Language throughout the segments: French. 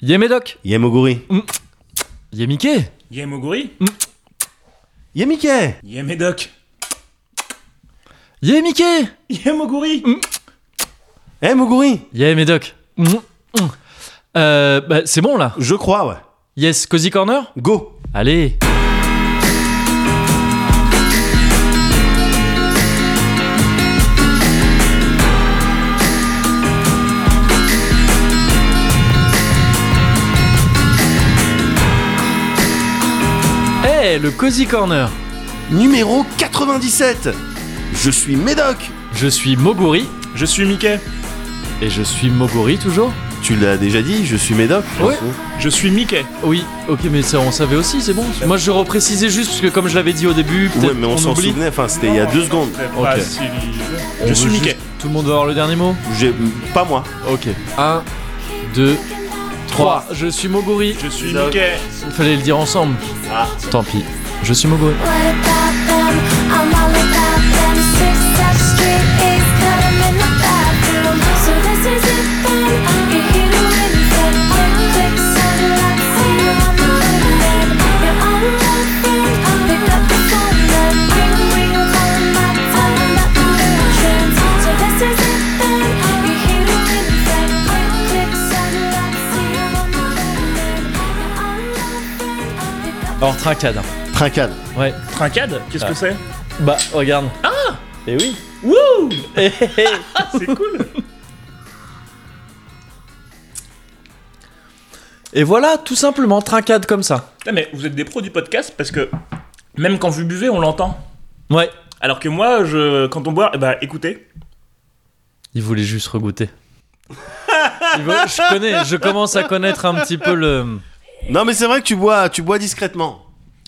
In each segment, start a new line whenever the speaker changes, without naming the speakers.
Yé Médoc,
Yemoguri.
Mm. Yé Mickey,
Yé Moguri
Yé Mickey
Yé Médoc
Yé Mickey,
Yé Moguri
Eh Moguri
Yé Médoc. Euh, bah, c'est bon là.
Je crois, ouais.
Yes, Cozy Corner
Go
Allez Hey, Eh, le Cozy Corner
Numéro 97 Je suis Médoc
Je suis Moguri,
Je suis Mickey
et je suis Moguri toujours
Tu l'as déjà dit, je suis Médoc je
Ouais.
pense.
Je suis Mickey
Oui, ok, mais ça on savait aussi, c'est bon. Moi je reprécisais juste, parce que comme je l'avais dit au début, peut-être
Ouais, mais on,
qu'on
s'en
oublie.
souvenait, enfin c'était il y a deux secondes.
Ok.
Pas civilisé.
On
Je
veut
suis
juste-
Mickey
Tout le monde doit avoir le dernier mot
J'ai... Pas moi.
Ok. 1, 2, 3. Je suis Moguri.
Je suis
Médoc.
Mickey
Il fallait le dire ensemble. Tant pis. Je suis Moguri.
What about them? I'm all about them. Six South Street is cutting in the bathroom. So this is it then. You're here to win then. Quick sunlight, see you on the other end. You're on the phone. Pick up the phone then. Ring, ring, call my phone. Not the entrance. So this is it then. You're here to win then. Quick sunlight, see you on the other end. You're on the phone. Pick up
Alors, trincade.
Trincade.
Ouais.
Trincade Qu'est-ce
Ah.
que c'est
Bah, regarde. Ah Et oui.
Wouh C'est cool
Et voilà, tout simplement, trincade comme ça.
Non mais vous êtes des pros du podcast parce que même quand vous buvez, on l'entend.
Ouais.
Alors que moi, je, quand on boit, eh ben, écoutez.
Il voulait juste regoûter. Il veut- Je connais, je commence à connaître un petit peu le.
Non mais c'est vrai que tu bois, tu bois discrètement.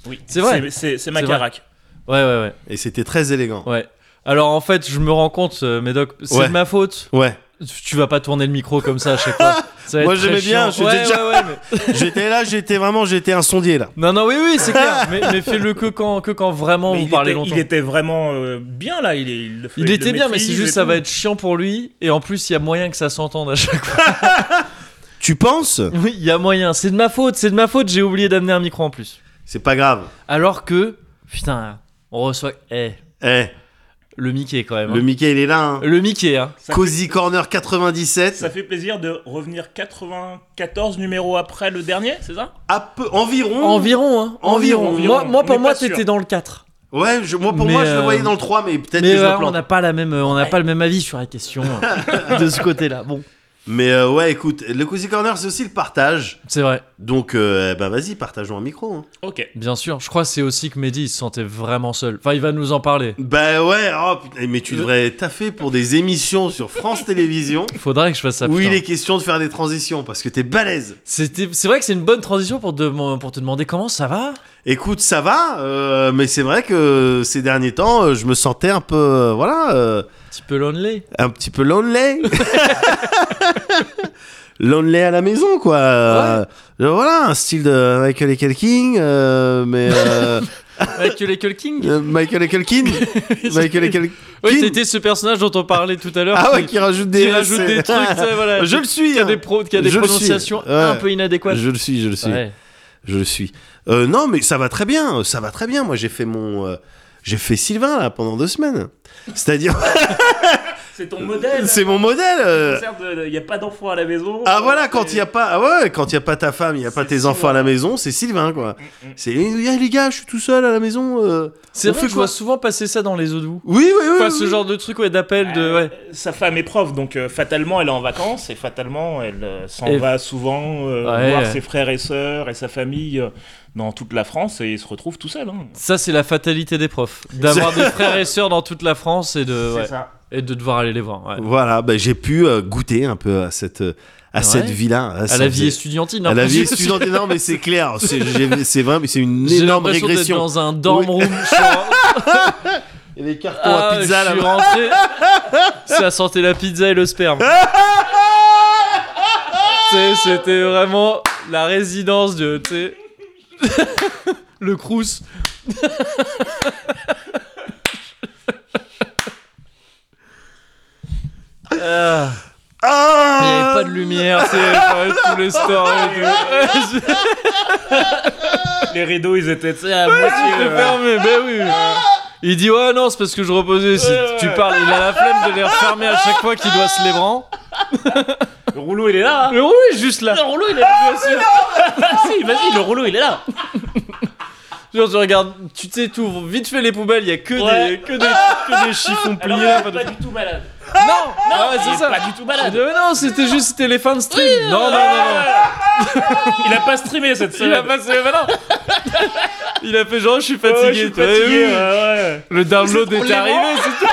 Oui,
C'est vrai.
C'est c'est
vrai.
ma carac.
Ouais, ouais, ouais.
Et c'était très élégant.
Ouais. Alors en fait, je me rends compte, euh, Médoc, c'est
Ouais.
de ma faute.
Ouais.
Tu vas pas tourner le micro comme ça à chaque fois. Ça va
Moi,
être très
j'aimais
chiant.
bien, je suis
Ouais,
déjà-
ouais, ouais, mais-
j'étais là, j'étais vraiment, j'étais un sondier là.
Non, non, oui, oui, c'est clair. mais mais fais-le que quand, que quand vraiment
Mais
vous
il,
parlez
était,
longtemps.
il était vraiment euh, bien là. Il, est- il, le fait-
Il
le
était bien, mais
maîtrise
c'est
et
juste ça
tout.
va être chiant pour lui. Et en plus, il y a moyen que ça s'entende à chaque fois.
Tu penses
Oui, il y a moyen. C'est de ma faute, c'est de ma faute. J'ai oublié d'amener un micro en plus.
C'est pas grave.
Alors que, putain, on reçoit. Eh,
Eh,
le Mickey quand même.
le
hein.
Mickey il est là. hein.
Le Mickey, hein.
Ça fait-
Cozy Corner 97.
Ça fait plaisir de revenir 94 numéros après le dernier, c'est ça
À peu, environ.
Environ, hein. Environ. Moi,
Environ,
Mmh. environ.
moi,
On
pour
est
moi,
pas sûr.
t'étais dans le 4.
Ouais, je- moi pour
Mais,
moi je
euh,
le voyais dans le 3, mais peut-être que
Mais
je
ouais,
me
on
plante.
n'a pas, la même, on n'a pas le même avis sur la question euh, de ce côté-là. Bon,
Mais euh, ouais, écoute, le Cozy Corner c'est aussi le partage.
c'est vrai.
Donc, euh, bah vas-y, partageons un micro. hein.
Ok.
Bien sûr, je crois que c'est aussi que Mehdi il se sentait vraiment seul. Enfin, il va nous en parler.
Bah ouais, oh, putain, mais tu devrais taffer pour des émissions sur France Télévisions
Faudrait que je fasse ça.
où
putain.
il est question de faire des transitions parce que t'es balèze.
C'était- C'est vrai que c'est une bonne transition pour, dem- pour te demander comment ça va.
Écoute, ça va, euh, mais c'est vrai que ces derniers temps, euh, je me sentais un peu, euh, voilà, euh,
Un petit peu lonely.
un petit peu lonely. lonely à la maison, quoi. Euh, Voilà, un style de Michael et King, euh, mais euh,
Avec les King.
euh, Michael et King, Michael et
Oui,
King.
c'était ce personnage dont on parlait tout à l'heure.
Ah ouais,
qui,
qui rajoute des,
qui rajoute des trucs. tu sais, voilà,
je le suis.
Qui a
hein.
des, pro- qui a des
Je le suis.
prononciations
Ouais.
un peu inadéquates.
Je le suis, je le suis,
Ouais.
je le suis. Euh, non, mais ça va très bien, ça va très bien. Moi, j'ai fait mon, euh, j'ai fait Sylvain là pendant deux semaines. C'est-à-dire,
C'est ton modèle.
c'est mon modèle. euh.
Il n'y a pas d'enfant à la maison.
Ah voilà, quand il y a pas, ah ouais, quand il y a pas ta femme, il y a pas
C'est
tes
Sylvain.
enfants à la maison, c'est Sylvain quoi.
Mm,
C'est, eh, eh, les gars, je suis tout seul à la maison. euh.
C'est
On
vrai
fait
que je vois
quoi
souvent passer ça dans les odous.
Oui, oui, oui.
Enfin,
oui. Euh,
ce genre de truc, ouais, d'appel, de. Ouais.
euh, Sa femme est prof, donc euh, fatalement elle est en vacances et fatalement elle euh, s'en
Et-
va souvent euh,
Ouais,
voir
ouais.
ses frères et sœurs et sa famille euh, dans toute la France et il se retrouve tout seul. hein.
Ça, c'est la fatalité des profs. D'avoir des frères et sœurs dans toute la France et de, ouais,
C'est ça.
et de devoir aller les voir. ouais.
Voilà, bah, j'ai pu euh, goûter un peu à cette, euh, à
Ouais.
cette vie là,
À la vie étudiantine.
À
hein,
la vie
parce que-
étudiante, non, mais c'est clair, c'est j'ai- c'est vrai, mais c'est une
J'ai
énorme
l'impression d'être
régression.
dans un dorm room. je suis en-
Et les cartons
Ah,
à pizza
je suis
là-bas.
rentré. Ça sentait la pizza et le sperme. Tu sais, C'était vraiment la résidence de. tu sais, le crous. Ah,
Ah
Il n'y avait pas de lumière, c'est
Ah.
euh, tout le store et tout.
Les rideaux, ils étaient. euh,
C'est à moitié fermé, ben oui. Il dit ouais non c'est parce que je reposais. Si
bah Ouais,
tu
ouais.
parles, il a la flemme de les refermer à chaque fois qu'il doit se les branler.
Le rouleau, il est là. hein.
Le rouleau est juste là.
Le rouleau, il est
Ah,
là. bien sûr. Ah, si, vas-y, le rouleau, il est là.
Genre tu regardes, tu sais tout vite fait les poubelles, il y a que
Ouais.
des que des que des chiffons pliés.
Alors, il est
pas de-
pas du tout malade.
Non, ah ouais,
il
c'est
est
ça.
Pas du
Il
tout
dit,
malade. Ah,
Mais non, c'était juste c'était les fins de stream. non, non, non, non.
Il a pas streamé cette
Il a
semaine.
passé, bah non. Il a fait genre je suis
Ouais,
fatigué.
je suis
tu vois,
fatigué,
oui.
Ah
ouais, ouais.
Le download
C'est trop
est
lent.
arrivé, c'est tout.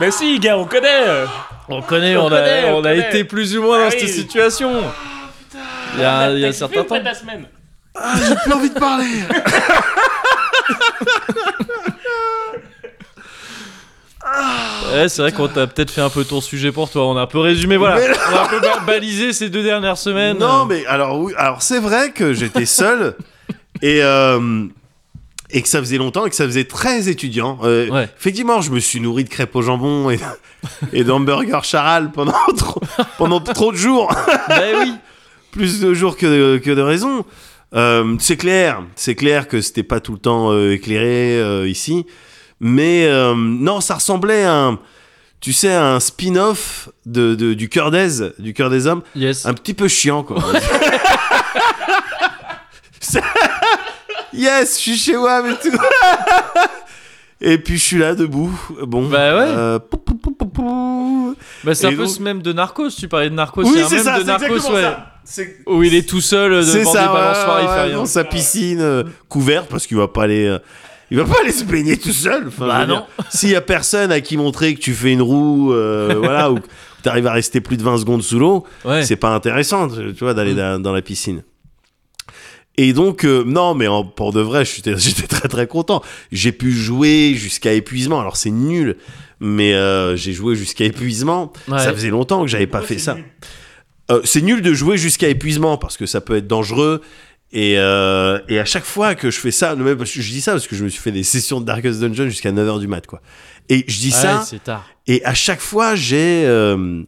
Mais si, gars, on connaît. euh.
On connaît,
On
on,
connaît,
a,
on
on a
connaît.
été plus ou moins dans
Ah oui. Ah,
cette situation. Il y a, il y a
T'as kiffé
certains
ou pas
temps.
de la semaine.
J'ai plus envie de parler
Ouais, c'est vrai qu'on t'a peut-être fait un peu ton sujet pour toi. On a un peu résumé, voilà.
Mais-
On a un peu ba- balisé ces deux dernières semaines.
Non, mais alors, oui, alors c'est vrai que j'étais seul et, euh, et que ça faisait longtemps et que ça faisait très étudiant. Euh,
Ouais.
Effectivement, je me suis nourri de crêpes au jambon et, et d'hamburgers charal pendant trop, pendant trop de jours,
Bah oui.
plus de jours que de, que de raison. Euh, c'est clair, c'est clair que c'était pas tout le temps euh, éclairé euh, ici, mais euh, non, ça ressemblait à un, tu sais, à un spin-off de, de- du cœur des, du cœur des hommes
Yes.
un petit peu chiant quoi. C'est- yes, je suis chez WAM et tout. et puis je suis là debout. Bon.
Bah ouais.
euh, pou, pou, pou, pou, pou.
Bah c'est un
Et
peu
donc-
ce même de Narcos. Tu parlais de Narcos.
Oui,
un
c'est
même
ça,
de
c'est
Narcos,
exactement
ouais.
ça. C'est
Où il est tout seul euh,
c'est
devant
ça,
des
ouais,
balançoires, il
ouais,
fait rien.
dans sa piscine euh, couverte parce qu'il va pas aller euh, il va pas aller se baigner tout seul. Enfin,
Bah
je veux
non.
dire, S'il y a personne à qui montrer que tu fais une roue euh, voilà ou que t'arrives à rester plus de 20 secondes sous l'eau,
Ouais.
c'est pas intéressant, tu tu vois, d'aller
Mm.
dans, dans la piscine. Et donc, euh, non, mais en- pour de vrai, j'étais j'étais très très content. J'ai pu jouer jusqu'à épuisement. Alors c'est nul, mais euh, j'ai joué jusqu'à épuisement.
Ouais.
Ça faisait longtemps que j'avais pas
Ouais,
fait
c'est
ça.
nul.
Euh, c'est nul de jouer jusqu'à épuisement parce que ça peut être dangereux. Et, euh, et à chaque fois que je fais ça, même parce que je dis ça parce que je me suis fait des sessions de Darkest Dungeon jusqu'à 9h du mat, quoi. Et je dis
Ouais,
ça.
c'est tard.
Et à chaque fois, j'ai euh,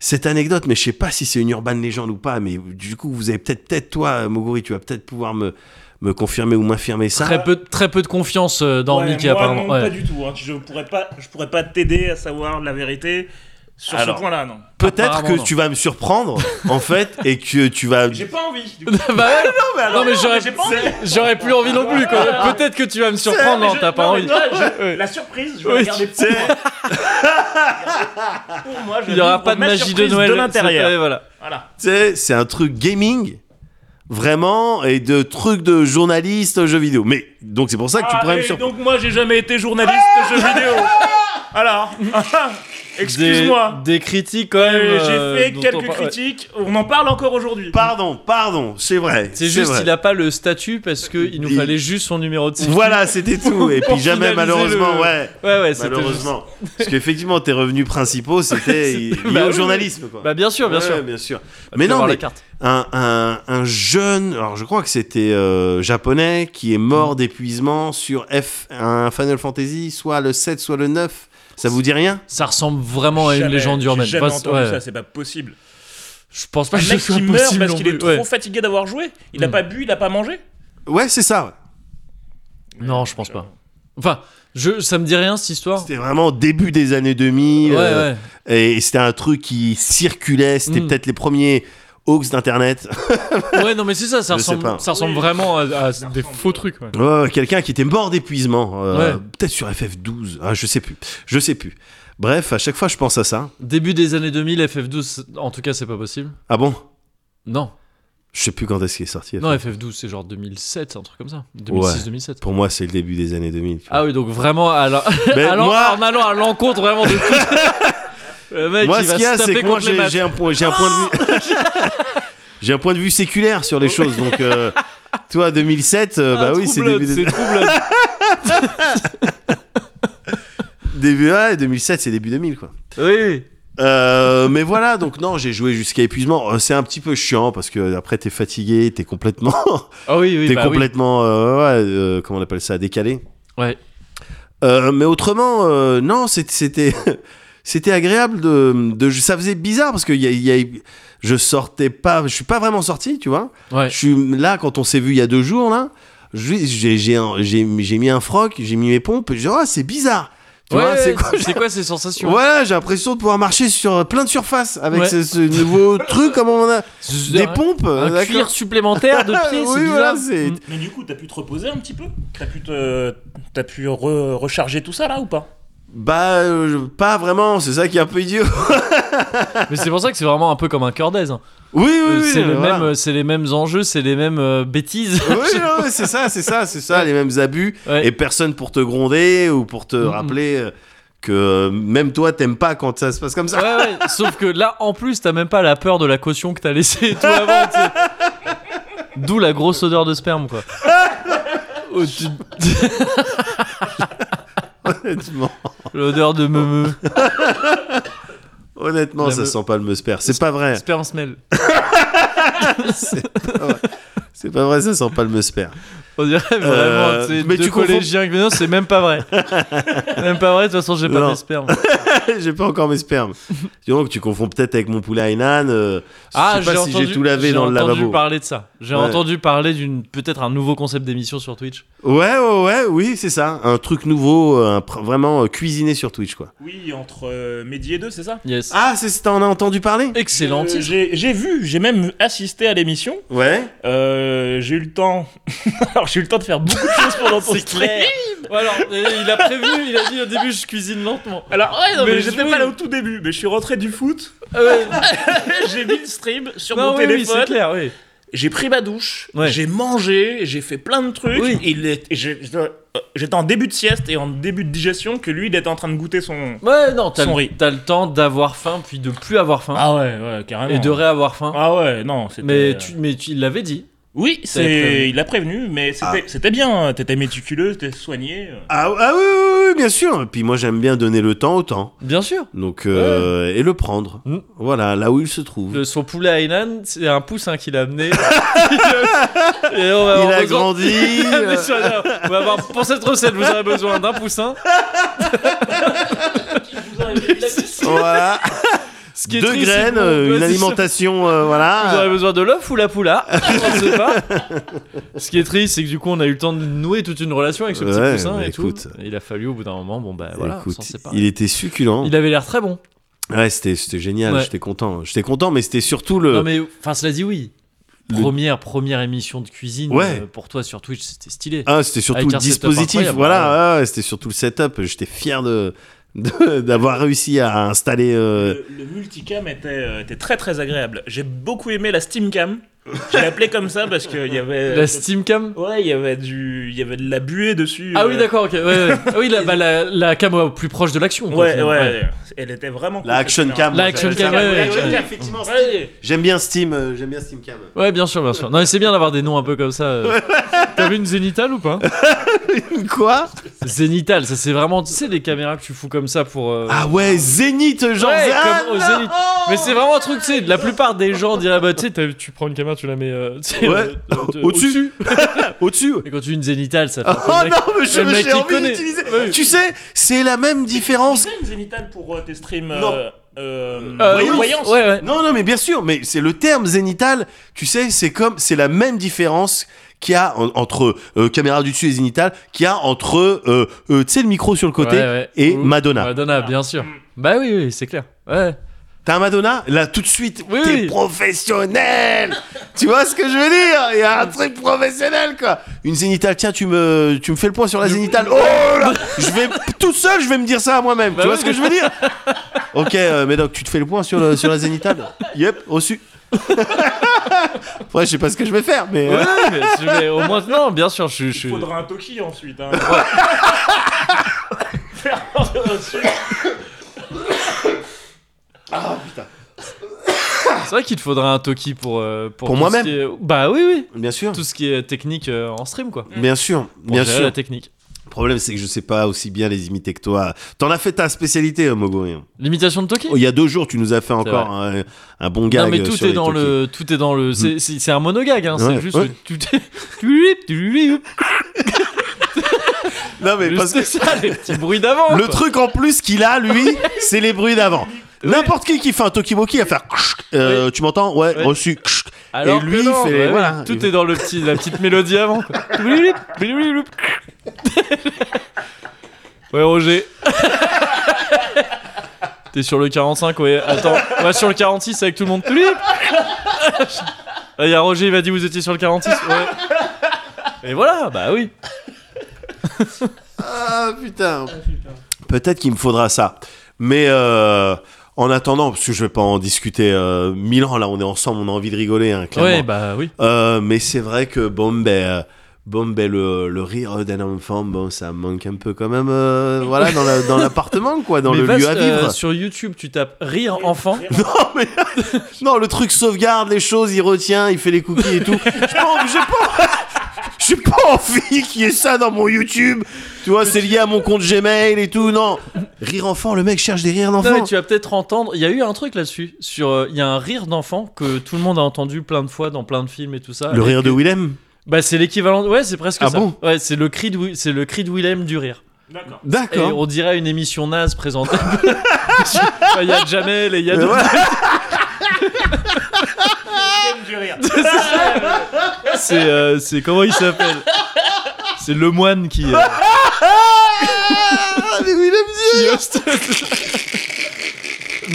cette anecdote, mais je sais pas si c'est une urban légende ou pas, mais du coup, vous avez peut-être, peut-être toi, Moguri, tu vas peut-être pouvoir me, me confirmer ou m'infirmer ça.
Très peu, très peu de confiance euh, dans
Ouais,
Mickey
moi,
apparemment.
non,
Ouais.
pas du tout. hein. Je pourrais pas, je pourrais pas t'aider à savoir la vérité sur
Alors.
ce point-là, non.
peut-être que
apparemment, non.
tu vas me surprendre, en fait, et que tu vas.
J'ai pas envie. Du coup.
Bah ouais. non mais j'aurais,
j'ai pas envie.
j'aurais plus envie non plus. quoi. Peut-être que tu vas me surprendre. Non,
Je-
t'as pas
non, mais
envie.
toi, je- La surprise, je vais
Oui,
la garder pour moi. Pour moi, je
Il n'y aura
livre
pas de
ma
magie de
surprise
Noël
de
c'est-
l'intérieur.
Voilà.
Voilà.
Tu sais, c'est un truc gaming, vraiment, et de trucs de journaliste jeux vidéo. Mais, donc c'est pour ça que tu
Ah,
pourrais me
et
surprendre.
donc moi, j'ai jamais été journaliste de jeux vidéo. Alors, excuse-moi.
Des, des critiques quand même.
Euh,
euh,
J'ai fait
dont on
quelques
par- ouais.
critiques. On en parle encore aujourd'hui.
Pardon, pardon, c'est vrai.
C'est juste,
vrai.
il a pas le statut parce qu'il nous
Il-
fallait juste son numéro de sécu.
Voilà, c'était tout. Et
Pour
puis jamais,
finaliser
malheureusement,
le-
ouais.
Ouais, ouais, c'était juste-
Malheureusement. Parce qu'effectivement, tes revenus principaux, c'était lié
Bah
au
oui.
journalisme. Quoi.
Bah, bien sûr, bien
Ouais,
sûr.
bien sûr.
Faut
Mais non,
avoir la
mais
carte.
un, un, un jeune, alors je crois que c'était euh, japonais, qui est
Mm.
mort d'épuisement sur F, un Final Fantasy, soit le 7, soit le 9. Ça vous dit rien
Ça ressemble vraiment à une
Jamais,
légende
j'ai
urbaine.
jamais
Enfin,
entendu
ouais.
ça, c'est pas possible.
Je pense pas
Un
que ce
mec
soit
qui
possible.
meurt parce
non
qu'il est
plus.
trop
Ouais.
fatigué d'avoir joué. Il n'a
Hmm.
pas bu, il n'a pas mangé.
Ouais, c'est ça. ouais.
Non, je pense pas. Enfin, je, ça me dit rien cette histoire.
C'était vraiment début des années 2000.
Oh. Ouais,
euh,
ouais.
Et c'était un truc qui circulait. C'était
Mm.
peut-être les premiers hoax d'Internet.
Ouais, non, mais c'est ça, ça
Je sais
ressemble,
pas.
ça ressemble
Oui.
vraiment à, à
Ça
des
ressemble.
faux trucs. ouais.
Ouais, ouais, Oh, quelqu'un qui était mort d'épuisement, euh,
Ouais.
peut-être sur FF12, ah, je sais plus, je sais plus. Bref, à chaque fois je pense à ça.
Début des années 2000, FF12, en tout cas, c'est pas possible.
Ah bon
Non,
Je sais plus quand est-ce qu'il est sorti.
non, FF12, c'est genre 2007, un truc comme ça. 2006-2007.
Pour moi, c'est le début des années 2000. tu vois.
Ah oui, donc vraiment, à la-
Mais
allant-
Ben, moi-
en allant à l'encontre vraiment de tout. Le mec,
moi,
il
ce
va
qu'il y a,
se taper
c'est que moi,
contre les
j'ai
maths.
j'ai un point, j'ai un point de vue, j'ai un point de vue séculaire sur les choses. Donc, euh, toi, 2007, euh, bah
Ah,
oui, c'est
troublade,
début,
c'est
des...
troublade.
début ouais, 2007, c'est début 2000, quoi.
Oui.
Euh, mais voilà, donc non, j'ai joué jusqu'à épuisement. Euh, C'est un petit peu chiant parce que après, t'es fatigué, t'es complètement
Ah oui, oui,
T'es
bah oui.
complètement, euh, ouais, euh, comment on appelle ça, décalé.
Ouais.
Euh, mais autrement, euh, non, c'est- c'était c'était agréable de, de- Ça faisait bizarre parce que y a- y a- je sortais pas. Je suis pas vraiment sorti, tu vois.
Ouais.
Je suis là quand on s'est vu il y a deux jours là. J'ai j'ai- j'ai un- j'ai- j'ai mis un froc, j'ai mis mes pompes. et Je dis, ah, c'est bizarre. Tu vois,
Ouais,
c'est quoi
c'est quoi ces sensations
Voilà, j'ai l'impression de pouvoir marcher sur plein de surfaces avec
Ouais.
ce, ce nouveau truc. Comment on a
C'est
des
un-
pompes
Un
d'accord.
cuir supplémentaire de pied, c'est
Oui, voilà,
bizarre.
c'est-
Mm.
Mais du coup, t'as pu te reposer un petit peu T'as pu, te... t'as pu re- recharger tout ça là ou pas
Bah, euh, pas vraiment. C'est ça qui est un peu idiot.
Mais c'est pour ça que c'est vraiment un peu comme un cordez. hein.
Oui, oui, oui.
c'est le
voilà.
même, euh, c'est les mêmes enjeux, c'est les mêmes euh, bêtises.
Oui, non, mais c'est ça, c'est ça, c'est ça, les mêmes abus.
Ouais.
Et personne pour te gronder ou pour te
Mhm.
rappeler euh, que euh, même toi, t'aimes pas quand ça se passe comme ça.
Ouais, ouais, sauf que là, en plus, t'as même pas la peur de la caution que t'as laissée toi avant. tu sais. D'où la grosse odeur de sperme, quoi. Oh, tu-
Honnêtement,
L'odeur de meumeu.
honnêtement
La
ça
me-
sent pas le meusper. C'est pas vrai.
Sperme smell.
C'est pas vrai, ça sent pas le meusper.
On dirait vraiment,
Euh,
tu sais,
mais
deux
tu confonds-
collégiens qui- mais non, c'est même pas vrai. même pas vrai, de toute façon, j'ai pas
Non.
de sperme.
j'ai pas encore mes spermes. Dis donc, tu confonds peut-être avec mon poulet Hainan. euh,
Ah, j'ai
je sais pas si j'ai
entendu,
tout lavé
j'ai
dans le
entendu
lavabo.
parler de ça. J'ai
Ouais.
entendu parler d'une peut-être un nouveau concept d'émission sur Twitch.
Ouais, ouais, ouais, oui, c'est ça. Un truc nouveau, euh, un pr- vraiment euh, cuisiné sur Twitch, quoi.
Oui, entre euh, midi et deux, c'est ça
Yes.
Ah, c'est t'en as entendu parler
Excellent.
Euh,
titre.
j'ai j'ai vu, j'ai même assisté à l'émission.
Ouais.
Euh, j'ai eu le temps. Alors j'ai eu le temps de faire beaucoup de choses pendant ton
C'est
stream.
clair. Alors, il a prévenu, il a dit au début, je cuisine lentement.
Alors ouais, non,
Mais
mais,
je-
j'étais
oui.
pas là au tout début, mais je suis rentré du foot. j'ai mis le stream sur
Euh, non,
mon
Bah oui, oui,
téléphone.
c'est clair, oui.
j'ai pris ma douche,
Ouais.
j'ai mangé, j'ai fait plein de trucs.
Oui.
Il est- et j'ai- je- euh, j'étais en début de sieste et en début de digestion que lui, il était en train de goûter son.
Ouais, non, t'as
Son
le,
riz.
t'as le temps d'avoir faim, puis de plus avoir faim,
Ah ouais, ouais, carrément.
et de réavoir faim.
Ah ouais, non, c'était.
mais, tu, mais tu- il l'avait dit.
Oui,
T'avais prévenu.
c'est. Il a prévenu, mais c'était c'était bien. T'étais méticuleux, t'étais soigné. Euh,
Ah, ah oui, oui, oui, bien sûr. Puis moi, j'aime bien donner le temps au temps.
Bien sûr.
Donc, euh, et le prendre.
Mm.
Voilà, là où il se trouve.
Le- son poulet Hainan, c'est un poussin qu'il a amené. Et on va avoir
Il a
besoin-
grandi. euh,
Mais sur- on va avoir- pour cette recette, vous aurez besoin d'un poussin.
voilà.
Ce qui est
Deux
triste, c'est
graines,
qu'on-
euh,
ouais,
une
c'est sûr.
alimentation, euh,
Vous aurez
voilà.
besoin de l'œuf ou la poula On sait pas. Ce qui est triste, c'est que du coup, on a eu le temps de nouer toute une relation avec ce petit
Ouais,
poussin
mais
et
écoute.
tout. Et il a fallu au bout d'un moment, bon bah voilà, on
Écoute,
s'en sépare.
il
Il...
était succulent.
avait l'air très bon.
Ouais, c'était, c'était génial.
Ouais.
J'étais content. J'étais content, mais c'était surtout le.
Non mais, enfin, cela dit, oui.
Euh. Le-
Première, première émission de cuisine
Ouais.
euh, pour toi sur Twitch, c'était stylé.
Ah, c'était surtout
Avec
le
un setup
dispositif.
incroyable,
Voilà, ouais, c'était surtout le setup. J'étais fier de, de- d'avoir réussi à installer. euh,
Le, le multicam était, euh, était très très agréable. J'ai beaucoup aimé la steamcam. Je l'ai appelée comme ça parce qu'il y
Ah.
avait.
La Steam Cam
Ouais, il y avait du, il y avait de la buée dessus.
Ah oui,
euh,
d'accord, ok. ouais, ouais. Ah oui, la, bah, la, la cam euh, plus proche de l'action. quoi,
Ouais, ouais,
finalement.
Elle était vraiment. cool,
La
cette
action
caméra.
cam.
La action cam, ouais, ouais, ouais.
effectivement,
Ah, Ouais.
J'aime bien Steam. euh, j'aime bien Steam Cam.
Ouais, bien sûr, bien sûr. Non, mais c'est bien d'avoir des noms un peu comme ça. euh. T'as vu une zénitale ou pas
Quoi
Zénitale, ça c'est vraiment, tu sais, les caméras que tu fous comme ça pour. euh,
Ah ouais, Zénith, genre.
Ouais,
ah,
comme au
non
Zénith. Mais c'est vraiment un truc, tu sais, la plupart des gens diraient, bah tu sais, t'as- tu prends une caméra, tu la mets euh, tu sais,
Ouais.
euh, de- de-
Au-dessus. Au-dessus.
Et quand tu dis une zénitale, ça fait. un peu
Oh
le mec-
non, mais je
le mec
j'ai
qui
envie
connaît.
d'utiliser.
Ouais.
Tu sais, c'est la même différence.
Tu fais une zénithale pour euh, tes streams. euh,
Non.
euh,
Euh,
voyance.
oui, Ouais, ouais.
Non, non, mais bien sûr, mais c'est le terme zénital. Tu sais, c'est comme, c'est la même différence qu'il y a en- entre euh, caméra du dessus et zénital, qu'il y a entre, euh, euh, tu sais, le micro sur le côté
Ouais, Mmh. ouais.
et
Ouh.
Madonna.
Madonna, bien sûr. Bah oui, oui, c'est clair. Ouais.
T'as un Madonna Là, tout de suite,
Oui,
t'es
oui.
professionnel Tu vois ce que je veux dire Il y a un truc professionnel, quoi Une zénitale, tiens, tu me, tu me fais le point sur la zénitale. Oh là Je vais, tout seul, je vais me dire ça à moi-même.
Bah
tu vois
oui.
ce que je veux dire Ok, euh, Médoc, tu te fais le point sur, le- sur la zénitale Yep, reçu. Après, je sais pas ce que je vais faire, mais...
Ouais,
euh,
mais, je- mais au moins, non, bien sûr, je suis.
Il faudra un Toki ensuite. Hein. Faire un truc.
C'est vrai qu'il te faudra un Toki pour. euh, pour
Pour
tout ce
moi-même.
qui est- Bah oui, oui.
euh, Bien sûr,
Tout ce qui est technique euh, en stream, quoi.
bien sûr,
Pour
bien
gérer
sûr.
la technique.
Le problème, c'est que je sais pas aussi bien les imiter que toi. T'en as fait ta spécialité, euh, Moguri.
L'imitation de Toki
Oh, Il y a deux jours, tu nous as fait encore un, un bon gag.
Non mais
euh,
tout
sur
est
les
dans
talkies.
le tout est dans le c'est c'est- c'est un monogag hein,
Ouais,
c'est juste
ouais.
tout est- tu- tu- tu- tu-
Non, mais parce que
Juste ça, les petits bruits d'avant.
le
quoi.
truc en plus qu'il a, lui, c'est les bruits d'avant. N'importe qui qui fait un Tokimoki va faire euh, Tu m'entends ouais,
Ouais.
reçu.
Alors
et lui,
que non, bah
il fait-
ouais,
voilà.
tout est dans le petit, la petite mélodie avant. quoi. Blip, blip, blip. ouais, Roger. T'es sur le 45, ouais. Attends, on va sur le 46 avec tout le monde. Blip. Là, il y a Roger, il m'a dit vous étiez sur le 46. Ouais. Et voilà, bah oui.
Ah putain. Peut-être qu'il me faudra ça. Mais euh, en attendant, parce que je vais pas en discuter euh, mille ans, là on est ensemble, on a envie de rigoler, hein, clairement.
Ouais, bah oui.
Euh, mais c'est vrai que bon, ben, euh, bon, ben, le, le rire d'un enfant, bon, ça manque un peu quand même, euh, voilà, dans la- dans l'appartement, quoi, dans
Mais
le
va,
lieu à
euh,
vivre.
sur YouTube, tu tapes rire enfant.
Non, mais non, le truc sauvegarde les choses, il retient, il fait les cookies et tout. Je pense- J'ai pas, j'ai pas envie qu'il y ait ça dans mon YouTube. Tu vois, c'est lié à mon compte Gmail et tout. Non, rire enfant, le mec cherche des rires
Non,
d'enfant.
mais tu vas peut-être entendre. Il y a eu un truc là-dessus. Sur, euh, il y a un rire d'enfant que tout le monde a entendu plein de fois dans plein de films et tout ça.
Le rire de Willem.
Bah, c'est l'équivalent. Ouais, c'est presque
Ah
ça.
bon
ouais, c'est le cri de, Wi- c'est le cri de Willem du rire.
D'accord.
Et
D'accord.
on dirait une émission naze présentée. Enfin, Il y a Jamel et il y a.
Mais
d'autres-
voilà.
Thème du rire.
C'est, euh, c'est comment il s'appelle C'est le moine qui. euh,
Ah, mais Willem dit.
qui hoste.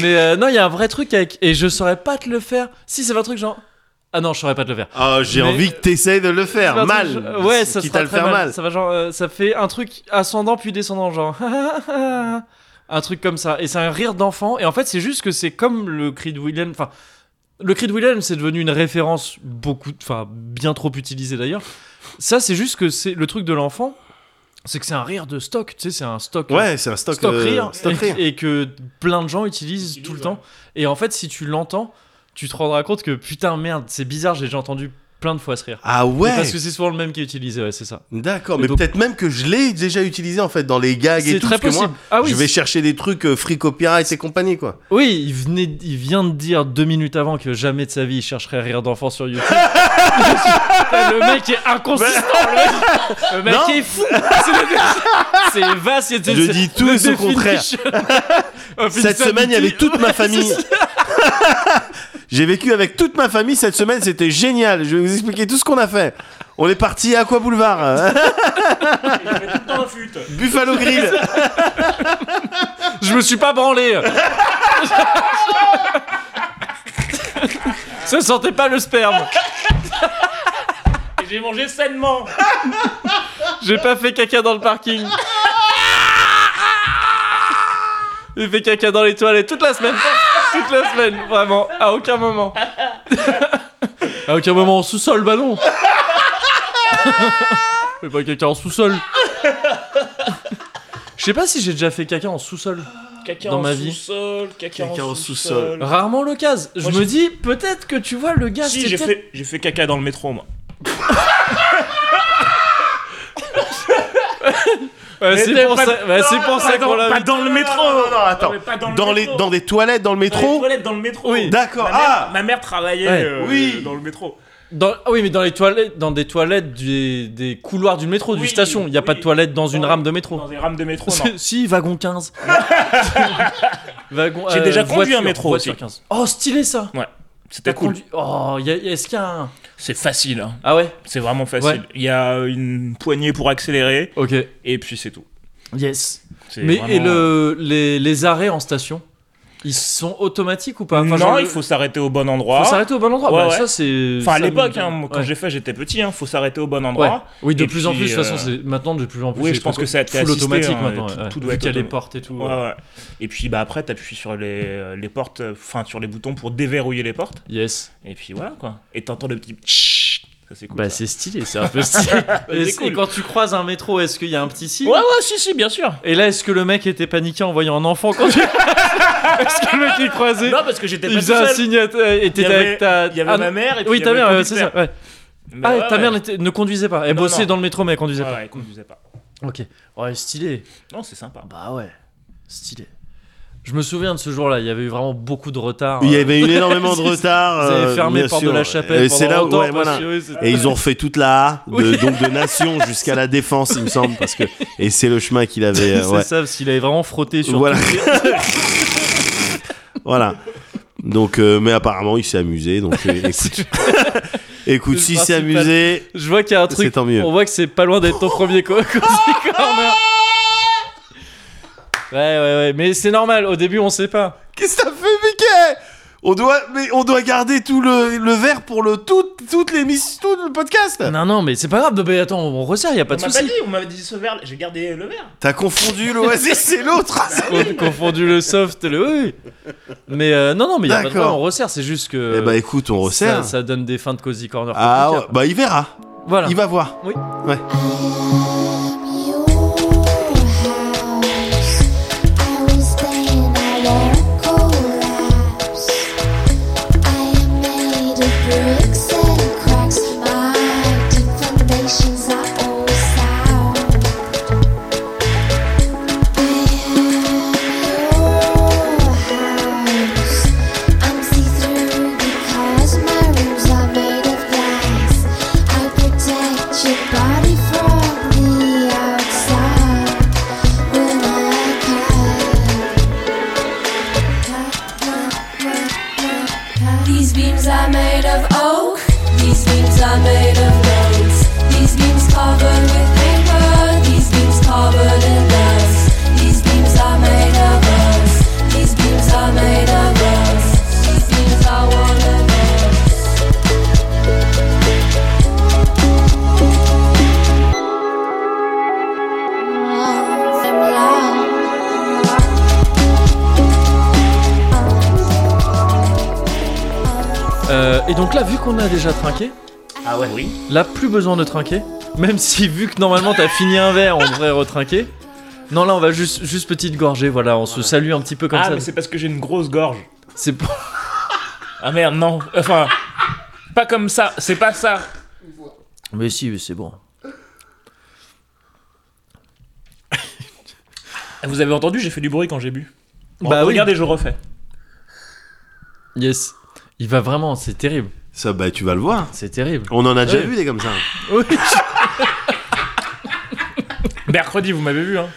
Mais euh, non, il y a un vrai truc avec. Et je saurais pas te le faire. Si c'est un truc genre. Ah non, je saurais pas te le faire.
Ah, j'ai
Mais-
envie que t'essayes de le faire
Faire
mal.
un truc- ouais, ça
quitte
sera
à le
très
faire mal.
Ça va genre, euh, ça fait un truc ascendant puis descendant, genre. un truc comme ça. Et c'est un rire d'enfant. Et en fait, c'est juste que c'est comme le cri de William. Enfin, le cri de William, c'est devenu une référence beaucoup, enfin, bien trop utilisée d'ailleurs. Ça, c'est juste que c'est le truc de l'enfant. C'est que c'est un rire de stock, tu sais, c'est un stock. euh,
Ouais, c'est un stock,
stock
euh,
rire,
stock
et,
rire.
et que plein de gens utilisent tout le temps. Et en fait, si tu l'entends, tu te rendras compte que putain merde, c'est bizarre, j'ai déjà entendu plein de fois ce rire.
Ah
Mais
ouais.
Parce que c'est souvent le même qui est utilisé, ouais, c'est ça.
D'accord,
Et
mais
donc-
peut-être même que je l'ai déjà utilisé en fait dans les gags et
C'est
tout.
très
parce que
possible.
moi,
ah oui,
je vais
c'est-
chercher des trucs euh, free copyright et compagnie quoi.
oui il, venait, il vient de dire deux minutes avant que jamais de sa vie il chercherait rire d'enfant sur YouTube. le mec est inconsistant, le mec, le mec
Non.
est fou. C'est le- C'est vaste, il était-
Je
c'est-
dis tout
le
et son
définition-
contraire.
Oh,
Cette
putain,
semaine, il y
Mickey.
avait toute ma famille. J'ai vécu avec toute ma famille cette semaine, c'était génial. Je vais vous expliquer tout ce qu'on a fait. On est parti à Aqua Boulevard, euh,
Tout le temps en flûte.
Buffalo Grill.
Je me suis pas branlé. Ça sentait pas le sperme.
Et j'ai mangé sainement.
J'ai pas fait caca dans le parking. J'ai fait caca dans les toilettes toute la semaine. Toute la semaine, vraiment. À aucun moment. À aucun moment en sous-sol, bah non. Mais pas caca en sous-sol. Je sais pas si j'ai déjà fait caca en sous-sol.
Caca
Dans
en
ma vie.
sous-sol. Caca,
Caca en
en
sous-sol.
sous-sol.
Rarement l'occasion. Je
Moi,
me
j'ai-
dis, peut-être que tu vois, le gars,
Si,
Ah, c'était
j'ai
peut-être-
fait, j'ai fait caca dans le métro, moi.
Ouais, c'est
Mais
pour
pas-
ça, ouais, c'est pour ça
pas
qu'on
dans-
l'a
pas
mis.
dans le métro.
Non, non, non, attends.
mais pas dans le
Dans les,
métro.
dans des toilettes dans le
Dans les
métro.
toilettes dans le métro.
Oui.
D'accord.
Ma mère,
Ah,
ma mère travaillait
Ouais.
euh,
Oui.
dans le métro.
Dans- ah oui, mais dans les toilettes, dans des toilettes du- des couloirs du métro, du
Oui,
station. Il n'y a pas
oui.
de toilette dans une
Dans-
rame de métro.
Dans des rames de métro, non.
C'est- si, wagon 15. Wagon- euh,
J'ai déjà conduit
voiture-
un métro
voiture
aussi.
15. Oh, stylé ça.
C'était cool.
conduit- Oh, y a- y a- est-ce qu'il y a un.
C'est facile, hein.
Ah ouais
C'est vraiment facile.
Ouais.
Il y a une poignée pour accélérer,
Ok.
et puis c'est tout.
Yes.
C'est
Mais
vraiment- euh,
et le, les, les arrêts en station, ils sont automatiques ou pas Enfin,
non,
genre,
il
le-
faut s'arrêter au bon endroit.
euh, faut s'arrêter au bon endroit.
Ouais,
Bah,
ouais.
Ça, c'est.
Enfin, à
ça,
l'époque,
nous-
hein, moi, quand
ouais.
j'ai fait, j'étais petit, hein, faut s'arrêter au bon
Ouais.
endroit.
Oui, de
Et
plus en
puis,
plus, de toute
euh,
façon, c'est maintenant de plus en plus.
oui,
c'est
je pense
full-
que ça a été
full
assisté,
automatique
hein,
maintenant.
tout-
ouais, ouais.
tout doit
Vu
être
qu'il y a les
automatique.
portes et tout.
Ouais, ouais. Et puis bah après t'appuies sur les, les portes, enfin sur les boutons pour déverrouiller les portes.
Yes.
Et puis voilà quoi. Et t'entends le petit tch. ça c'est cool.
Bah
ça.
c'est stylé, c'est un peu stylé.
c'est
et,
cool.
et quand tu croises un métro, est-ce qu'il y a un petit signe
Ouais ouais si si bien sûr.
Et là, est-ce que le mec était paniqué en voyant un enfant quand tu... Est-ce que le mec est croisé
Non parce que j'étais
Il
pas tout
faisait un
seul.
signe à ta- et
Il y
t'étais
avait,
avec ta...
il y avait
Ah,
ma
non.
mère et puis
Oui,
il y
ta
avait
mère,
le
ouais, c'est ça.
conducteur.
ouais.
Mais
Ah,
ouais,
ta mère
ouais.
n'était- ne conduisait pas. Elle
Non,
bossait
non.
dans le métro, mais elle conduisait
Ouais,
pas.
ouais, conduisait pas.
Ok. Oh, Ah, Ouais, stylé.
Non c'est sympa.
Bah ouais, stylé. Je me souviens de ce jour-là, il y avait eu vraiment beaucoup de retard.
Il y
euh,
avait eu énormément de retard.
Ils avaient
euh,
fermé
bien
Porte
sûr.
de la Chapelle
Et c'est
pendant
là où,
longtemps,
ouais, voilà.
parce que, oui, c'était-
Et ils ont refait toute la A, de,
Oui.
donc de Nation jusqu'à la Défense, il me semble, parce que et c'est le chemin qu'il avait. euh,
C'est
ouais.
ça, s'il avait vraiment frotté sur
Voilà. voilà. Donc, euh, mais apparemment, il s'est amusé. Donc, euh, écoute, écoute,
C'est
si
le
s'est
principal.
amusé,
Je vois qu'il y a un
c'est
truc.
tant mieux.
On voit que c'est pas loin d'être ton premier co Cozy corner. Ouais, ouais, ouais. Mais c'est normal. Au début, on sait pas.
Qu'est-ce que t'as fait, Mickey On doit, mais on doit garder tout le, le verre pour le tout, toute l'émission, tout le podcast.
Non, non, mais c'est pas grave. Mais attends, on resserre. Y a pas
On
de
m'a pas
souci.
dit, on m'a dit ce verre, j'ai gardé le verre.
T'as confondu l'Oasis et l'autre.
Con- Confondu le soft, et le oui. oui. Mais euh, non, non, mais y a pas de
D'accord.
problème, On resserre. C'est juste que.
Eh bah, écoute, on resserre.
Ça, ça donne des fins de cozy corner.
ah, ouais.
compliquées,
bah, il verra.
après. Voilà.
Il va voir.
Oui.
Ouais.
I'm see-through because my rooms are made of glass. I protect your body from the outside with my cut. These beams are made of oak. These beams are made of bones. These beams covered with paper. These beams covered in dust. These beams are made of us. These beams are made of us. These beams are one of us. Love and
Euh, et donc là, vu qu'on a déjà trinqué,
Ah ouais Oui.
là, plus besoin de trinquer. Même si, vu que normalement t'as fini un verre, on devrait retrinquer. Non, là, on va juste, juste petite gorgée. Voilà, on se salue un petit peu comme
ah,
ça.
mais c'est parce que j'ai une grosse gorge.
C'est pas.
Ah merde, non. Enfin, pas comme ça, c'est pas ça.
Mais si, mais c'est bon.
Ah, Vous avez entendu, j'ai fait du bruit quand j'ai bu.
Bah oui.
Oh, Regardez, je refais.
Yes. Il va vraiment, c'est terrible.
Ça, bah, tu vas le voir.
C'est terrible.
On en a déjà
Ouais.
vu des comme ça.
Oui.
Mercredi, vous m'avez vu, hein.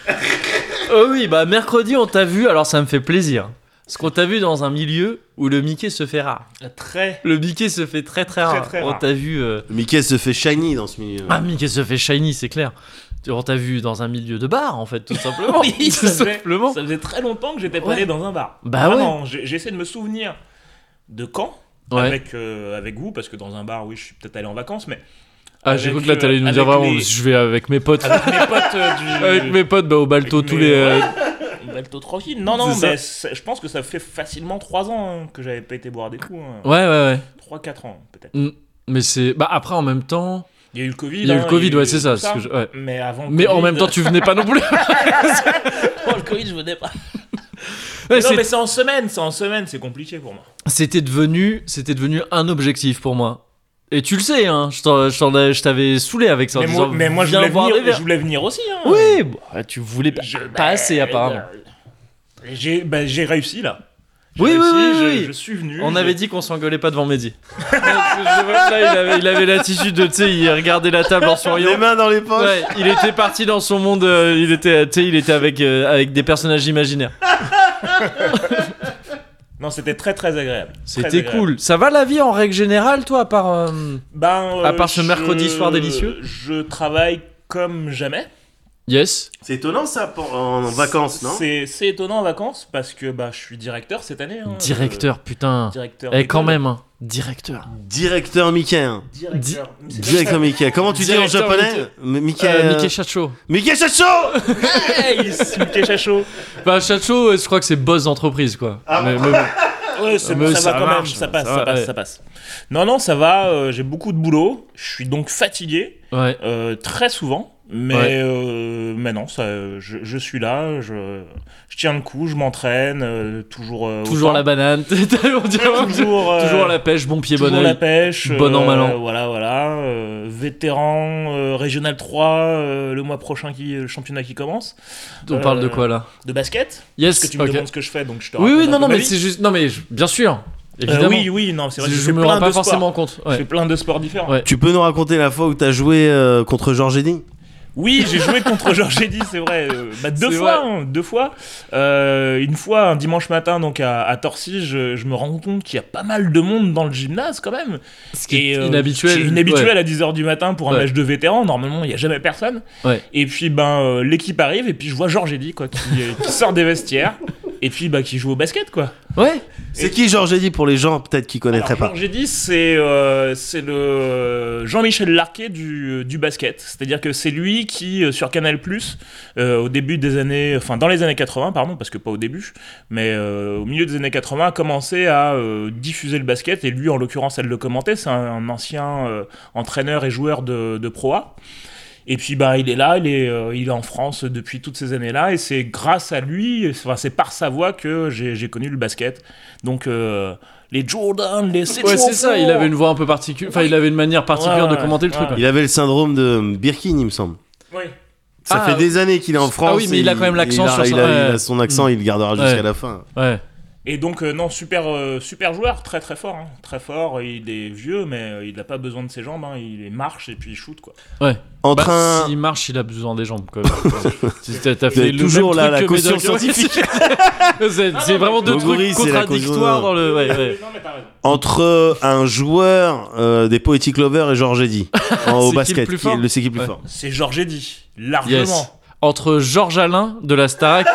Oh oui, bah mercredi, on t'a vu, alors ça me fait plaisir. Parce qu'on t'a vu dans un milieu où le Mickey se fait rare.
Très.
Le Mickey se fait très très rare.
très
On
rare.
t'a vu. euh,
Mickey se fait shiny dans ce milieu.
Ah, Mickey se fait shiny, c'est clair. Tu- On t'a vu dans un milieu de bar, en fait, tout simplement. tout
ça, faisait,
simplement.
ça faisait très longtemps que j'étais pas
Ouais.
allé dans un bar.
Bah
Vraiment, j'ai j'ai essayé de me souvenir de quand
Ouais.
avec, euh, avec vous, parce que dans un bar, oui, je suis peut-être allé en vacances, mais
ah,
avec,
j'ai cru que là, t'allais nous
euh,
dire Ah,
avec
vraiment,
les-
je vais avec mes potes.
avec mes potes euh, du.
Avec mes potes, bah, au balto,
avec
tous
mes-
les. euh,
Une belle taux tranquille. Non, non,
C'est
mais c'est- je pense que ça fait facilement 3 ans hein, que j'avais pas été boire des coups. hein.
Ouais, ouais, ouais.
3-4 ans, peut-être.
Mais c'est. Bah, après, en même temps.
Il y a eu le Covid.
Il y a eu
hein,
le Covid,
eu
ouais, c'est ça.
tout
c'est ce que je- ouais.
Mais avant. le
Mais en
Covid,
même temps, tu venais pas non plus.
avant le Covid, je venais pas.
Ouais,
non,
c'est-
mais c'est en semaine, c'est en semaine, c'est compliqué pour moi.
c'était devenu c'était devenu un objectif pour moi et tu le sais hein je t'en- je t'en ai- je t'avais saoulé avec ça en
mais moi,
disant,
mais moi, je,
viens
voulais
voir des
venir,
verres.
je voulais venir aussi. Hein.
oui bon, bah, tu voulais pas,
Je- euh,
pas assez apparemment
J'ai bah, j'ai réussi là. J'ai
Oui, oui,
réussi,
oui,
je,
oui, oui.
je suis venu.
on
je-
avait dit qu'on s'engueulait pas devant Mehdi Parce que je vois que là, il avait, il avait l'attitude de tu sais il regardait la table en
Les
souriant
mains dans les poches.
Ouais, il était parti dans son monde euh, il était tu sais il était avec euh, avec des personnages imaginaires
Non, c'était très très agréable. Très
c'était
agréable.
cool ça va la vie en règle générale toi à part euh,
Ben, euh,
À part ce
je-
mercredi soir délicieux.
Je travaille comme jamais.
yes
C'est étonnant ça pour- en, en vacances, non
C'est c'est étonnant en vacances parce que bah, je suis directeur cette année. hein.
Oh. directeur putain
Euh, directeur.
et quand
d'école.
même hein, directeur
Directeur Mickey. hein.
Directeur. Mais c'est
Directeur Mickey. Comment tu dis en
Directeur
japonais M- Mickey.
Euh,
euh,
Mickey Chacho
Mickey Chacho
Nice, Mickey Chacho.
Bah, Chacho, je crois que c'est boss d'entreprise, quoi.
Ah.
Mais- mais bon.
Ouais, c'est-
Mais
ça,
ça
va quand
marche,
même, ça passe,
ça
ça,
va,
passe,
ouais.
ça passe. Non, non, ça va, euh, j'ai beaucoup de boulot, je suis donc fatigué,
Ouais.
euh, très souvent, Mais,
Ouais.
euh, mais non, ça, je, je suis là, je, je tiens le coup, je m'entraîne, euh, toujours. euh,
Toujours
autant.
la banane. On dirait-
Toujours, euh,
Toujours la pêche, bon pied,
toujours
bon
la
oeil.
pêche.
Bon an,
euh,
mal an.
Voilà, voilà. euh, vétéran, euh, régional 3, euh, le mois prochain, qui, le championnat qui commence.
On parle de quoi là
De basket Parce que
Yes,
tu me
ok.
demandes ce que je fais, donc je te
Oui,
raconte
oui,
un
non,
peu
non,
ma
mais
vie.
c'est juste. Non, mais je- bien sûr,
Euh,
évidemment.
oui, oui, non, c'est vrai.
Je,
je fais
me
plein
rends pas
de sports.
forcément compte.
Je
ouais.
fais plein de sports différents.
Ouais.
Tu peux nous raconter la fois où t'as joué euh, contre Georges Eddy
Oui, j'ai joué contre Georges Eddy, c'est vrai. euh, bah, deux,
C'est
fois, hein, deux fois, Euh, Une fois, un dimanche matin, donc à, à Torcy, je, je me rends compte qu'il y a pas mal de monde dans le gymnase quand même.
Ce qui est
euh,
inhabituel.
C'est
ouais.
inhabituel à 10h du matin pour un
Ouais.
match de vétérans. Normalement, il n'y a jamais personne.
Ouais.
Et puis, ben, euh, l'équipe arrive et puis je vois Georges Eddy, quoi, qui, euh, qui sort des vestiaires. Et puis, bah, qui joue au basket, quoi.
Ouais.
C'est qui Georges Eddy pour les gens peut-être qui connaîtraient
Alors,
pas
Georges Eddy, c'est euh, c'est le euh, Jean-Michel Larquet du, du basket. C'est-à-dire que c'est lui qui, euh, sur Canal+, euh, au début des années... Enfin, dans les années 80, pardon, parce que pas au début, mais euh, au milieu des années 80, a commencé à euh, diffuser le basket. Et lui, en l'occurrence, elle le commentait. C'est un, un ancien euh, entraîneur et joueur de, de Pro A. Et puis bah, il est là, il est, euh, il est en France depuis toutes ces années-là, et c'est grâce à lui, enfin, c'est par sa voix que j'ai j'ai connu le basket. Donc euh, les Jordan, les
Ouais, c'est ça. Il avait une voix un peu particulière. Enfin, il avait une manière particulière
Ouais,
de commenter le
ouais.
truc. ouais.
Il avait le syndrome de Birkin, il me semble. Ça
Ah,
fait des années qu'il est en France.
oui, mais
et
il a quand même l'accent
il a-
sur ça.
il a-
Ouais.
il a son accent, il le gardera jusqu'à la fin.
Ouais.
Et donc euh, non, super, euh, super joueur, très très fort, hein. très fort. Il est vieux, mais euh, il n'a pas besoin de ses jambes. hein. Il marche et puis il shoot quoi.
Entre
Bah,
un-
S'il marche, il a besoin des jambes. Quoi. T'as- T'as
Vous
fait
avez
le
toujours
même
là
truc
la
que
caution
Médoc.
scientifique.
c'est c'est vraiment deux
Moguri,
trucs
c'est la caution-
contradictoires dans le. Ouais, ouais.
Non mais t'as raison.
entre un joueur euh, des Poetic Lovers et Georges Eddy
C'est
en- au
qui le
basket.
plus
Qui est
fort
le c'est qui le plus
Ouais.
fort
C'est Georges Eddy, largement.
Yes. Entre Georges Alain de la Starac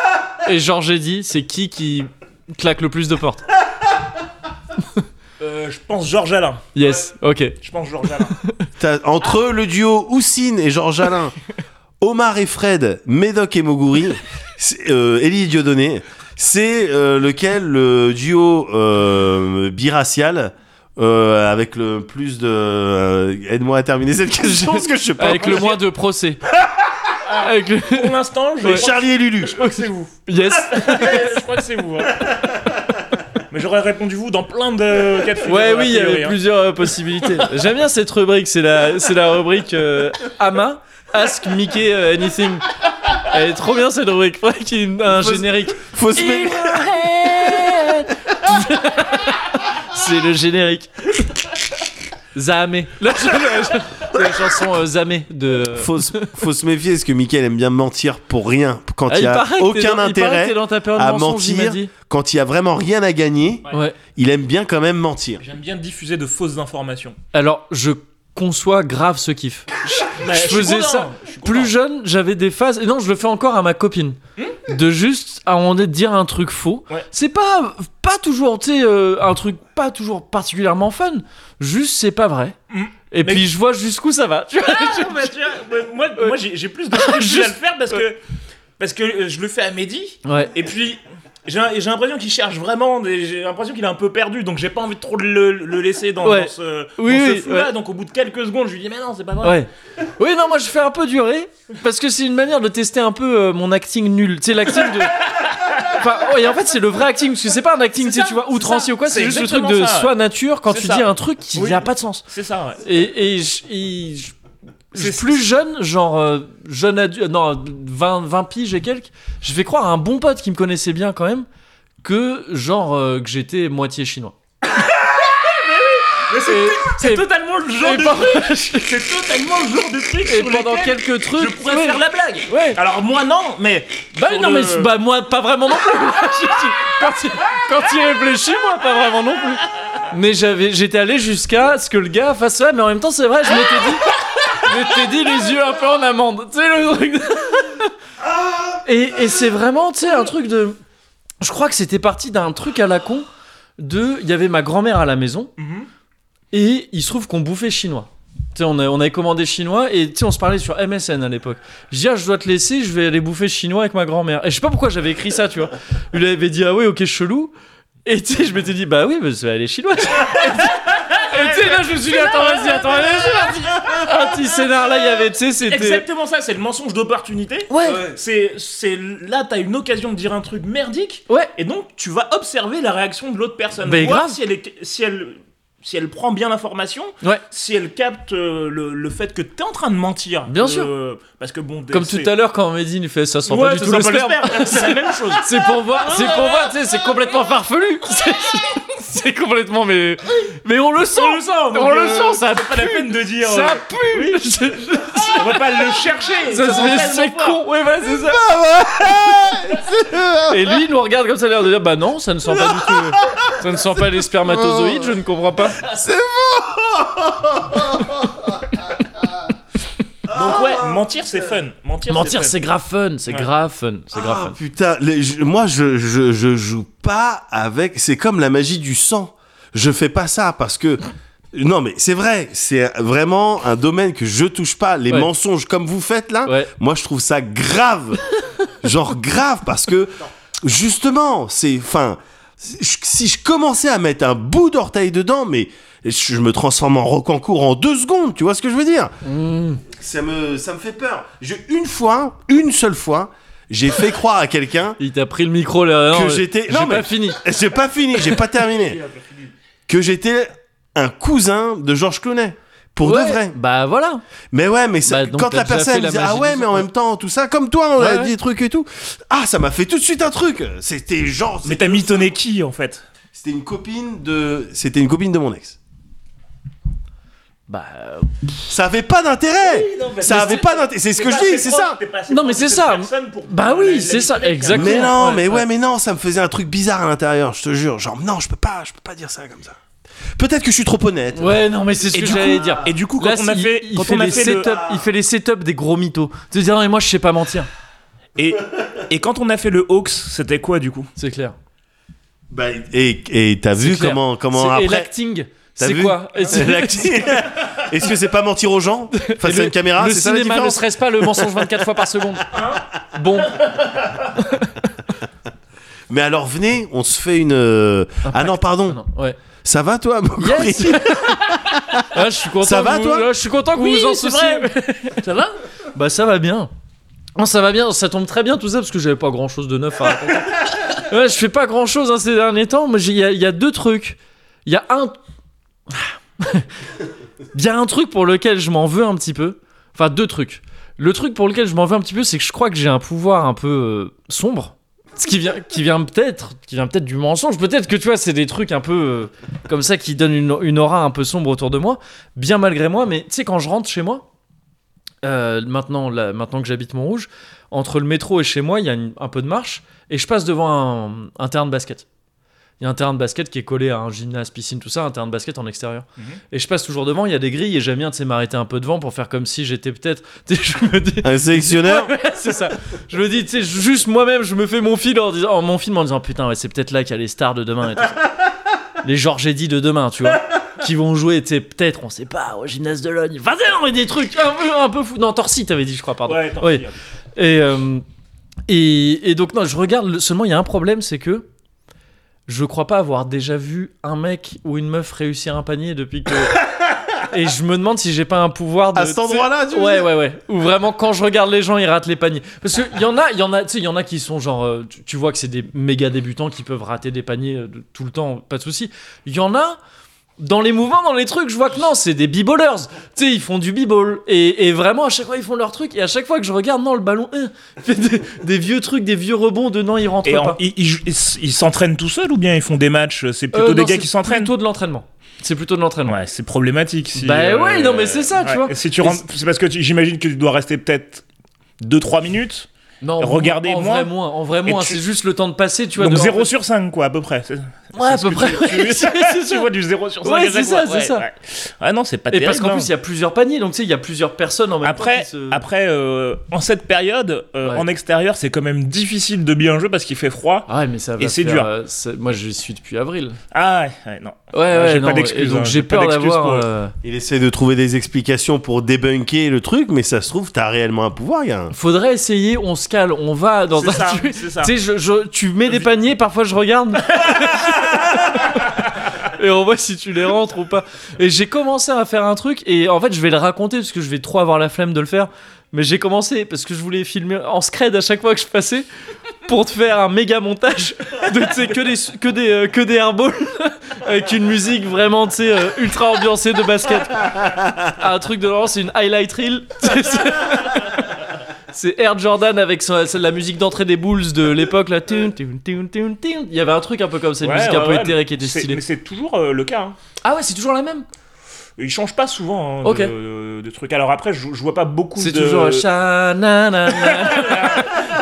et Georges Eddy, c'est qui qui claque le plus de portes
Euh, je pense Georges Alain.
Yes, ok.
Je pense Georges Alain.
T'as- Entre le duo Houssine et Georges Alain, Omar et Fred, Médoc et Moguri, c'est- euh, Élie et Dieudonné, c'est euh, lequel le duo euh, biracial euh, avec le plus de. euh, Aide-moi à terminer cette question parce que je sais pas.
Avec le moins de procès. Avec le-
Pour l'instant, je
euh,
Et Charlie et Lulu.
je crois que c'est vous.
Yes,
je crois que c'est vous. hein. Mais j'aurais répondu vous dans plein de cas de figure,
ouais,
a
oui, il y
priori,
avait
hein.
plusieurs euh, possibilités. J'aime bien cette rubrique, c'est la, c'est la rubrique euh, Ama, Ask Mickey euh, Anything. Elle est trop bien cette rubrique, faudrait qu'il y ait une- un
Faut se-
générique.
Faut se mettre-
C'est le générique. Zahamé. La, la- la chanson euh, Zahamé de.
faut, se- faut se méfier parce que Mickaël aime bien mentir pour rien quand
Ah,
il y a
paraît que t'es
aucun
dans- il paraît que
intérêt.
t'es dans ta période
à
mensonge, il m'a
mentir.
dit.
Quand il y a vraiment rien à gagner,
Ouais.
il aime bien quand même mentir.
J'aime bien diffuser de fausses informations.
Alors, je conçois grave ce kiff.
Mais
Je
suis
faisais
content,
ça
je suis
Plus
content.
jeune, j'avais des phases. Et non, je le fais encore à ma copine. De juste, à un moment donné, de dire un truc faux.
Hmm Ouais.
C'est pas, pas toujours, tu sais, euh, un truc pas toujours particulièrement fun. Juste, c'est pas vrai.
Mm.
Et
Mais-
puis, je vois jusqu'où ça va. Tu vois
Ah, bah, tu vois, moi- moi, moi, j'ai j'ai plus de difficultés à le faire parce que parce que euh, je le fais à Mehdi
ouais.
et puis j'ai j'ai l'impression qu'il cherche vraiment des- j'ai l'impression qu'il est un peu perdu donc j'ai pas envie de trop de le, le laisser dans,
Ouais.
dans ce,
Oui, oui,
là
ouais.
donc au bout de quelques secondes je lui dis mais non c'est pas vrai
Ouais. Oui, non, moi je fais un peu durer parce que c'est une manière de tester un peu euh, mon acting nul. Tu sais, l'acting de. Enfin, ouais, et en fait, c'est le vrai acting parce que c'est pas un acting, tu
C'est
sais, tu
ça,
vois,
c'est
outrancier
ça.
ou quoi, c'est
C'est
juste le truc
exactement
de
ça, ouais.
soi nature quand
C'est
tu
ça.
dis un truc qui
Oui.
n'a pas de sens.
c'est ça ouais.
Et, et, je- et je-
C'est-
plus jeune, genre euh, jeune adulte, non, 20, 20 piges et quelques, je vais croire à un bon pote qui me connaissait bien quand même que genre euh, que j'étais moitié chinois.
Mais c'est-
Et-
c'est
et-
totalement le genre
et
de
pendant-
truc c'est totalement le genre de truc
Et
sur
pendant
lequel
quelques
je
trucs,
pourrais
ouais,
faire la blague
ouais.
Alors moi non, mais
Bah
Sur
non
le-
mais bah moi pas vraiment non plus. Je- je- quand, il, quand il réfléchit moi pas vraiment non plus. Mais j'avais j'étais allé jusqu'à ce que le gars fasse ça mais en même temps c'est vrai je m'étais dit je m'étais dit les yeux un peu en amande tu sais le truc. de- Et, et c'est vraiment tu sais un truc de je crois que c'était parti d'un truc à la con de il y avait ma grand-mère à la maison
Mhm.
et il se trouve qu'on bouffait chinois. Tu sais, on, a- on avait commandé chinois et tu sais, on se parlait sur MSN à l'époque. Je dis, ah, je dois te laisser, je vais aller bouffer chinois avec ma grand-mère. Et je sais pas pourquoi j'avais écrit ça, tu vois. Il avait dit, ah ouais, ok, chelou. Et tu sais, je m'étais dit, bah oui, mais ça va aller chinois. Et tu sais, là, je me suis dit, attends, vas-y, attends, vas-y, c'est parti. Un petit scénar, là, il y avait, tu sais, c'était.
Exactement ça, c'est le mensonge d'opportunité. Euh,
Ouais.
C'est, c'est là, t'as une occasion de dire un truc merdique.
Ouais.
Et donc, tu vas observer la réaction de l'autre personne.
Ben,
voir
grave.
si elle, est, si elle, si elle prend bien l'information,
Ouais.
si elle capte euh, le, le fait que t'es en train de mentir.
Bien
Euh,
sûr.
Parce que bon,
Comme tout à l'heure, quand Medine il fait, ça sent pas du tout le sperme.
C'est la même chose.
C'est pour voir, c'est pour voir, tu sais, c'est complètement farfelu. C'est- C'est complètement, mais. Mais on le sent
On le sent, donc,
On le
euh,
sent, ça
C'est pas la peine de dire.
Ça
euh,
pue
on va pas le chercher.
Ça,
ça
c'est-
s'appelle
C'est
mon
con Ouais, voilà, c'est ça Et lui, il nous regarde comme ça, il a l'air de dire Bah non, ça ne sent pas du tout. Ça ne sent pas les spermatozoïdes, je ne comprends pas.
Donc ouais, mentir c'est fun. Mentir,
Mentir,
c'est
c'est grave fun, c'est
Ouais.
grave fun, c'est grave
Ah,
fun.
putain, les- je- moi je, je, je joue pas avec. C'est comme la magie du sang. Je fais pas ça parce que. Non mais c'est vrai, c'est vraiment un domaine que je touche pas. Les
Ouais.
mensonges comme vous faites là,
Ouais.
moi je trouve ça grave. Genre grave parce que justement, c'est. Enfin, je- si je commençais à mettre un bout d'orteil dedans, mais je me transforme en rocancourt en deux secondes, tu vois ce que je veux dire
Mmh.
ça, me, ça me fait peur. Je, une fois, une seule fois, j'ai fait croire à quelqu'un
Il t'a pris le micro là. non,
que
mais-
j'étais.
J'ai
Non, mais
pas fini.
j'ai pas fini, j'ai pas terminé. que j'étais un cousin de Georges Clooney. Pour
Ouais,
de vrai.
Bah voilà.
Mais ouais, mais ça-
Bah, donc
quand
t'as
la
déjà fait
personne
la
disait Ah
magie
ouais,
du
mais en
sang.
même temps, tout ça, comme toi, on
Ouais,
a
ouais.
dit des trucs et tout. Ah, ça m'a fait tout de suite un truc. C'était genre.
Mais t'as mitonné qui en fait
C'était une copine de. C'était une copine de mon ex.
Bah. euh,
Ça avait pas d'intérêt.
mais
Eh, ça
mais
avait
c'est-
pas d'intérêt. C'est ce que je dis, c'est ça.
Non, mais c'est ça. Bah oui, c'est ça, exact.
Mais
clair,
non,
ouais,
mais ouais,
ouais.
mais non, ça me faisait un truc bizarre à l'intérieur, je te jure. Genre, non, je peux pas, je peux pas dire ça comme ça. Peut-être que je suis trop honnête.
Ouais, non, mais c'est ce
Et
que
du coup-
j'allais dire.
Et du coup, quand
Là,
on a
il-
fait,
il,
quand
fait
on a
les
fait le,
setups, il fait les setups des gros mythos. De dire non mais moi je sais pas mentir.
et, et quand on a fait le Hawks, c'était quoi du coup
C'est clair.
Bah, et et t'as
C'est
vu
clair.
comment comment
C'est- Et
après
l'acting,
T'as
c'est
vu
quoi Et c'est-
l'acting. Est-ce que c'est pas mentir aux gens
et
face à
le-
une caméra
Le
C'est ça la
cinéma ne
différence
serait-ce pas le mensonge 24 fois par seconde Bon,
Mais alors venez, on se fait une. euh, Ah non, pardon.
non, ouais.
Ça va toi Moguri
Yes. Ah, je suis content.
Ça
que
va,
vous-
toi
ah, Je suis content que
Oui,
vous vous en
c'est
souciez.
vrai. Ça va
Bah ça va bien. Non, ça va bien, ça tombe très bien tout ça parce que j'avais pas grand chose de neuf à raconter. ouais, je fais pas grand chose ces derniers temps. Moi, j'ai- il y, a- il y a deux trucs. Il y a un. Il y a un truc pour lequel je m'en veux un petit peu. Enfin, deux trucs. Le truc pour lequel je m'en veux un petit peu, c'est que je crois que j'ai un pouvoir un peu euh, sombre. Ce qui vient, qui vient peut-être, qui vient peut-être du mensonge. Peut-être que tu vois, c'est des trucs un peu euh, comme ça qui donnent une, une aura un peu sombre autour de moi, bien malgré moi. Mais tu sais, quand je rentre chez moi, euh, maintenant, là, maintenant que j'habite Montrouge, entre le métro et chez moi, il y a une- un peu de marche et je passe devant un, un terrain de basket. Il y a un terrain de basket qui est collé à un gymnase, piscine, tout ça, un terrain de basket en extérieur.
Mhm.
Et je passe toujours devant, il y a des grilles et j'aime bien tu sais, m'arrêter un peu devant pour faire comme si j'étais peut-être. Tu sais, je me dis.
Un sélectionneur
Ouais, c'est ça. Je me dis, tu sais, juste moi-même, je me fais mon film en disant, en mon film en disant, putain, ouais, c'est peut-être là qu'il y a les stars de demain et tout ça. Les Georges Eddy de demain, tu vois, qui vont jouer, tu sais, peut-être, on sait pas, au gymnase de Logne. Vas-y, non, mais des trucs un peu, un peu fou. Non, Torsi, t'avais dit, je crois, pardon.
Ouais, tant
Ouais.
pis. hein.
Et, euh, et, et donc, non, je regarde, le- seulement il y a un problème, c'est que je crois pas avoir déjà vu un mec ou une meuf réussir un panier depuis que. Et je me demande si j'ai pas un pouvoir de.
à cet endroit-là, tu veux
Euh, Ouais,
dire
ouais, ouais. Ou vraiment, quand je regarde les gens, ils ratent les paniers. Parce qu'il y en a, il y en a, tu sais, il y en a qui sont genre, euh, tu, tu vois que c'est des méga débutants qui peuvent rater des paniers euh, de- tout le temps, pas de souci. Il y en a. Dans les mouvements, dans les trucs, je vois que non, c'est des b-ballers. Tu sais, ils font du b-ball. Et, et vraiment, à chaque fois, ils font leur truc. Et à chaque fois que je regarde, non, le ballon, euh, fait des, des vieux trucs, des vieux rebonds de non, il rentre
Et en-
pas.
ils- ils ils- ils s'entraînent tout seuls ou bien ils font des matchs C'est plutôt
Euh,
des
non,
gars
c'est
qui s'entraînent
plutôt de l'entraînement. C'est plutôt de l'entraînement.
Ouais, c'est problématique. Si, euh,
Bah ouais, non, mais c'est ça, tu vois.
Et Si tu rentres- c'est parce que tu- j'imagine que tu dois rester peut-être 2-3 minutes.
Non,
Regardez
en
moins.
vrai moins. En vrai
Et
moins,
tu-
c'est juste le temps de passer, tu vois.
Donc
de-
0 sur 5, quoi, à peu près. C'est-
Ouais, à peu près.
tu,
ouais, c'est- c'est
tu
ça.
vois du 0 sur 5.
Ouais, c'est ça, c'est ça.
Ah non, c'est pas
Et
terrible.
parce qu'en
hein.
plus, il y a plusieurs paniers, donc tu sais, il y a plusieurs personnes en même temps.
Après,
qui se-
après euh, en cette période, euh,
Ouais.
en extérieur, c'est quand même difficile de bien jouer parce qu'il fait froid.
Ah ouais, mais ça va.
Et c'est
faire,
dur.
euh, ça- Moi, je suis depuis avril.
Ah ouais, ouais, non.
Ouais,
Ah,
ouais,
j'ai pas
non,
d'excuses,
et
hein,
Donc,
j'ai
j'ai
pas
peur
d'excuses
d'avoir.
pour-
euh,
Il essaie de trouver des explications pour débunker le truc, mais ça se trouve, t'as réellement un pouvoir, gars.
Faudrait essayer, on se cale, on va dans
C'est
un.
ça,
tu
c'est ça.
tu sais, je, je- tu mets des paniers, parfois je regarde. et on voit si tu les rentres ou pas. Et j'ai commencé à faire un truc et en fait je vais le raconter parce que je vais trop avoir la flemme de le faire. Mais j'ai commencé parce que je voulais filmer en scred à chaque fois que je passais pour te faire un méga montage de tu sais, que des que des euh, que des airballs avec une musique vraiment tu sais euh, ultra ambiancée de basket. Un truc de genre c'est une highlight reel. C'est Air Jordan avec son- la musique d'entrée des Bulls de l'époque là. Tun, tun, tun, tun, tun. Il y avait un truc un peu comme ça, une
Ouais,
musique un
ouais,
peu
ouais,
éthérée qui était
C'est-
stylée.
Mais c'est toujours euh, le cas. Hein.
Ah ouais, c'est toujours la même.
Ils changent pas souvent hein,
Ok.
de, de- de trucs. Alors après, je, je vois pas beaucoup
C'est
de.
toujours Sha, na, na, na.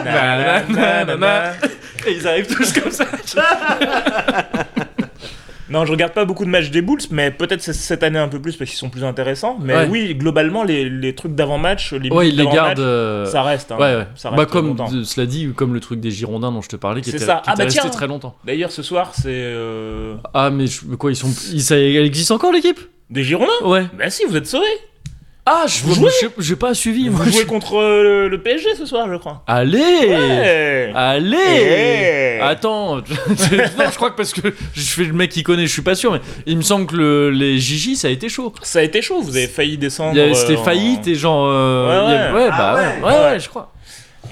Na, na, na, na.
Et ils arrivent tous comme ça.
Non, je regarde pas beaucoup de matchs des Bulls, mais peut-être c'est cette année un peu plus parce qu'ils sont plus intéressants. Mais
Ouais.
oui, globalement, les, les trucs d'avant-match, les
Ouais,
buts
ils les
d'avant-match,
gardent. euh,
Ça reste. hein.
Ouais, ouais.
Ça reste
bah comme
longtemps.
euh, cela dit, comme le truc des Girondins dont je te parlais, qui
C'est
était,
ça.
qui
Ah
était
bah
resté
tiens.
très longtemps.
D'ailleurs, ce soir, c'est euh,
Ah mais, je- mais quoi, ils sont, ils, ça, elle existe encore l'équipe
des Girondins.
Ouais.
Bah si, vous êtes sauvés.
Ah, je
Vous
je-
jouez
je- J'ai pas suivi.
Vous
moi,
jouez
je-
contre euh, le PSG ce soir, je crois.
Allez,
Ouais.
allez.
Eh.
Attends, je- non, je crois que parce que je fais le mec qui connaît, je suis pas sûr, mais il me semble que le- les Gigi, ça a été chaud.
Ça a été chaud. Vous avez failli descendre.
Il y avait- C'était
euh, en-
faillite et genre. euh,
Ouais,
il y avait-
ouais.
bah
Ah
ouais.
ouais.
Ouais,
Ouais.
ouais, je crois.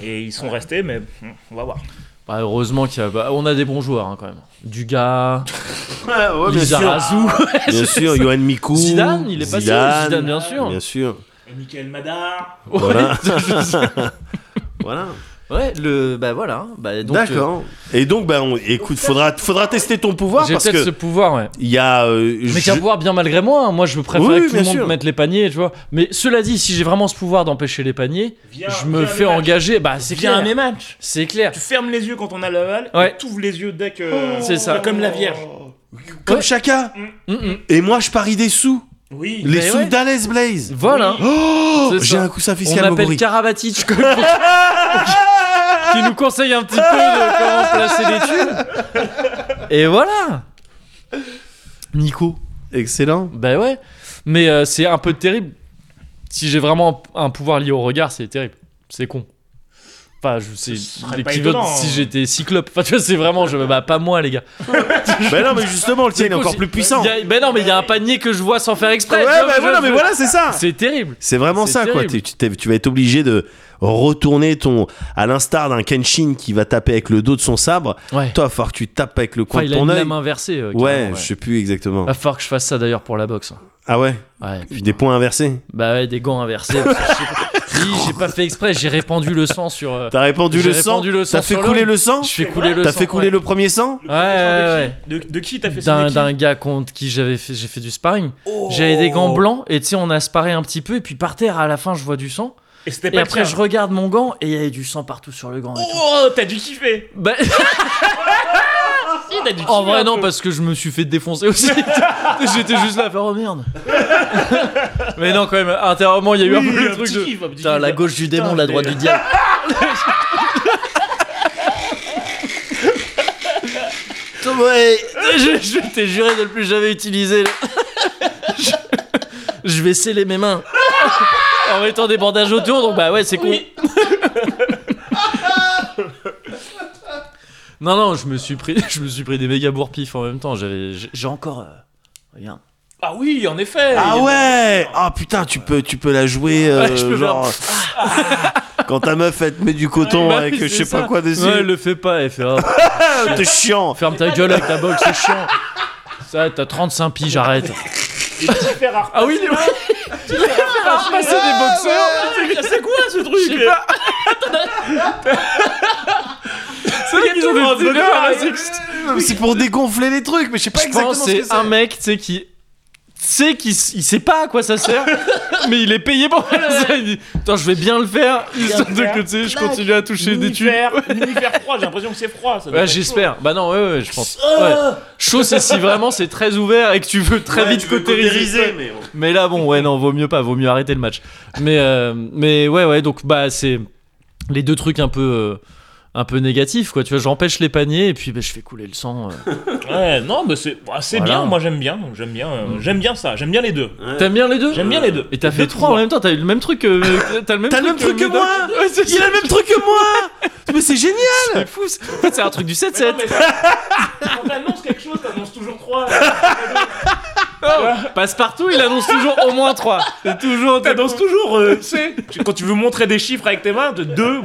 Et ils sont restés, mais hmm, on va voir.
Bah, heureusement qu'il y a. bah, on a des bons joueurs hein, quand même. Dugas,
Ah
Ah
ouais, bien sûr.
Lizarazu,
Bien sûr, Johan Mikou.
Zidane, il est passé. Zidane,
Zidane,
bien sûr.
Bien sûr.
Et Michael Madar.
Ouais,
Voilà.
je-
Voilà.
ouais, le. Bah voilà. hein. Bah, donc,
D'accord. Et donc, bah, on, écoute, faudra, faudra tester ton
euh,
pouvoir
J'ai
parce
peut-être
que
ce pouvoir, ouais.
il y a. euh,
Mais
je-
qu'un pouvoir bien malgré moi. hein. Moi, je préfère
Oui,
que tout
bien
le monde
sûr.
mette les paniers, tu vois. Mais cela dit, si j'ai vraiment ce pouvoir d'empêcher les paniers,
Viens-
je me
viens
fais
à mes
engager. Bah, c'est
Viens à mes
clair.
matchs.
C'est clair.
Tu fermes les yeux quand on a la balle.
Ouais. Oh.
et Tu ouvres les yeux dès que.
C'est ça.
Comme la Vierge.
comme chacun.
Mm, mm.
Et moi, je parie des sous.
Oui.
Les
Mais
sous
Eh ben ouais.
d'Alès Blaze.
Voilà.
Oh,
C'est
j'ai
ça.
un coussin
On
fiscal
appelle
Mogori.
Karabatic comme- qui nous conseille un petit peu de comment placer les tubes. Et voilà. Nico.
Excellent.
Bah ouais. Mais euh, c'est un peu terrible. Si j'ai vraiment un un pouvoir lié au regard, c'est terrible. C'est con. Enfin, je sais,
serait
les
pas
petits votes,
étonnant. hein.
si j'étais cyclope. Enfin, tu vois, c'est vraiment, je, bah, pas moi, les gars.
bah non, mais justement, le tien il est
con,
encore
si-
plus puissant.
Il y a- ben non, mais il y a un panier que je vois sans faire exprès.
Ouais,
Tu vois,
bah
je-
voilà, mais
je-
voilà, c'est ça.
C'est terrible.
C'est vraiment
C'est
ça, quoi.
terrible.
Tu, tu t'es- tu vas être obligé de retourner ton. À l'instar d'un Kenshin qui va taper avec le dos de son sabre,
Ouais.
toi, il va falloir que tu tapes avec le coin
Enfin,
de
il a
ton
une
œil.
lame inversée. euh,
Ouais,
carrément, Ah.
je sais plus exactement.
Va falloir que je fasse ça d'ailleurs pour la boxe. hein.
Ah ouais
Ouais.
Puis des points inversés.
Bah ouais, des gants inversés. parce que je sais pas- Oui, j'ai pas fait exprès, j'ai répandu le sang sur. euh,
T'as répandu
J'ai
le sang
répandu le sang
T'as fait
sur
couler
l'homme.
le sang
Je fais couler le
T'as
sang.
fait couler
ouais.
le premier sang
Ouais, ouais, ouais.
De, de qui t'as fait ça
D'un,
de qui
d'un gars contre qui j'avais fait, j'ai fait du sparring.
Oh.
J'avais des gants blancs et tu sais, on a sparé un petit peu et puis par terre à la fin je vois du sang.
Et c'était
Et
pas
après
après,
je regarde mon gant et il y avait du sang partout sur le gant. et tout.
Oh, t'as dû kiffer
Bah,
Si, t'as dû kiffer
en vrai
un
non
peu.
parce que je me suis fait défoncer aussi. J'étais juste là à faire oh merde. Mais non quand même, intérieurement il y a eu un
Oui,
peu le
un
truc
petit
de...
kiff, un petit
Putain,
kiff.
la gauche du démon,
Putain,
la droite
mais-
du diable.
Ouais
je, je t'ai juré de ne plus jamais utiliser. le- je, je vais sceller mes mains en mettant des bandages autour. Donc bah ouais, c'est con.
Oui.
non non, je me suis pris, je me suis pris des méga bourpifs en même temps. J'avais, j'ai j'ai encore. euh, regarde.
Ah oui, en effet
Ah
Il y a-
ouais Ah putain, tu peux, tu peux la jouer euh,
hein. Ouais, je peux
genre. Quand ta meuf elle te met du coton
Bah,
avec
c'est
je sais
ça.
pas quoi dessus,
Ouais, le fais pas. Elle fait, oh,
Ah, t'es chiant.
ferme ta gueule avec ta boxe, c'est chiant. Ça, t'as 35 piges, j'arrête.
Et petit fer à repasser.
Ah oui, les passer des boxeurs.
Ah, C'est quoi ce truc
Je sais pas. C'est vrai qu'ils ont des
C'est pour dégonfler les trucs, mais je sais pas
Je
exactement
pense
ce
c'est
que c'est.
un mec, tu sais, qui sait qu'il s- il sait pas à quoi ça sert, mais il est payé pour faire ça. Il dit, attends, je vais bien le faire, histoire de
faire.
que tu sais, je continue à toucher des tubes.
L'univers, l'univers froid, j'ai l'impression que c'est froid. Ça doit
Ouais,
être chaud.
j'espère. Bah non, ouais, ouais, je pense.
Oh
Ouais. Chaud, c'est si vraiment c'est très ouvert et que tu veux très
Ouais,
vite
tu veux
cautériser.
cautériser, mais bon.
Mais là, bon, ouais, non, vaut mieux pas, vaut mieux arrêter le match. Mais, euh, mais ouais, ouais, donc bah c'est les deux trucs un peu, euh, un peu négatifs, quoi. Tu vois, j'empêche les paniers et puis bah, je fais couler le sang. euh.
Ouais, non, mais c'est bah, c'est
Voilà.
bien, moi j'aime bien. J'aime bien, euh, j'aime bien ça, j'aime bien les deux.
T'aimes bien les deux
J'aime bien les deux.
Et t'as fait
Deux
trois en
pouvoirs.
même temps, t'as eu le même truc que. T'as le même
T'as le
truc,
même truc que
Médoc.
moi
Ouais, c'est
Il a le même truc que moi Mais c'est génial
c'est fou c'est- En fait, c'est un truc du
Mais non,
7-7
mais ça- Quand t'annonces quelque chose, t'annonces annonce toujours 3.
Passe-partout, il annonce toujours au moins 3. C'est toujours.
T'annonces toujours, euh, tu sais. tu- Quand tu veux montrer des chiffres avec tes mains, de mm, 2.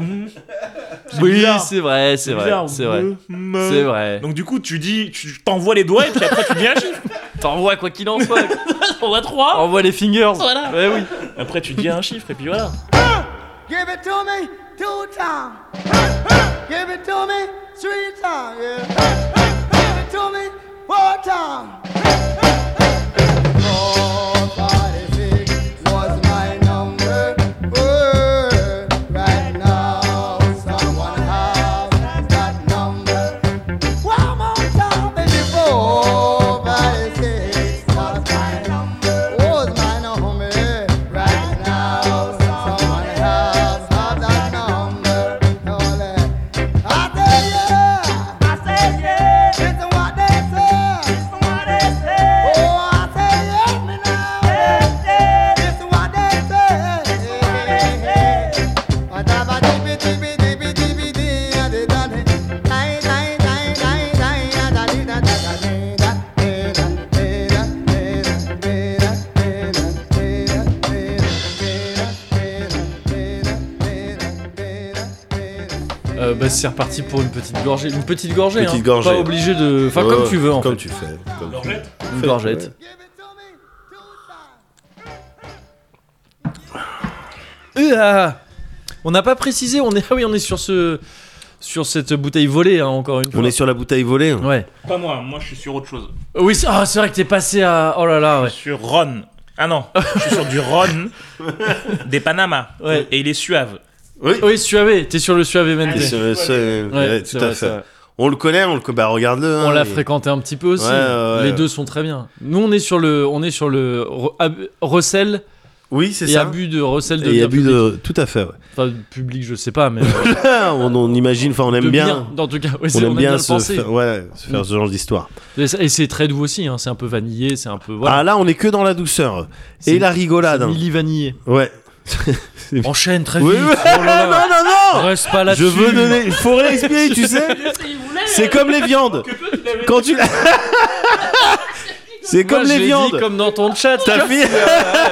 Oui,
bizarre.
c'est vrai, c'est vrai. C'est vrai. C'est vrai.
mm. Donc du coup, tu dis, tu t'envoies les doigts et puis après tu dis un chiffre.
T'envoies quoi qu'il en soit.
On voit 3.
Envoie les fingers.
Voilà.
Ouais, oui.
Après tu dis un chiffre et puis voilà.
Give it to me two times. Give it to me three times. Yeah. Give it to me four times. Four, five, six was my number. Word. Right now, someone has that number. One more time, baby. Four, five, six was my number. Was my number. Right now, someone has that number. Oh, let- I say yeah. I say yeah. Listen what they say. Listen what they say. Oh, I say yeah. Me now. Yeah, yeah. Listen what they say. Listen what they say.
Euh, bah, c'est reparti pour une petite gorgée. Une petite gorgée.
Petite
hein.
gorgée.
Pas obligé de. Enfin,
Ouais,
comme tu veux en
Comme
fait.
tu fais. comme tu-
Une gorgette. Uah. on n'a pas précisé. On est. Ah oui, on est sur ce. Sur cette bouteille volée, hein, encore une fois.
On est sur la bouteille volée. hein.
Ouais.
Pas moi, moi je suis sur autre chose.
Oui, c'est ah, c'est vrai que t'es passé à. Oh là là, ouais.
Sur Ron. Ah non, je suis sur du Ron des Panama.
Ouais.
Et il est suave.
Oui.
Oui, suavé. T'es sur le suavé
Et
Mendes.
Allez.
sur le-
Ouais,
sur- ouais,
c'est
tout
vrai,
à
c'est
fait.
vrai.
On le connaît, on le co- bah regarde-le.
On
hein,
l'a
il-
fréquenté un petit peu aussi.
Ouais, ouais,
Les
ouais.
deux sont très bien. Nous, on est sur le, on est sur le re- ab- recel
Oui, c'est
et
ça.
abus de recel de
Et
biens
abus
publics.
de. Tout à fait. ouais.
Enfin, public, je sais pas, mais
on, on imagine, enfin, on aime
de
bien.
En tout cas, ouais, c'est-
On aime bien
le
se
penser. Mm.
faire, ouais, se faire ce genre d'histoire.
Et c'est- Et c'est très doux aussi. hein, C'est un peu vanillé, c'est un peu voilà.
Ah là, on est que dans la douceur
C'est-
et la rigolade.
c'est
hein.
Milli vanillé.
Ouais.
Enchaîne très
Oui,
vite.
oui.
oh là là.
non, non, non.
Reste pas là-dessus.
Je veux donner. Il faut respirer, tu sais. C'est comme les viandes. Quand tu.
Moi,
C'est comme
j'ai
les
dit
viandes.
Comme dans ton chat.
Ta fille.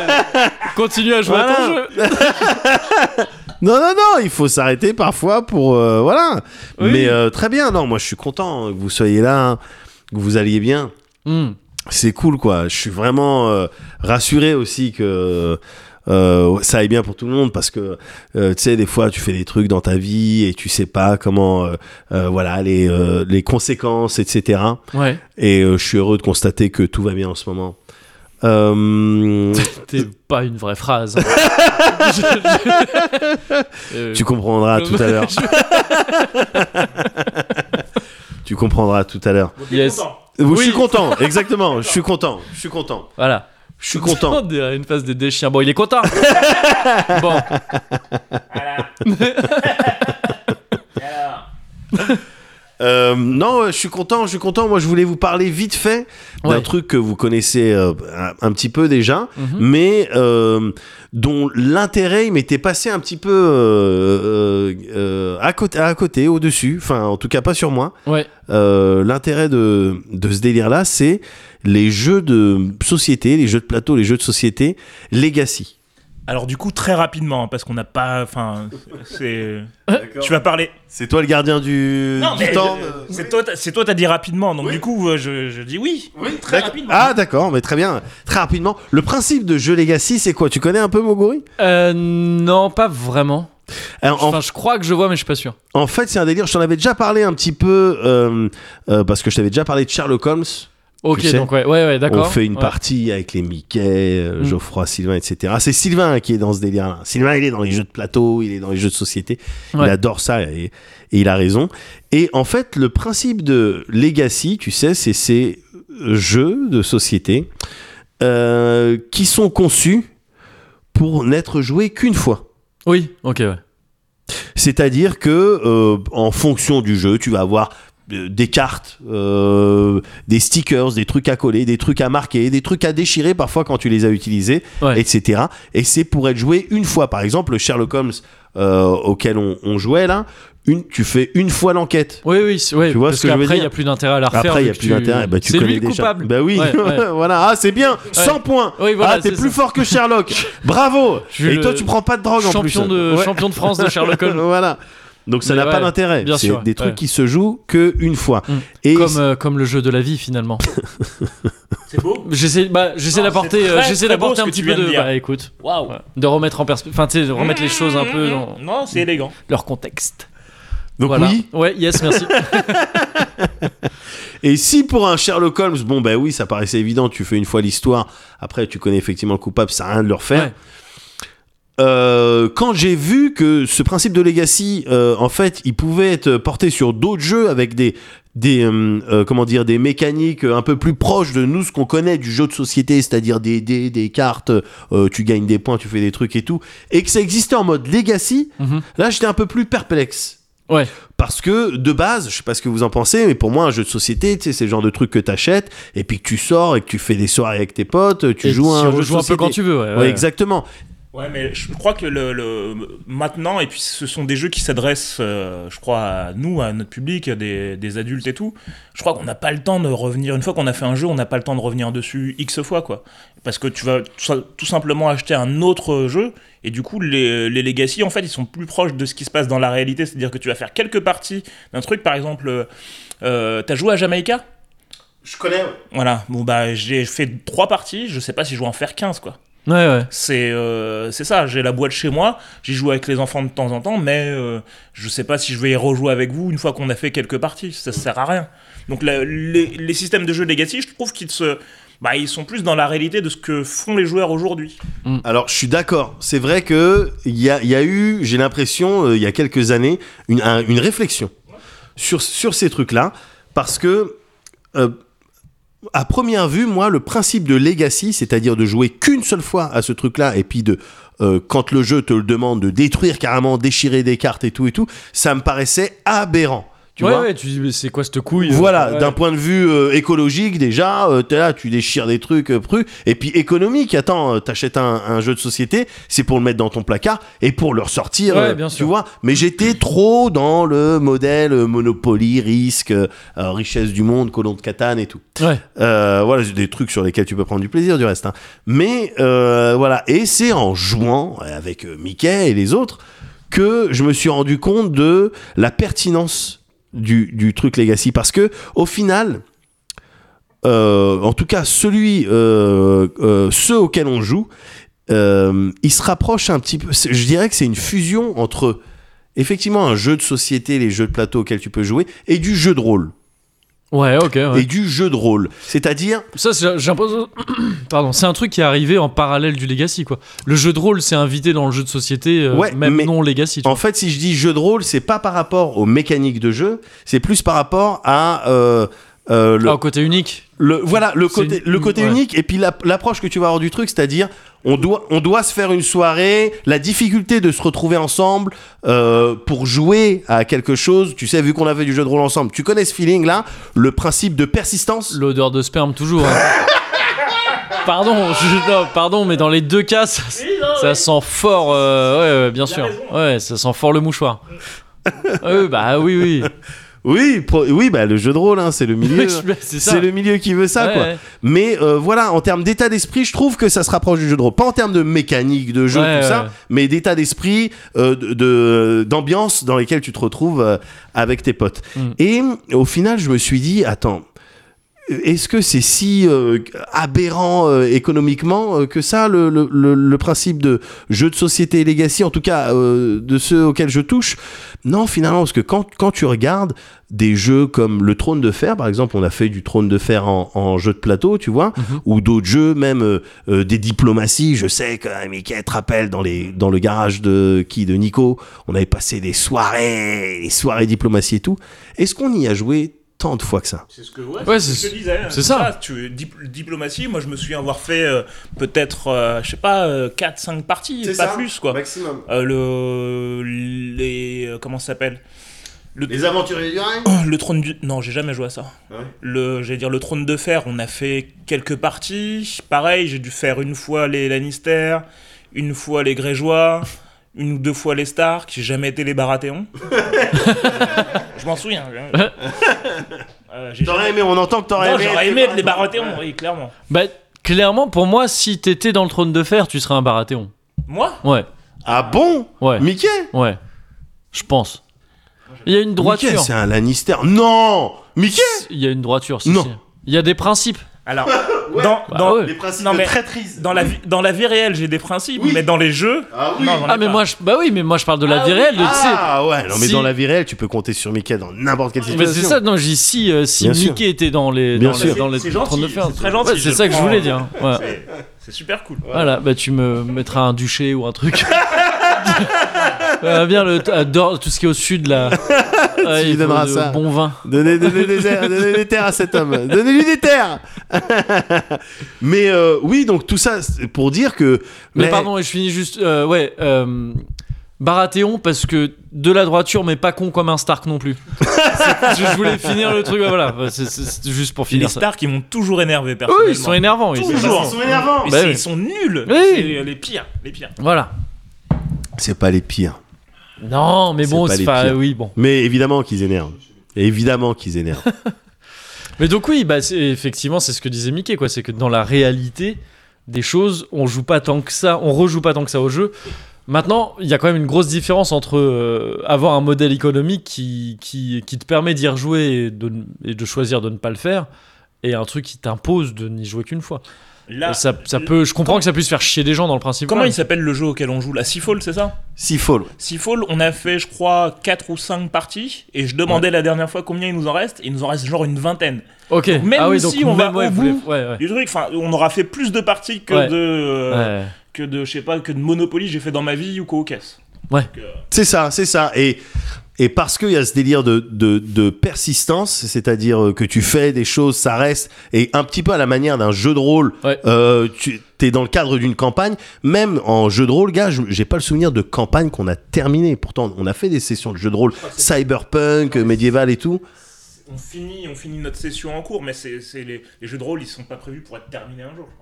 Continue à jouer à ton
Voilà.
jeu.
Non, non, non, il faut s'arrêter parfois pour. euh, voilà.
Oui.
Mais euh, très bien, non, moi je suis content que vous soyez là, hein, que vous alliez bien.
Hmm.
C'est cool, quoi. Je suis vraiment euh, rassuré aussi que. euh, ça aille bien pour tout le monde parce que euh, tu sais des fois tu fais des trucs dans ta vie et tu sais pas comment euh, euh, voilà les euh, les conséquences etc
Ouais.
et euh, je suis heureux de constater que tout va bien en ce moment Euh,
T'es pas une vraie phrase. hein. Je- je- Euh,
tu comprendras tout à l'heure tu comprendras tout à l'heure
yes.
Je suis content, exactement. Je suis content. Je suis content.
Voilà.
Je suis content.
On est à une phase des déchiens. Bon, il est content. bon,
Euh, non, euh, je suis content. Je suis content. Moi, je voulais vous parler vite fait d'un
Ouais.
truc que vous connaissez euh, un, un petit peu déjà,
Mhm.
mais euh, dont l'intérêt il m'était passé un petit peu euh, euh, euh, à côté, à côté, au dessus. Enfin, en tout cas, pas sur moi.
ouais.
Euh, l'intérêt de, de ce délire-là, c'est les jeux de société, les jeux de plateau, les jeux de société, Legacy.
Alors du coup, très rapidement, hein, parce qu'on n'a pas... Enfin, c'est... Tu vas parler...
C'est toi le gardien du,
Non,
du
mais
temps.
Euh, euh,
euh,
c'est toi, t'as- c'est toi, t'as dit rapidement, donc du coup, euh, je, je dis oui. Oui, très
D'accord.
rapidement.
Ah d'accord, mais très bien. Très rapidement, le principe de jeu Legacy, c'est quoi Tu connais un peu Moguri
Euh, non, pas vraiment.
Alors, en,
Enfin, je crois que je vois, mais je suis pas sûr.
en fait, c'est un délire. Je t'en avais déjà parlé un petit peu euh, euh, parce que je t'avais déjà parlé de Sherlock Holmes.
Ok,
sais,
donc ouais, ouais, ouais
On
d'accord.
fait une
Ouais.
partie avec les Mickey, euh,
Mm.
Geoffroy, Sylvain, etc. C'est Sylvain qui est dans ce délire-là. Sylvain, il est dans les jeux de plateau, il est dans les jeux de société.
Ouais.
Il adore ça et, et il a raison. Et en fait, le principe de Legacy, tu sais, c'est ces jeux de société euh, qui sont conçus pour n'être joués qu'une fois.
Oui, ok, ouais.
C'est-à-dire que euh, en fonction du jeu, tu vas avoir euh, des cartes, euh, des stickers, des trucs à coller, des trucs à marquer, des trucs à déchirer parfois quand tu les as utilisés,
Ouais.
etc. Et c'est pour être joué une fois. Par exemple, le Sherlock Holmes euh, auquel on, on jouait là, une, tu fais une fois l'enquête.
Oui, oui, c'est- ouais,
Tu vois
parce
ce que je veux
qu'après, il
dire
n'y a plus d'intérêt à la refaire.
Après, il n'y a
vu que
plus
tu-
d'intérêt. Bah, tu
c'est lui
connais
le
déjà.
coupable.
Bah oui,
Ouais, ouais.
voilà. Ah, c'est bien. 100 points.
Oui, voilà,
ah, t'es
c'est
plus
ça.
fort que Sherlock. Bravo.
Je suis
Et
le
toi, tu prends pas de drogue en plus.
champion, de,
Ouais.
champion de France de Sherlock Holmes.
voilà. Donc ça
Mais
n'a pas
ouais,
d'intérêt.
bien
C'est
sûr,
des trucs
ouais.
qui se jouent que une fois.
Mm.
Et
Comme, euh, comme le jeu de la vie finalement.
C'est beau
J'essaie bah, j'essaie
Non,
d'apporter
c'est
euh,
très,
j'essaie
très beau
d'apporter
ce
un
que
petit
tu
peu
viens de
de
dire.
bah, écoute
Waouh
ouais, de remettre en perspective enfin tu sais, de remettre les choses un
Mmh,
peu dans
Non, c'est élégant.
leur contexte.
donc
voilà.
oui.
Ouais, yes, merci.
Et si pour un Sherlock Holmes, bon ben oui, ça paraissait évident. Tu fais une fois l'histoire. Après, tu connais effectivement le coupable. Ça a rien de le refaire.
Ouais.
Euh, quand j'ai vu que ce principe de legacy, euh, en fait, il pouvait être porté sur d'autres jeux avec des des euh, euh, comment dire des mécaniques un peu plus proches de nous ce qu'on connaît du jeu de société, c'est-à-dire des dés, des cartes, euh, tu gagnes des points, tu fais des trucs et tout, et que ça existait en mode legacy,
Mhm.
là j'étais un peu plus perplexe.
Ouais.
Parce que de base, je sais pas ce que vous en pensez, mais pour moi un jeu de société, tu sais, c'est le genre de truc que t'achètes et puis que tu sors et que tu fais des soirées avec tes potes, tu
Et
joues à
si
un
on
jeu de
joue un peu
société.
quand tu veux, ouais.
Ouais,
ouais.
exactement.
Ouais, mais je crois que le, le- maintenant, et puis ce sont des jeux qui s'adressent, euh, je crois, à nous, à notre public, à des, des adultes et tout. Je crois qu'on n'a pas le temps de revenir. Une fois qu'on a fait un jeu, on n'a pas le temps de revenir dessus X fois, quoi. Parce que tu vas tout, tout simplement acheter un autre jeu, et du coup, les, les Legacy, en fait, ils sont plus proches de ce qui se passe dans la réalité. C'est-à-dire que tu vas faire quelques parties d'un truc, par exemple, euh, t'as joué à Jamaïca
Je connais.
Voilà, bon, bah, j'ai fait trois parties, je sais pas si je vais en faire 15, quoi.
Ouais, ouais.
C'est euh, c'est ça, j'ai la boîte chez moi, j'y joue avec les enfants de temps en temps, mais euh, je sais pas si je vais y rejouer avec vous une fois qu'on a fait quelques parties, ça sert à rien. Donc la- les, les systèmes de jeu Legacy, je trouve qu'ils se... Bah, ils sont plus dans la réalité de ce que font les joueurs aujourd'hui.
Alors, je suis d'accord. C'est vrai que il y a, il y a eu, j'ai l'impression, euh, il y a quelques années, une, un- une réflexion sur, sur ces trucs-là, parce que euh, à première vue, moi, le principe de legacy, c'est-à-dire de jouer qu'une seule fois à ce truc-là, et puis de euh, quand le jeu te le demande de détruire carrément, déchirer des cartes et tout et tout, ça me paraissait aberrant. Tu
ouais,
vois
ouais, tu dis mais c'est quoi cette couille euh,
Voilà,
ouais.
d'un point de vue euh, écologique déjà, euh, t'es là, tu déchires des trucs euh, prus. Et puis économique, attends, euh, t'achètes un, un jeu de société, c'est pour le mettre dans ton placard et pour le ressortir,
Ouais,
euh,
bien
tu
sûr.
vois. Mais j'étais trop dans le modèle euh, Monopoly, risque, euh, euh, richesse du monde, colon de Catane et tout.
Ouais.
Euh, voilà, c'est des trucs sur lesquels tu peux prendre du plaisir du reste. hein. Mais euh, voilà, et c'est en jouant avec euh, Mickey et les autres que je me suis rendu compte de la pertinence du, du truc Legacy. Parce que au final, euh, en tout cas celui, euh, euh, ceux auxquels on joue, euh, ils se rapprochent un petit peu. c'est- Je dirais que c'est une fusion entre effectivement un jeu de société, les jeux de plateau auxquels tu peux jouer, et du jeu de rôle.
Ouais, ok. ouais.
Et du jeu de rôle. C'est-à-dire
Ça, c'est- j'ai l'impression- Pardon, c'est un truc qui est arrivé en parallèle du Legacy, quoi. Le jeu de rôle s'est invité dans le jeu de société, euh,
Ouais,
même
mais-
non Legacy. tu
En fait, si je dis jeu de rôle, c'est pas par rapport aux mécaniques de jeu, c'est plus par rapport à euh, euh, le,
vois. Ah, au côté unique.
le- voilà le
c'est
côté
une-
le côté
ouais.
unique et puis la- l'approche que tu vas avoir du truc, c'est-à-dire on doit on doit se faire une soirée, la difficulté de se retrouver ensemble euh, pour jouer à quelque chose. Tu sais, vu qu'on avait du jeu de rôle ensemble, tu connais ce feeling là, le principe de persistance.
L'odeur de sperme toujours. hein. pardon, je- non, pardon, mais dans les deux cas, ça, ça sent fort. euh, ouais, ouais, bien sûr. Ouais, ça sent fort le mouchoir. oui, bah oui, oui.
Oui, pro- oui, bah le jeu de rôle, hein, c'est le milieu.
Je- c'est ça.
C'est le milieu qui veut ça,
Ouais,
quoi.
ouais.
Mais euh, voilà, en termes d'état d'esprit, je trouve que ça se rapproche du jeu de rôle. Pas en termes de mécanique de jeu,
Ouais,
tout ça,
ouais.
mais d'état d'esprit, euh, de- de- d'ambiance dans lesquelles tu te retrouves euh, avec tes potes.
Mm.
Et au final, je me suis dit, attends, est-ce que c'est si euh, aberrant euh, économiquement euh, que ça, le, le- le- le principe de jeu de société legacy, en tout cas euh, de ceux auxquels je touche Non, finalement, parce que quand, quand tu regardes des jeux comme le Trône de Fer, par exemple, on a fait du Trône de Fer en, en jeu de plateau, tu vois, ou d'autres jeux, même euh, euh, des diplomaties. Je sais que euh, Mickey te rappelle dans, les, dans le garage de qui de Nico, on avait passé des soirées, des soirées diplomatie et tout. Est-ce qu'on y a joué tant de fois que ça
C'est ce que, ouais,
Ouais,
c'est ce
c'est-
que je disais. hein,
c'est ça.
tu, dip- diplomatie, moi je me souviens avoir fait euh, peut-être, euh, je sais pas, 4-5 parties, pas plus quoi.
Maximum.
Euh, le. Les. euh, Comment ça s'appelle
Les aventuriers du Rhin
Le trône du. Non, j'ai jamais joué à ça.
Ah ouais
Le, j'allais dire le trône de fer, on a fait quelques parties. Pareil, j'ai dû faire une fois les Lannister, une fois les Grégeois, une ou deux fois les stars, qui j'ai jamais été les Baratheons. je m'en souviens. je- Euh, j'ai
T'aurais
jamais-
aimé, on entend que t'aurais
Non,
aimé.
j'aurais aimé être les Baratheons, oui, clairement.
Bah, clairement, pour moi, si t'étais dans le trône de fer, tu serais un Baratheon.
Moi
Ouais,
Ah bon
ouais,
Mickey
ouais. Je pense. Il y a une droiture.
Mickey, c'est un Lannister. Non Mickey
Il y a une droiture, si,
Non.
si. Il y a des principes.
Alors, dans,
Bah
dans,
ouais.
Les principes
Non, mais-
de traîtrise.
dans la vie, dans la vie réelle, j'ai des principes,
Oui.
mais dans les jeux.
Ah oui
Non, j'en ai
Ah, mais
pas.
moi, je... bah oui, mais moi, je parle de la
Ah
vie
oui.
réelle. tu
Ah ouais, non mais
Si-
dans la vie réelle, tu peux compter sur Mickey dans n'importe quelle
sais. Mais
situation.
c'est ça, non, je dis si, euh, si
Bien
Mickey
sûr.
était dans les,
Bien
dans les,
sûr.
dans les
C'est
trônes de
gentil,
fer.
c'est très gentil,
Ouais, c'est
je
ça que je
prends.
voulais dire. hein. Ouais.
C'est- C'est super cool.
Voilà, bah tu me mettras un duché ou un truc. Euh, bien le t- euh, Dor- tout ce qui est au sud là. Ouais,
lui
il faut
donneras
de
ça.
Bon vin.
Donnez, donnez des, airs- donnez des terres à cet homme. Donnez-lui des terres. Mais euh, oui, donc tout ça c'est pour dire que.
Mais,
la-
pardon, et je finis juste. euh, ouais. euh, Baratheon parce que de la droiture mais pas con comme un Stark non plus. C'est- je voulais finir le truc. ouais, Voilà, Bah, c'est c'est- c'est juste pour
Les
finir ça.
stars qui m'ont toujours énervé
Eux,
personnellement.
ils sont énervants. oui, c'est
Toujours.
pas
Ils
ça.
sont énervants.
Mais
Bah
c'est-
oui.
Ils sont nuls.
Oui.
C'est les, les pires, les pires.
Voilà.
C'est pas les pires.
Non, mais
C'est
bon,
pas
c'est
les
pas-
pires.
oui, bon.
Mais évidemment qu'ils énervent. Évidemment qu'ils énervent.
Mais donc oui, bah, c'est- effectivement, c'est ce que disait Mickey, quoi. C'est que dans la réalité des choses, on joue pas tant que ça, on rejoue pas tant que ça au jeu. Maintenant, il y a quand même une grosse différence entre euh, avoir un modèle économique qui, qui, qui te permet d'y rejouer et de, et de choisir de ne pas le faire, et un truc qui t'impose de n'y jouer qu'une fois.
Là,
Et ça, ça peut, je comprends que ça puisse faire chier des gens dans le principe.
Ah, comment
même.
il s'appelle le jeu auquel on joue La Seafall, c'est ça
Seafall.
Seafall, on a fait, je crois, 4 ou 5 parties, et je demandais la dernière fois combien il nous en reste, et il nous en reste genre une vingtaine.
Ok.
même
ah oui,
si
donc
on
même,
va
ouais,
au
vous voulez-
bout,
ouais, ouais.
Du truc, enfin, on aura fait plus de parties que
Ouais.
de. euh,
Ouais.
que de, je sais pas, que de Monopoly j'ai fait dans ma vie ou qu'au caisse.
C'est ça, c'est ça. Et, et parce qu'il y a ce délire de, de, de persistance, c'est-à-dire euh, que tu fais des choses, ça reste, et un petit peu à la manière d'un jeu de rôle,
Ouais.
euh, tu es dans le cadre d'une campagne, même en jeu de rôle, gars, je- j'ai pas le souvenir de campagne qu'on a terminée. Pourtant, on a fait des sessions de jeu de rôle, cyberpunk, euh, médiéval et tout.
On finit, on finit notre session en cours, mais c'est c'est les, les jeux de rôle, ils sont pas prévus pour être terminés un jour, je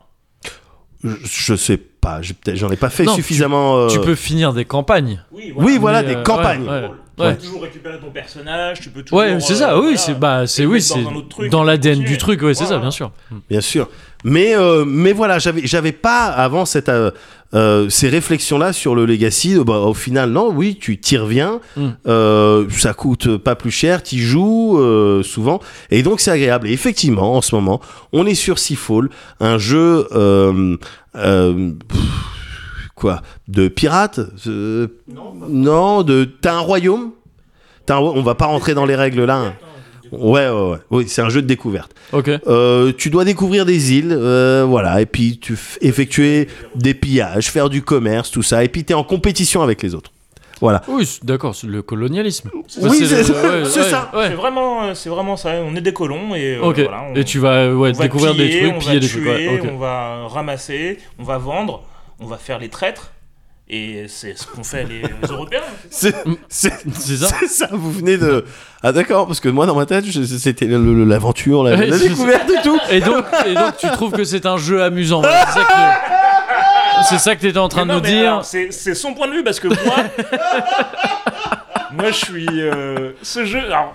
crois.
Je, je sais pas, j'ai peut-être- j'en ai pas fait
Non,
suffisamment.
Tu
euh,
peux finir des campagnes.
Oui,
Oui, voilà,
Mais,
des
euh,
campagnes.
ouais,
Tu
ouais.
peux toujours récupérer ton personnage, tu peux toujours.
Ouais, c'est
euh,
ça, oui,
voilà.
c'est bah, c'est
Et
oui,
mettre dans
c'est
un autre truc
dans
et
l'ADN du
continuer.
truc, ouais, c'est ça,
Voilà.
bien sûr.
bien sûr. Mais euh, mais voilà, j'avais j'avais pas avant cette euh, euh, ces réflexions là sur le legacy. euh, bah, au final, non, oui, tu t'y reviens,
Mm.
euh, ça coûte pas plus cher, t'y joues euh, souvent, et donc c'est agréable. Et effectivement, en ce moment, on est sur Seafall, un jeu euh, euh, pff, quoi de pirate, euh, non, de t'as un royaume, T'as un roi- on va pas rentrer dans les règles là. hein. Ouais, ouais, ouais. Oui, c'est un jeu de découverte.
Ok.
Euh, tu dois découvrir des îles, euh, voilà, et puis tu f- effectuer des pillages, faire du commerce, tout ça, et puis t'es en compétition avec les autres. Voilà.
Oui, c'est- d'accord, c'est le colonialisme. Bah,
Oui,
le-
c'est-
ouais,
c'est
ouais,
ça.
ouais.
C'est vraiment, euh, c'est vraiment ça. On est des colons et euh,
Ok.
voilà, on-
Et tu vas euh, ouais,
on va
découvrir
piller,
des trucs,
on
piller
va
des
tuer,
trucs. ouais, ok.
on va ramasser, on va vendre, on va faire les traîtres. Et c'est ce qu'on fait les Européens.
C'est
Mm.
c'est-
C'est ça.
c'est ça, vous venez de. Ah, d'accord, parce que moi, dans ma tête, je- c'était le- le- l'aventure, la,
Ouais,
la
c'est-
découverte et tout.
Et donc, et donc, tu trouves que c'est un jeu amusant. voilà, C'est ça que, c'est ça que t'étais en train
Mais
de
non,
nous
mais
dire.
alors, C'est c'est son point de vue parce que moi, moi je suis euh, ce jeu. Alors,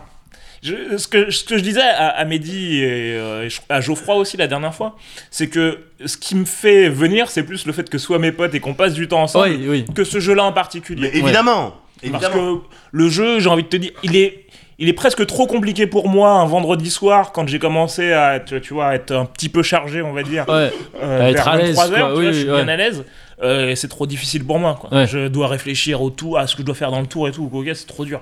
je- ce, que, ce que je disais à, à Mehdi et euh, et je- à Geoffroy aussi la dernière fois, c'est que ce qui me fait venir, c'est plus le fait que ce soit mes potes et qu'on passe du temps ensemble
Oui, oui.
que ce jeu-là en particulier.
Mais évidemment,
Parce
évidemment.
que le jeu, j'ai envie de te dire, il est, il est presque trop compliqué pour moi un vendredi soir quand j'ai commencé à être, tu vois, à être un petit peu chargé, on va dire.
Ouais.
euh,
À être
vers
à l'aise,
23
quoi.
heures, tu
Oui,
vois, je suis
oui,
bien
ouais.
à l'aise. euh, et c'est trop difficile pour moi. Quoi.
Ouais.
Je dois réfléchir au tout, à ce que je dois faire dans le tour et tout. Ok, c'est trop dur.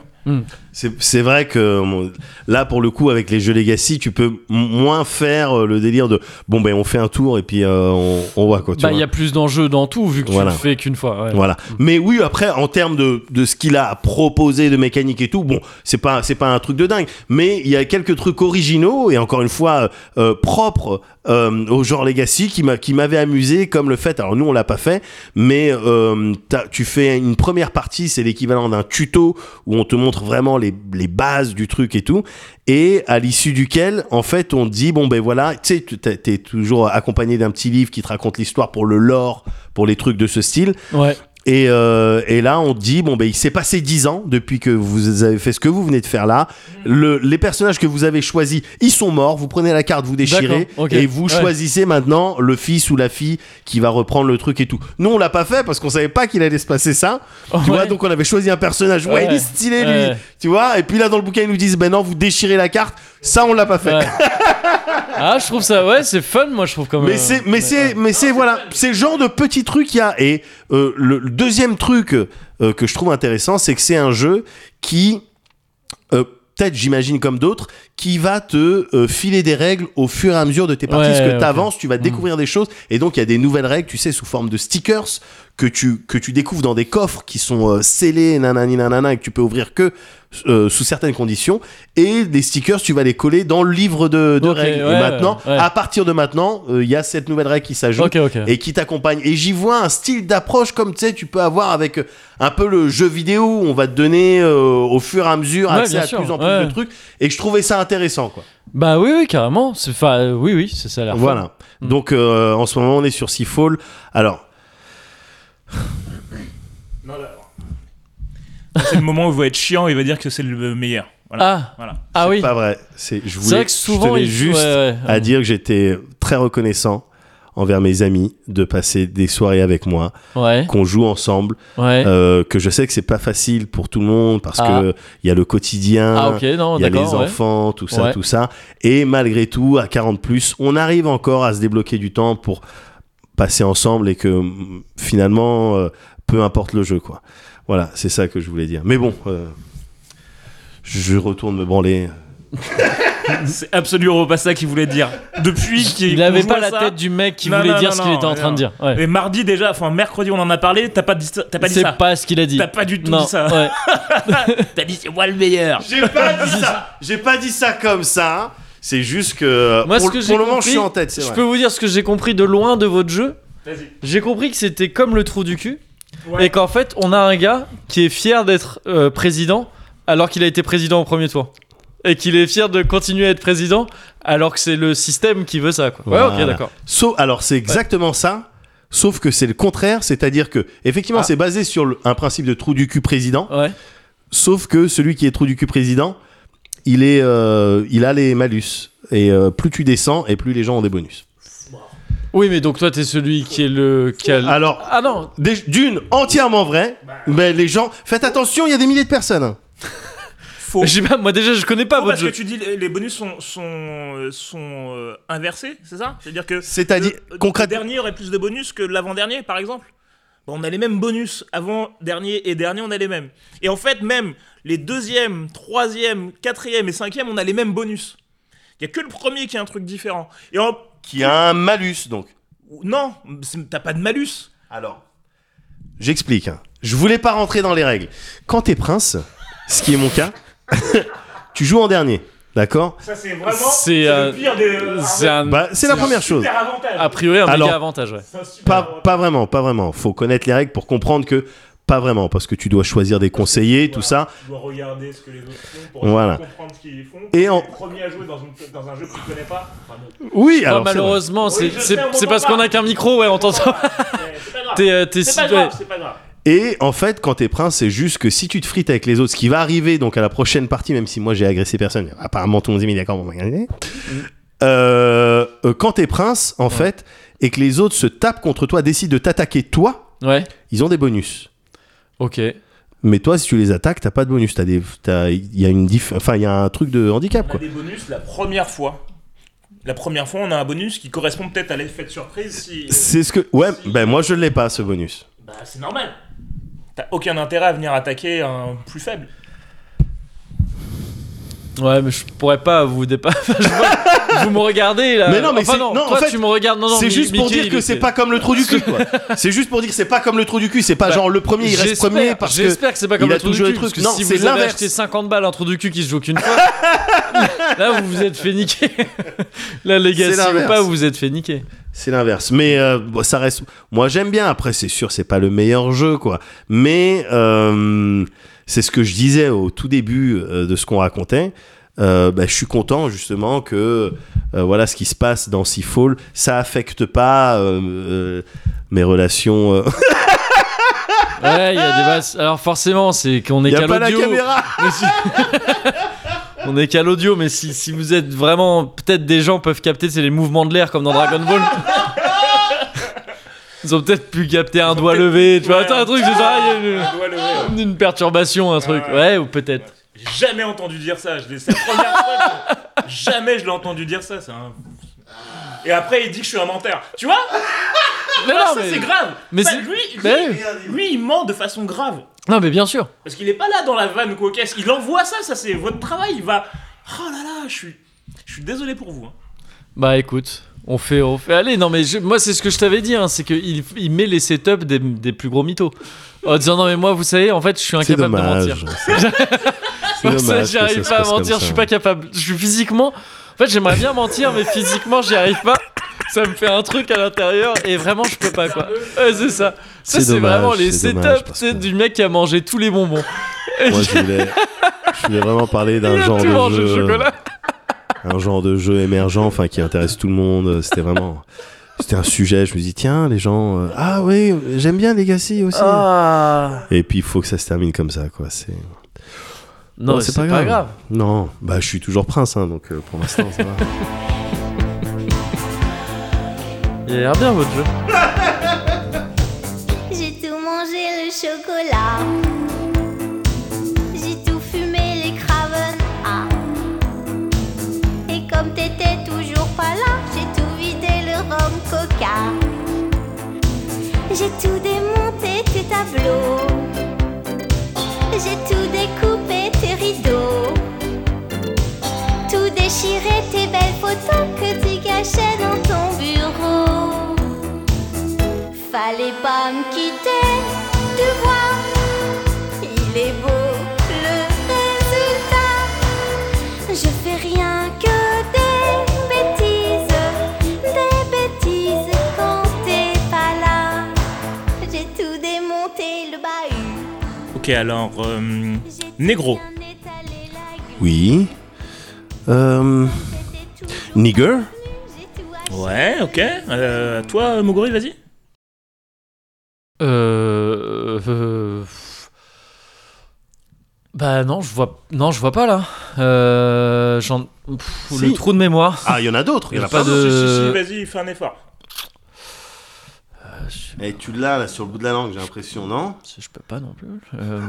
C'est c'est vrai que bon, là, pour le coup, avec les jeux Legacy, tu peux m- moins faire euh, le délire de bon, ben on fait un tour et puis euh, on, on voit quoi. Tu
Bah,
vois.
il y a plus d'enjeux dans tout vu que
Voilà.
tu le fais qu'une fois. ouais.
Voilà. Mais oui, après, en termes de, de ce qu'il a proposé de mécanique et tout, bon, c'est pas, c'est pas un truc de dingue. Mais il y a quelques trucs originaux et encore une fois, euh, propres euh, au genre Legacy qui, m'a, qui m'avait amusé, comme le fait, alors nous on l'a pas fait, mais euh, t'as- tu fais une première partie, c'est l'équivalent d'un tuto où on te montre vraiment les, les bases du truc et tout. Et à l'issue duquel, en fait, on te dit, bon ben voilà, tu sais, tu- t'es- t'es toujours accompagné d'un petit livre qui te raconte l'histoire pour le lore, pour les trucs de ce style.
Ouais.
Et, euh, et là, on dit bon, ben, il s'est passé 10 ans depuis que vous avez fait ce que vous venez de faire là.
Mhm.
Le- les personnages que vous avez choisis, ils sont morts. Vous prenez la carte, vous déchirez,
D'accord, ok.
et vous
Ouais.
choisissez maintenant le fils ou la fille qui va reprendre le truc et tout. Nous, on l'a pas fait parce qu'on savait pas qu'il allait se passer ça. Tu vois,
Ouais.
donc on avait choisi un personnage. Ouais,
Ouais.
il est stylé lui.
Ouais.
Tu vois, et puis là, dans le bouquin, ils nous disent ben non, vous déchirez la carte. Ça, on l'a pas fait.
Ouais. ah, je trouve ça, ouais, c'est fun, moi, je trouve quand même.
Mais c'est, mais c'est, mais c'est voilà, c'est le genre de petit truc qu'il y a. Et euh, le, le deuxième truc euh, que je trouve intéressant, c'est que c'est un jeu qui, euh, peut-être j'imagine comme d'autres, qui va te euh, filer des règles au fur et à mesure de tes parties.
Ouais,
Parce que
ok. Hmm.
t'avances, tu vas découvrir des choses, et donc il y a des nouvelles règles, tu sais, sous forme de stickers que tu que tu découvres dans des coffres qui sont euh, scellés, nanani nanana, et que tu peux ouvrir que euh, sous certaines conditions. Et des stickers, tu vas les coller dans le livre de, de
Ok,
règles.
ouais,
et maintenant,
ouais.
à partir de maintenant, euh, il y a cette nouvelle règle qui s'ajoute
Ok, ok.
et qui t'accompagne. Et j'y vois un style d'approche comme tu sais, tu peux avoir avec euh, un peu le jeu vidéo où on va te donner euh, au fur et à mesure
Ouais,
accès
bien
à
sûr,
plus en plus
ouais.
de trucs. Et je trouvais ça intéressant, quoi.
Bah oui, oui, carrément. C'est, enfin, euh, oui, oui, c'est ça a l'air. fun.
Voilà.
Mm.
Donc euh, en ce moment, on est sur Seafall. Alors,
C'est le moment où il va être chiant, il va dire que c'est le meilleur. Voilà.
Ah,
Voilà.
ah oui.
pas vrai. C'est je voulais
C'est vrai que
je
souvent,
tenais
il euh,
juste
ouais, ouais.
à dire que j'étais très reconnaissant envers mes amis de passer des soirées avec moi,
Ouais,
qu'on joue ensemble,
ouais.
euh, que je sais que c'est pas facile pour tout le monde parce
Ah.
que il y a le quotidien,
ah, ok, non,
Il y a les
d'accord. ouais.
enfants, tout ça,
Ouais.
tout ça. Et malgré tout, à 40 plus, on arrive encore à se débloquer du temps pour passer ensemble et que mm, finalement, euh, peu importe le jeu, quoi. Voilà, c'est ça que je voulais dire. Mais bon, euh, je retourne me branler.
C'est absolument pas ça qu'il voulait dire. Depuis qu'il
Ah. Il avait
qu'on voit
pas la
ça,
tête du mec qui
Non,
voulait
non,
dire
non,
ce qu'il était en
non,
train de dire. Ouais.
Et mardi déjà, enfin mercredi on en a parlé, t'as pas dit, ça- t'as pas dit
C'est
ça.
pas ce qu'il a dit.
T'as pas du tout
Non,
dit ça.
ouais.
T'as dit c'est moi le meilleur.
J'ai pas dit ça. J'ai pas dit ça comme ça. C'est juste que euh,
Moi,
pour,
ce que
pour
j'ai
le moment, je
compris,
suis en tête. c'est
Je
vrai.
peux vous dire ce que j'ai compris de loin de votre jeu.
Vas-y.
J'ai compris que c'était comme le trou du cul.
Ouais.
Et qu'en fait, on a un gars qui est fier d'être euh, président alors qu'il a été président au premier tour. Et qu'il est fier de continuer à être président alors que c'est le système qui veut ça. Quoi. Ouais,
Voilà.
ok, d'accord.
Sauf- alors c'est exactement ça, sauf que c'est le contraire, c'est-à-dire que effectivement
Ah.
c'est basé sur le- un principe de trou du cul président,
Ouais.
sauf que celui qui est trou du cul président, il est, euh, il a les malus et euh, plus tu descends et plus les gens ont des bonus.
Oui, mais donc toi, t'es celui qui est le. Qui a le-
Alors
Ah non
des- d'une entièrement vrai, mais les gens, faites attention, il y a des milliers de personnes. Oh.
Faux.
J'ai pas- Moi, déjà, je connais pas
Faux,
votre
parce que
jeu.
tu dis les les bonus sont sont euh, sont euh, inversés, c'est ça C'est-à-dire que
C'est-à-dire
le- le
concrètement.
dernier aurait plus de bonus que l'avant-dernier par exemple. Bon, on a les mêmes bonus avant dernier et dernier, on a les mêmes. Et en fait, même les deuxièmes, troisièmes, quatrièmes et cinquièmes, on a les mêmes bonus. Il y a que le premier qui a un truc différent. Et en...
Qui a un malus donc.
non, c'est- t'as pas de malus.
Alors, j'explique. hein. Je voulais pas rentrer dans les règles. Quand t'es prince, ce qui est mon cas, tu joues en dernier, d'accord
Ça, c'est vraiment
C'est, c'est euh, le
pire
C'est un.
Bah, c'est la première chose.
avantage.
A priori, un
Alors-
méga avantage, ouais.
Pas, pas vraiment, pas vraiment. Faut connaître les règles pour comprendre que pas vraiment, parce que tu dois choisir des conseillers, tout ça.
Tu dois regarder ce que les autres font pour
Voilà. essayer
comprendre ce qu'ils font.
Et en-
premier à jouer dans, un jeu que tu connais pas.
Oui,
Toi,
alors. c'est vrai.
malheureusement, c'est
Oui, je sais,
c'est-
on
c'est
m'entend
parce
bah.
qu'on a
pas.
qu'un micro, ouais, on t'entend.
c'est pas grave.
T'es euh, t'es si- ouais.
c'est pas grave.
Et en fait, quand t'es prince, c'est juste que si tu te frites avec les autres, ce qui va arriver donc à la prochaine partie, même si moi j'ai agressé personne, apparemment tout le monde est mis d'accord, on va gagner. Euh, euh, quand t'es prince, en fait, et que les autres se tapent contre toi, décident de t'attaquer toi,
Ouais.
ils ont des bonus.
Ok.
Mais toi, si tu les attaques, t'as pas de bonus. T'as des, t'as- il y a une diff- enfin, il y a un truc de handicap
On a
quoi.
des bonus la première fois. La première fois, on a un bonus qui correspond peut-être à l'effet de surprise. Si...
C'est ce que, ouais, ben moi je l'ai pas ce bonus.
Bah, c'est normal. T'as aucun intérêt à venir attaquer un plus faible.
Ouais, mais je pourrais pas vous dépasser. vous me regardez là.
Mais non, mais
Enfin,
c'est-
non,
non, en
toi,
fait,
tu me regardes. Non, non,
c'est
Mi-
juste pour
Mickey,
dire
il
que
est-
c'est pas comme le trou du cul, quoi. c'est juste pour dire que c'est pas comme le trou du cul, c'est pas
Bah,
genre le premier il reste
J'espère-
premier parce que.
J'espère que c'est pas comme
il a
le trou du
toujours
cul.
les
Parce que
trucs. Non,
si
c'est
vous avez
l'inverse.
acheté 50 balles un trou du cul qui se joue qu'une fois, là vous vous êtes fait niquer. là, les gars,
C'est
si ou
l'inverse.
pas, vous vous êtes fait niquer.
C'est l'inverse. Mais euh, bon, ça reste. Moi j'aime bien, après c'est sûr, c'est pas le meilleur jeu, quoi. Mais euh, c'est ce que je disais au tout début euh, de ce qu'on racontait. Euh, bah, je suis content justement que euh, voilà ce qui se passe dans Seafall, ça affecte pas euh, euh, mes relations. euh,
Ouais, il y a des basses. Alors forcément, c'est qu'on est
Y
qu'à
a pas la
l'audio.
caméra.
Mais si- On est qu'à l'audio, mais si, si vous êtes vraiment. Peut-être des gens peuvent capter c'est les mouvements de l'air comme dans Dragon Ball. Ils ont peut-être pu capter un doigt levé, tu vois.
Ouais.
Attends, un truc, c'est ça, il y a
Je dois lever.
une, une perturbation, un truc.
Ouais.
Ouais, ou peut-être.
J'ai jamais entendu dire ça. Je l'ai- C'est la première fois. que- Jamais je l'ai entendu dire ça. C'est un. Et après, il dit que je suis un menteur. Tu vois
Mais
Ah,
non,
ça,
mais-
c'est grave.
mais
Bah,
c'est-
lui, lui,
mais
lui, il ment de façon grave.
Non, mais bien sûr.
Parce qu'il est pas là dans la vanne ou quoi qu'est-ce. Il envoie ça. Ça, c'est votre travail. Il va. Oh là là, je suis. Je suis désolé pour vous. hein.
Bah écoute, on fait, on fait. Allez, non mais je- moi c'est ce que je t'avais dit, hein, c'est qu'il il met les setups des, des plus gros mythos. En disant non mais moi vous savez, en fait je suis
C'est
incapable de
dommage.
mentir.
C'est
Pour ça
dommage que
j'arrive
se
pas à
passe comme
mentir,
ça.
je suis pas capable. Je suis physiquement... En fait j'aimerais bien mentir mais physiquement j'y arrive pas. Ça me fait un truc à l'intérieur et vraiment je peux pas quoi. Ouais c'est ça. Ça
C'est
c'est
dommage,
vraiment les
c'est dommage,
setups tu
parce
sais,
que-
du mec qui a mangé tous les bonbons.
Moi, je voulais, je voulais vraiment parler
Il
d'un
a
genre
tout
de
mangé
jeu, euh,
au chocolat.
un genre de jeu émergent, enfin qui intéresse tout le monde. C'était vraiment, c'était un sujet. Je me dis tiens, les gens, euh, ah oui, j'aime bien Legacy aussi.
Ah.
Et puis il faut que ça se termine comme ça, quoi. C'est
Non
Bon,
mais c'est pas, grave.
Non, bah je suis toujours prince, hein, donc euh, pour l'instant ça va.
Il a l'air bien votre jeu.
J'ai tout mangé le chocolat. J'ai tout fumé les craven. Ah. Et comme t'étais toujours pas là, j'ai tout vidé le rhum coca. J'ai tout démonté tes tableaux. J'ai tout découpé tes rideaux. Tout déchiré tes belles photos que tu cachais dans ton bureau. Fallait pas me quitter, tu vois. Il est beau le résultat. Je fais rien que des bêtises, des bêtises quand t'es pas là. J'ai tout démonté le bahut.
Ok, alors. euh,
J'ai
Négro.
tout bien étalé la gueule.
Oui. Euh,
C'était toujours
nigger.
nu, j'ai tout acheté.
Ouais, ok. Euh, toi, Mogori, vas-y.
Euh, euh, pff. Bah non, je vois, non, je vois pas là. Euh, j'en- pff,
Si.
Le trou de mémoire.
Ah, il y en a d'autres. Il y en a
Pas
pas.
de-
Si, si, si, vas-y, fais un effort.
Et Eh, tu l'as là sur le bout de la langue, j'ai l'impression, non
Si Je peux pas non plus. Euh,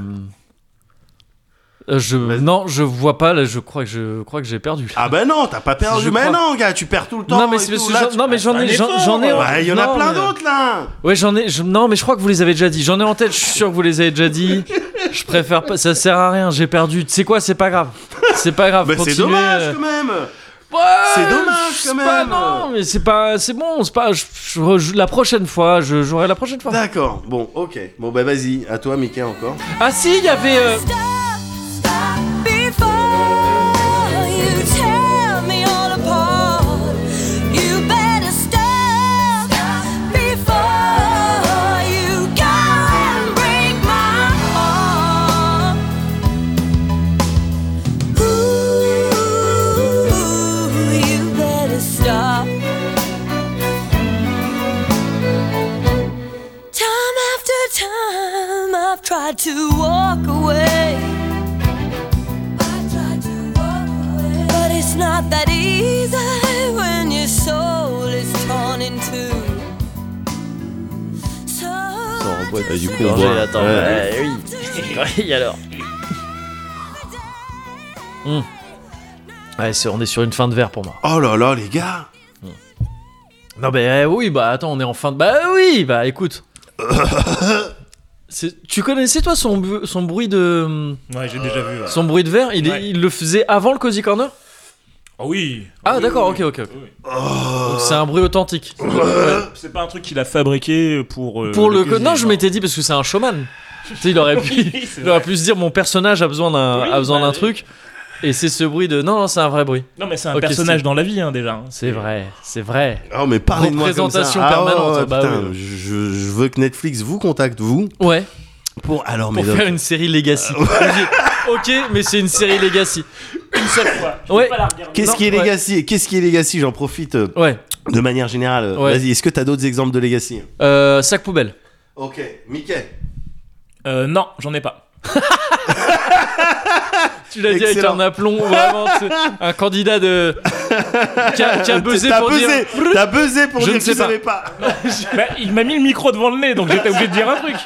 euh, je, non, je vois pas là. Je crois que je crois que j'ai perdu.
Ah bah non, t'as pas perdu.
Je
mais
crois-
non, gars, tu perds tout le temps.
non mais
et
c'est
tout.
parce que
Là,
j'en-
tu-
non mais j'en ai
un
j'en
effort,
j'en ai.
ouais.
en-
Ouais, Bah, il y en a
non,
plein
mais- euh,
d'autres là. Bah,
Ouais, j'en ai. je- non mais je crois que vous les avez déjà dit. J'en ai en tête. Je suis sûr que vous les avez déjà dit. Je préfère pas. Ça sert à rien. J'ai perdu. Tu sais quoi C'est pas grave. C'est pas grave.
Bah c'est
Continuez, euh.
dommage quand même.
Ouais,
C'est dommage, quand
c'est Ah, pas-
même.
non, mais c'est pas, c'est bon, c'est pas. je- je- je- la prochaine fois, je jouerai la prochaine fois.
D'accord. Bon, ok. Bon bah vas-y, à toi, Mika encore.
Ah si, il y avait. euh,
Before you tear me all apart, you better stop. Before you go and break my heart. Ooh, you better stop. Time after time, I've tried to walk away. But it's not that easy when your soul is torn in two. So I
boîte.
just
du coup,
say
on
Gorgé,
voit.
attends,
Ouais.
ouais, oui. Et alors Hum. Ouais, c'est- on est sur une fin de verre pour moi.
Oh là là, les gars.
Non, mais euh, oui, bah attends, on est en fin de. Bah oui, bah écoute. C'est- tu connaissais toi son, bu- son bruit de
Ouais, j'ai déjà vu.
son bruit de verre il, est-
Ouais.
il le faisait avant le cozy corner
Ah oui.
Ah
Oui,
d'accord,
oui,
ok ok. ok.
oui.
Donc c'est un bruit authentique.
C'est pas un truc qu'il a fabriqué pour. euh,
Pour le co-
Disney,
non, je m'étais dit parce que c'est un showman. tu sais, il aurait pu,
Oui, c'est
il aurait
vrai.
pu se dire mon personnage a besoin d'un,
Oui,
a besoin
bah
d'un
oui.
truc. Et c'est ce bruit de non, non, c'est un vrai bruit.
Non, mais c'est un
Ok,
personnage
c'est-
dans la vie, hein, déjà. hein.
C'est vrai, c'est vrai.
Oh mais parlez-moi comme ça.
Représentation
ouais,
permanente,
ouais,
bah
putain,
oui.
je, je veux que Netflix vous contacte vous
Ouais.
pour alors
Pour
mais
faire une série Legacy. ok, mais c'est une série Legacy.
Une seule fois. Je
Ouais.
peux pas la regarder.
Qu'est-ce
Non,
qui est
ouais.
Legacy et Qu'est-ce qui est Legacy J'en profite euh,
Ouais.
de manière générale.
Ouais.
Vas-y, est-ce que t'as d'autres exemples de Legacy
Euh, sac poubelle.
Ok, Mickey.
Euh, non, j'en ai pas.
Tu l'as dit avec
Excellent.
un aplomb, vraiment. c'est Un candidat de. qui a, qui a buzzé
T'as
pour
buzzé,
dire.
t'as buzzé pour
Je
dire
ne
que
sais
tu
pas.
savais pas.
Bah, il m'a mis le micro devant le nez, donc j'étais obligé de dire un truc.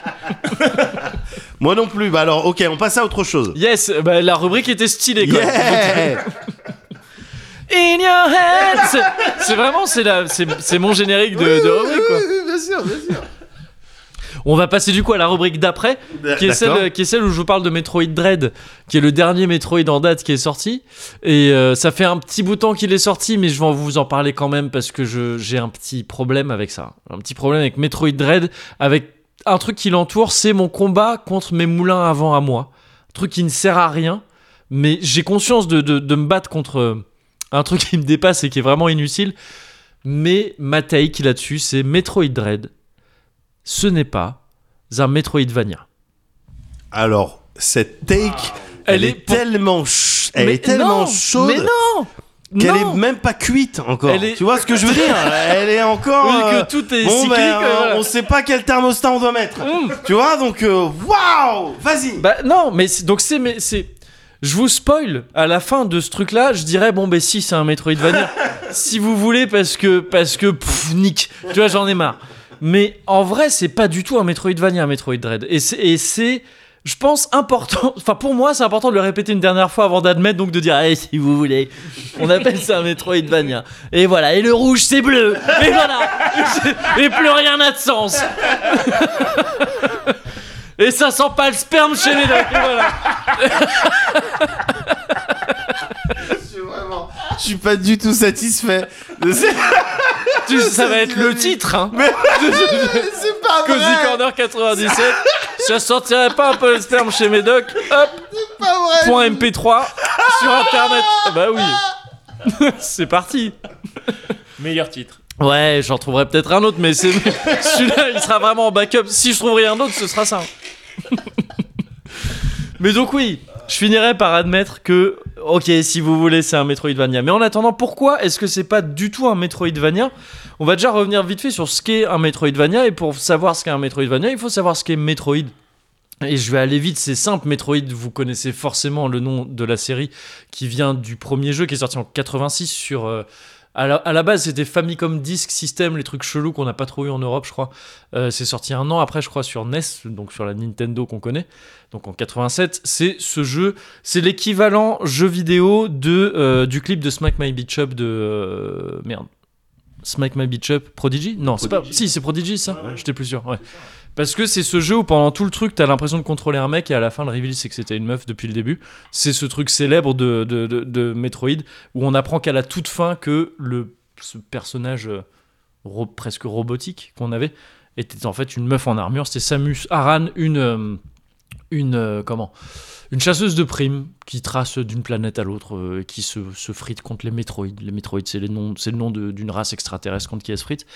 Moi non plus. Bah alors, ok, on passe à autre chose.
Yes, bah, la rubrique était stylée quoi.
Yeah
In your head C'est- C'est vraiment, c'est la- c'est c'est mon générique de, de rubrique quoi.
Bien sûr, bien sûr.
On va passer du coup à la rubrique d'après, qui, est
D'accord.
celle- euh, qui est celle où je vous parle de Metroid Dread, qui est le dernier Metroid en date qui est sorti. Et euh, ça fait un petit bout de temps qu'il est sorti, mais je vais vous en parler quand même parce que je- j'ai un petit problème avec ça. Un petit problème avec Metroid Dread, avec un truc qui l'entoure, c'est mon combat contre mes moulins à vent à moi. Un truc qui ne sert à rien, mais j'ai conscience de, de- de me battre contre euh, un truc qui me dépasse et qui est vraiment inutile. Mais ma take là-dessus, c'est Metroid Dread. Ce n'est pas un Metroidvania.
Alors, cette take, elle,
Elle
est,
est pour-
tellement, ch- elle
Mais
est tellement
non, Mais
chaude
non
qu'elle
Non
est même pas cuite encore.
Elle est-
Tu vois ce que je veux dire Elle est encore.
Vu
euh,
que tout est
Bon,
cyclique.
ben,
euh, voilà.
on sait pas quel thermostat on doit mettre.
Mm.
Tu vois, donc, euh, waouh Vas-y
Bah non, mais c'est- donc c'est mais c'est je vous spoil à la fin de ce truc là, je dirais bon ben si c'est un Metroidvania si vous voulez parce que parce que pff, nick. Tu vois, j'en ai marre. Mais en vrai, c'est pas du tout un Metroidvania, un Metroid Dread et c'est et c'est je pense important, enfin pour moi c'est important de le répéter une dernière fois avant d'admettre, donc de dire Eh, si vous voulez, on appelle ça un Metroidvania. Et voilà, et le rouge c'est bleu, et voilà, et plus rien n'a de sens. Et ça sent pas le sperme chez les mecs, et voilà.
Je suis vraiment- Je suis pas du tout satisfait. C'est
Tu- ça va être le titre, hein.
c'est pas
Cozy Corner 97. Ça sortirait pas un peu le sperme chez Médoc Hop Point MP3 sur internet. Ah bah oui. C'est parti.
Meilleur titre.
Ouais, j'en trouverai peut-être un autre, mais c'est celui-là, il sera vraiment en backup. Si je trouve rien d'autre, ce sera ça. mais donc oui, je finirai par admettre que, ok, si vous voulez, c'est un Metroidvania. Mais en attendant, pourquoi est-ce que c'est pas du tout un Metroidvania On va déjà revenir vite fait sur ce qu'est un Metroidvania. Et pour savoir ce qu'est un Metroidvania, il faut savoir ce qu'est Metroid. Et je vais aller vite, c'est simple, Metroid, vous connaissez forcément le nom de la série qui vient du premier jeu qui est sorti en 86 sur... euh, à la, à la base, c'était Famicom Disk System, les trucs chelous qu'on n'a pas trop eu en Europe, je crois. Euh, c'est sorti un an après, je crois, sur NES, donc sur la Nintendo qu'on connaît, donc en 87. C'est ce jeu, c'est l'équivalent jeu vidéo de, euh, du clip de Smack My Beach Up de... euh, merde. Smack My Beach Up Prodigy Non, c'est pas... Si, c'est Prodigy, ça J'étais plus sûr, ouais. Parce que c'est ce jeu où pendant tout le truc, t'as l'impression de contrôler un mec et à la fin, le reveal, c'est que c'était une meuf depuis le début. C'est ce truc célèbre de, de, de- de Metroid où on apprend qu'à la toute fin que le, ce personnage euh, ro- presque robotique qu'on avait était en fait une meuf en armure. C'était Samus Aran, une. euh, une euh, comment une chasseuse de primes qui trace d'une planète à l'autre, euh, et qui se, se frite contre les Metroids. Les Metroids, c'est les noms- c'est le nom de- d'une race extraterrestre contre qui elle se frite.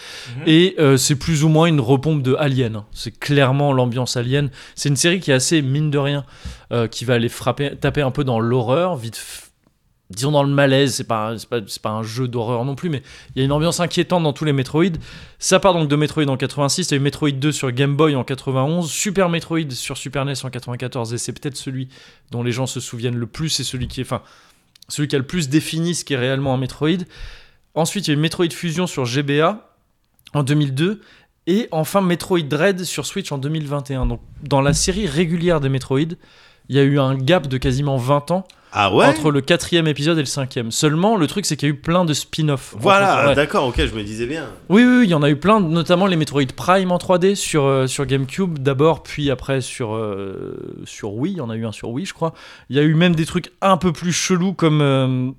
Et euh, c'est plus ou moins une repompe de Alien. hein. C'est clairement l'ambiance Alien. C'est une série qui est assez mine de rien, euh, qui va aller frapper, taper un peu dans l'horreur, vite. f- Disons dans le malaise, c'est pas, c'est pas, c'est pas un jeu d'horreur non plus, mais il y a une ambiance inquiétante dans tous les Metroid. Ça part donc de Metroid en 86, il y a eu Metroid 2 sur Game Boy en 91, Super Metroid sur Super NES en 94, et c'est peut-être celui dont les gens se souviennent le plus, et celui qui est, enfin, celui qui a le plus défini ce qui est réellement un Metroid. Ensuite, il y a eu Metroid Fusion sur GBA en 2002 et enfin Metroid Dread sur Switch en 2021. Donc dans la série régulière des Metroid, il y a eu un gap de quasiment 20 ans
Ah ouais
entre le quatrième épisode et le cinquième. Seulement, le truc c'est qu'il y a eu plein de spin-offs.
Voilà, euh,
Ouais.
d'accord, ok, je me disais bien.
Oui, oui, oui, il y en a eu plein, notamment les Metroid Prime en 3D sur, euh, sur GameCube d'abord, puis après sur, euh, sur Wii. Il y en a eu un sur Wii, je crois. Il y a eu même des trucs un peu plus chelous comme euh,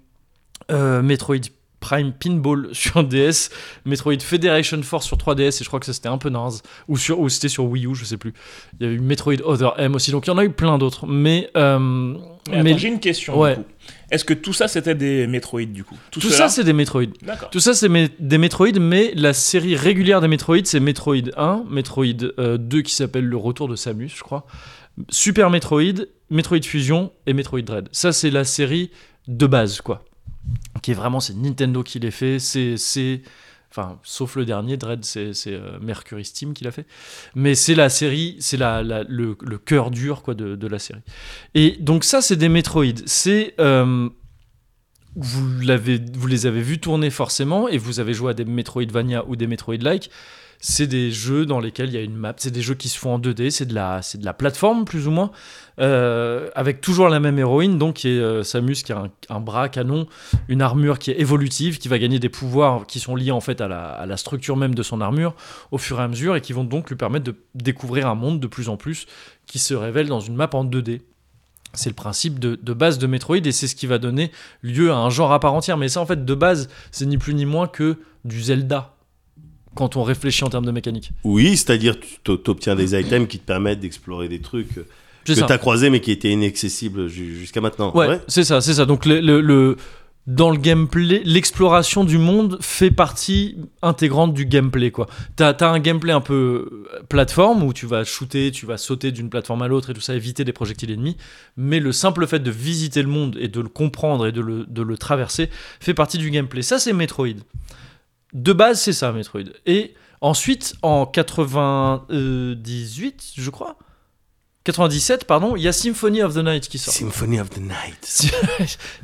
euh, Metroid Prime Pinball sur DS, Metroid Federation Force sur 3DS, et je crois que ça c'était un peu naze, ou, sur, ou c'était sur Wii U, je sais plus. Il y a eu Metroid Other M aussi, donc il y en a eu plein d'autres. Mais, euh,
Mais,
mais
attends, j'ai une question.
Ouais.
Du coup. Est-ce que tout ça c'était des Metroid du coup
tout
cela
ça c'est des Metroid.
D'accord.
Tout ça, c'est mes- des Metroid, mais la série régulière des Metroid, c'est Metroid 1, Metroid euh, 2 qui s'appelle Le Retour de Samus, je crois, Super Metroid, Metroid Fusion et Metroid Dread. Ça, c'est la série de base, quoi. Qui est vraiment, c'est Nintendo qui les fait, c'est. c'est- Enfin, sauf le dernier, Dread, c'est c'est, euh, Mercury Steam qui l'a fait. Mais c'est la série, c'est la, la- le, le cœur dur quoi, de, de la série. Et donc, ça, c'est des Metroid. C'est. euh, vous, l'avez- vous les avez vus tourner forcément et vous avez joué à des Metroidvania ou des Metroid-like. C'est des jeux dans lesquels il y a une map, c'est des jeux qui se font en 2D, c'est de la, c'est de la plateforme plus ou moins, euh, avec toujours la même héroïne, donc qui est euh, Samus qui a un, un bras canon, une armure qui est évolutive, qui va gagner des pouvoirs qui sont liés en fait à la, à la structure même de son armure au fur et à mesure et qui vont donc lui permettre de découvrir un monde de plus en plus qui se révèle dans une map en 2D. C'est le principe de, de base de Metroid et c'est ce qui va donner lieu à un genre à part entière. Mais ça, en fait, de base, c'est ni plus ni moins que du Zelda quand on réfléchit en termes de mécanique.
Oui, c'est-à-dire tu t- t'obtiens des items qui te permettent d'explorer des trucs
C'est
que
ça.
t'as croisés mais qui étaient inaccessibles ju- jusqu'à maintenant.
Ouais,
Ouais.
c'est ça, c'est ça. Donc le, le- le- dans le gameplay, l'exploration du monde fait partie intégrante du gameplay quoi. T'as as un gameplay un peu euh, plateforme où tu vas shooter, tu vas sauter d'une plateforme à l'autre et tout ça, éviter des projectiles ennemis. Mais le simple fait de visiter le monde et de le comprendre et de le, de le traverser fait partie du gameplay. Ça c'est Metroid. De base c'est ça Metroid. Et ensuite en 98 je crois. 97, pardon, il y a Symphony of the Night qui sort.
Symphony of the Night.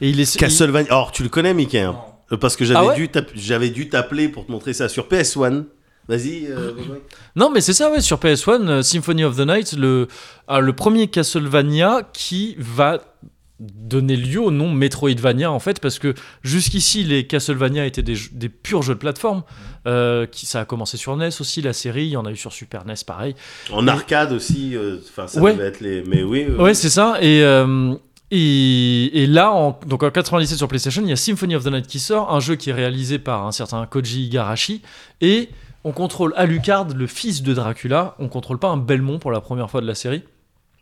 Et il est
Castlevania. Or, tu le connais, Mickey hein Euh, Parce que j'avais
Ah ouais
dû t'app- j'avais dû t'appeler pour te montrer ça sur PS1. Vas-y. euh, Grégory.
il- Non, mais c'est ça, ouais, sur PS1, euh, Symphony of the Night, le, ah, le premier Castlevania qui va donner lieu au nom Metroidvania, en fait, parce que jusqu'ici, les Castlevania étaient des, jeux- des purs jeux de plateforme. euh, qui, ça a commencé sur NES aussi, la série, il y en a eu sur Super NES, pareil.
En arcade aussi. euh, Enfin, ça
Ouais.
devait être les. Mais oui. euh,
Ouais, c'est ça. Et, euh, et, et là, en, donc en 97 sur PlayStation, il y a Symphony of the Night qui sort, un jeu qui est réalisé par un certain Koji Igarashi. Et on contrôle Alucard, le fils de Dracula. On contrôle pas un Belmont pour la première fois de la série.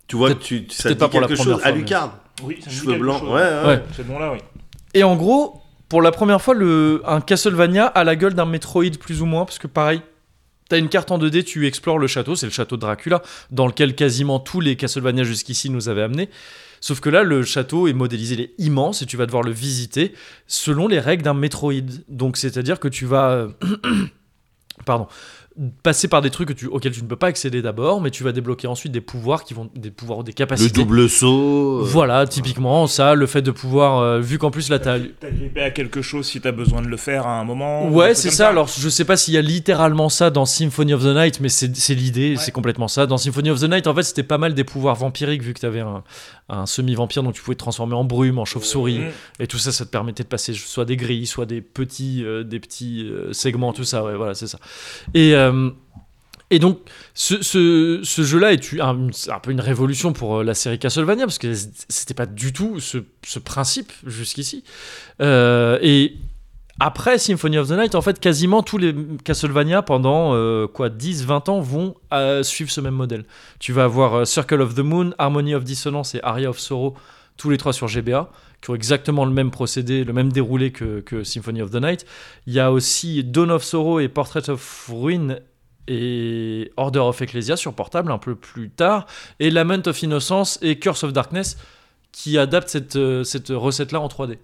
tu vois,
peut-être-
tu, ça te
peut-être
dit
pas pour la
quelque
première
chose.
fois, mais-
Alucard.
Oui, ça me dit
Cheveux
quelque
blancs.
chose.
Ouais, ouais.
Ouais.
C'est bon là, oui.
Et en gros, pour la première fois, le, un Castlevania a la gueule d'un Metroid plus ou moins, parce que pareil, t'as une carte en 2D, tu explores le château, c'est le château de Dracula, dans lequel quasiment tous les Castlevania jusqu'ici nous avaient amenés. Sauf que là, le château est modélisé, il est immense, et tu vas devoir le visiter selon les règles d'un Metroid. Donc, c'est-à-dire que tu vas... euh, Pardon passer par des trucs que tu- auxquels tu ne peux pas accéder d'abord, mais tu vas débloquer ensuite des pouvoirs qui vont des pouvoirs ou des
Le
capacités.
double saut. euh,
Voilà, typiquement ça, le fait de pouvoir, euh, vu qu'en plus là t'as
T'as à quelque chose si t'as besoin de le faire à un moment. ou
Ouais,
un
c'est
truc
ça.
comme
Alors, je sais pas s'il y a littéralement ça dans Symphony of the Night, mais c'est c'est l'idée, c'est complètement ça. Dans Symphony of the Night, en fait, c'était pas mal des pouvoirs vampiriques, vu que t'avais un, un semi-vampire, donc tu pouvais te transformer en brume, en chauve-souris,
Mmh.
et tout ça, ça te permettait de passer soit des grilles, soit des petits, euh, des petits euh, segments, tout ça. Ouais, voilà, c'est ça. Et. euh, et donc, ce, ce- ce jeu-là est tu- un, c'est un peu une révolution pour euh, la série Castlevania, parce que c- c'était pas du tout ce, ce principe jusqu'ici. Euh, et après Symphony of the Night, en fait, quasiment tous les Castlevania pendant euh, quoi 10-20 ans vont euh, suivre ce même modèle. Tu vas avoir euh, Circle of the Moon, Harmony of Dissonance et Aria of Sorrow, tous les trois sur GBA, qui ont exactement le même procédé, le même déroulé que, que Symphony of the Night. Il y a aussi Dawn of Sorrow et Portrait of Ruin et Order of Ecclesia sur portable un peu plus tard, et Lament of Innocence et Curse of Darkness qui adaptent cette, euh, cette recette-là en 3D.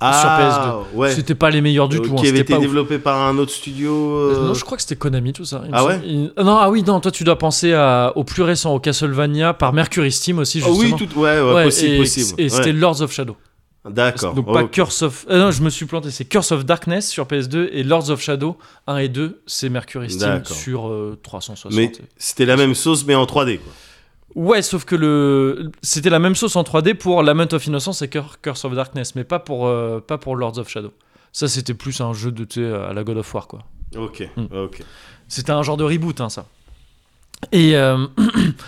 Ah, Ouais.
C'était pas les meilleurs du
Euh,
tout. hein,
Qui avait
c'était
été
pas ouf.
développé par un autre studio. euh,
Non, je crois que c'était Konami tout ça. il me
Ah ouais
semble. Il- Ah Non, ah oui, non, toi tu dois penser à- au plus récent, au Castlevania, par Mercury Steam aussi,
Ah
justement.
oui, tout. Ouais, ouais,
Ouais,
possible,
et,
possible.
Et
Ouais.
c'était Lords of Shadow.
D'accord.
Donc pas
ok.
Curse of. ah non, je me suis planté, c'est Curse of Darkness sur PS2 et Lords of Shadow 1 et 2, c'est Mercury Steam
D'accord.
sur euh, 360.
Mais c'était la même sauce, mais en 3D. Quoi.
Ouais, sauf que le c'était la même sauce en 3D pour Lament of Innocence et Cur- Curse of Darkness, mais pas pour, euh, pas pour Lords of Shadow. Ça, c'était plus un jeu de tu sais, à la God of War, quoi.
Ok,
Mm.
ok.
C'était un genre de reboot, hein, ça. Et, euh,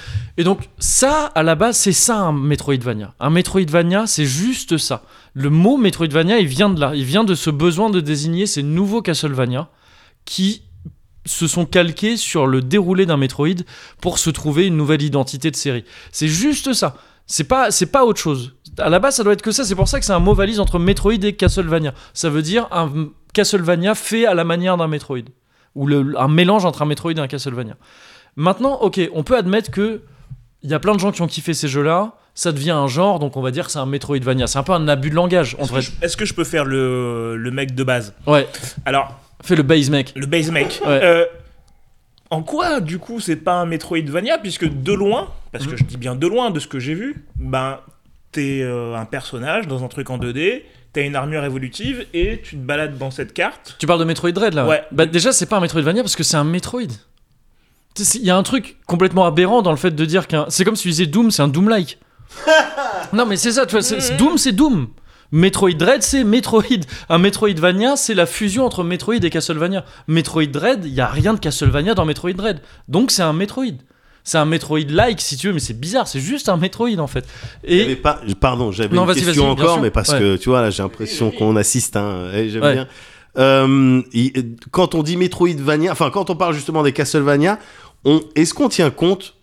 et donc, ça, à la base, c'est ça un Metroidvania. Un Metroidvania, c'est juste ça. Le mot Metroidvania, il vient de là. Il vient de ce besoin de désigner ces nouveaux Castlevania qui se sont calqués sur le déroulé d'un Metroid pour se trouver une nouvelle identité de série. C'est juste ça. C'est pas, c'est pas autre chose. À la base, ça doit être que ça. C'est pour ça que c'est un mot valise entre Metroid et Castlevania. Ça veut dire un Castlevania fait à la manière d'un Metroid ou le- un mélange entre un Metroid et un Castlevania. Maintenant, ok, on peut admettre que il y a plein de gens qui ont kiffé ces jeux-là, ça devient un genre, donc on va dire que c'est un Metroidvania. C'est un peu un abus de langage. On
Est-ce que,
devrait...
je- est-ce que je peux faire le, le mec de base
Ouais,
Alors,
Fais le base mec.
Le base mec.
Ouais.
Euh, en quoi, du coup, c'est pas un Metroidvania Puisque de loin, parce
Hmm.
que je dis bien de loin de ce que j'ai vu, ben, t'es euh, un personnage dans un truc en 2D, t'as une armure évolutive et tu te balades dans cette carte.
Tu parles de Metroid Dread là
Ouais.
Bah déjà c'est pas un Metroidvania parce que c'est un Metroid. Tu sais, c'est- Il y a un truc complètement aberrant dans le fait de dire qu'un. C'est comme si tu disais Doom, c'est un Doom-like. non mais c'est ça, tu vois, c'est- c'est- Doom c'est Doom. Metroid Dread c'est Metroid. Un Metroidvania c'est la fusion entre Metroid et Castlevania. Metroid Dread, il y a rien de Castlevania dans Metroid Dread. Donc c'est un Metroid. C'est un Metroid-like si tu veux, mais c'est bizarre, c'est juste un Metroid en fait. Et
J'avais pas, pardon, j'avais
Non,
une
vas-y,
question
vas-y, bien
encore,
sûr.
mais parce
Ouais.
que tu vois, là, j'ai l'impression qu'on assiste. Hein, eh, j'aime
Ouais.
bien. Euh, il- quand on dit Metroidvania, enfin, quand on parle justement des Castlevania, on, est-ce qu'on tient compte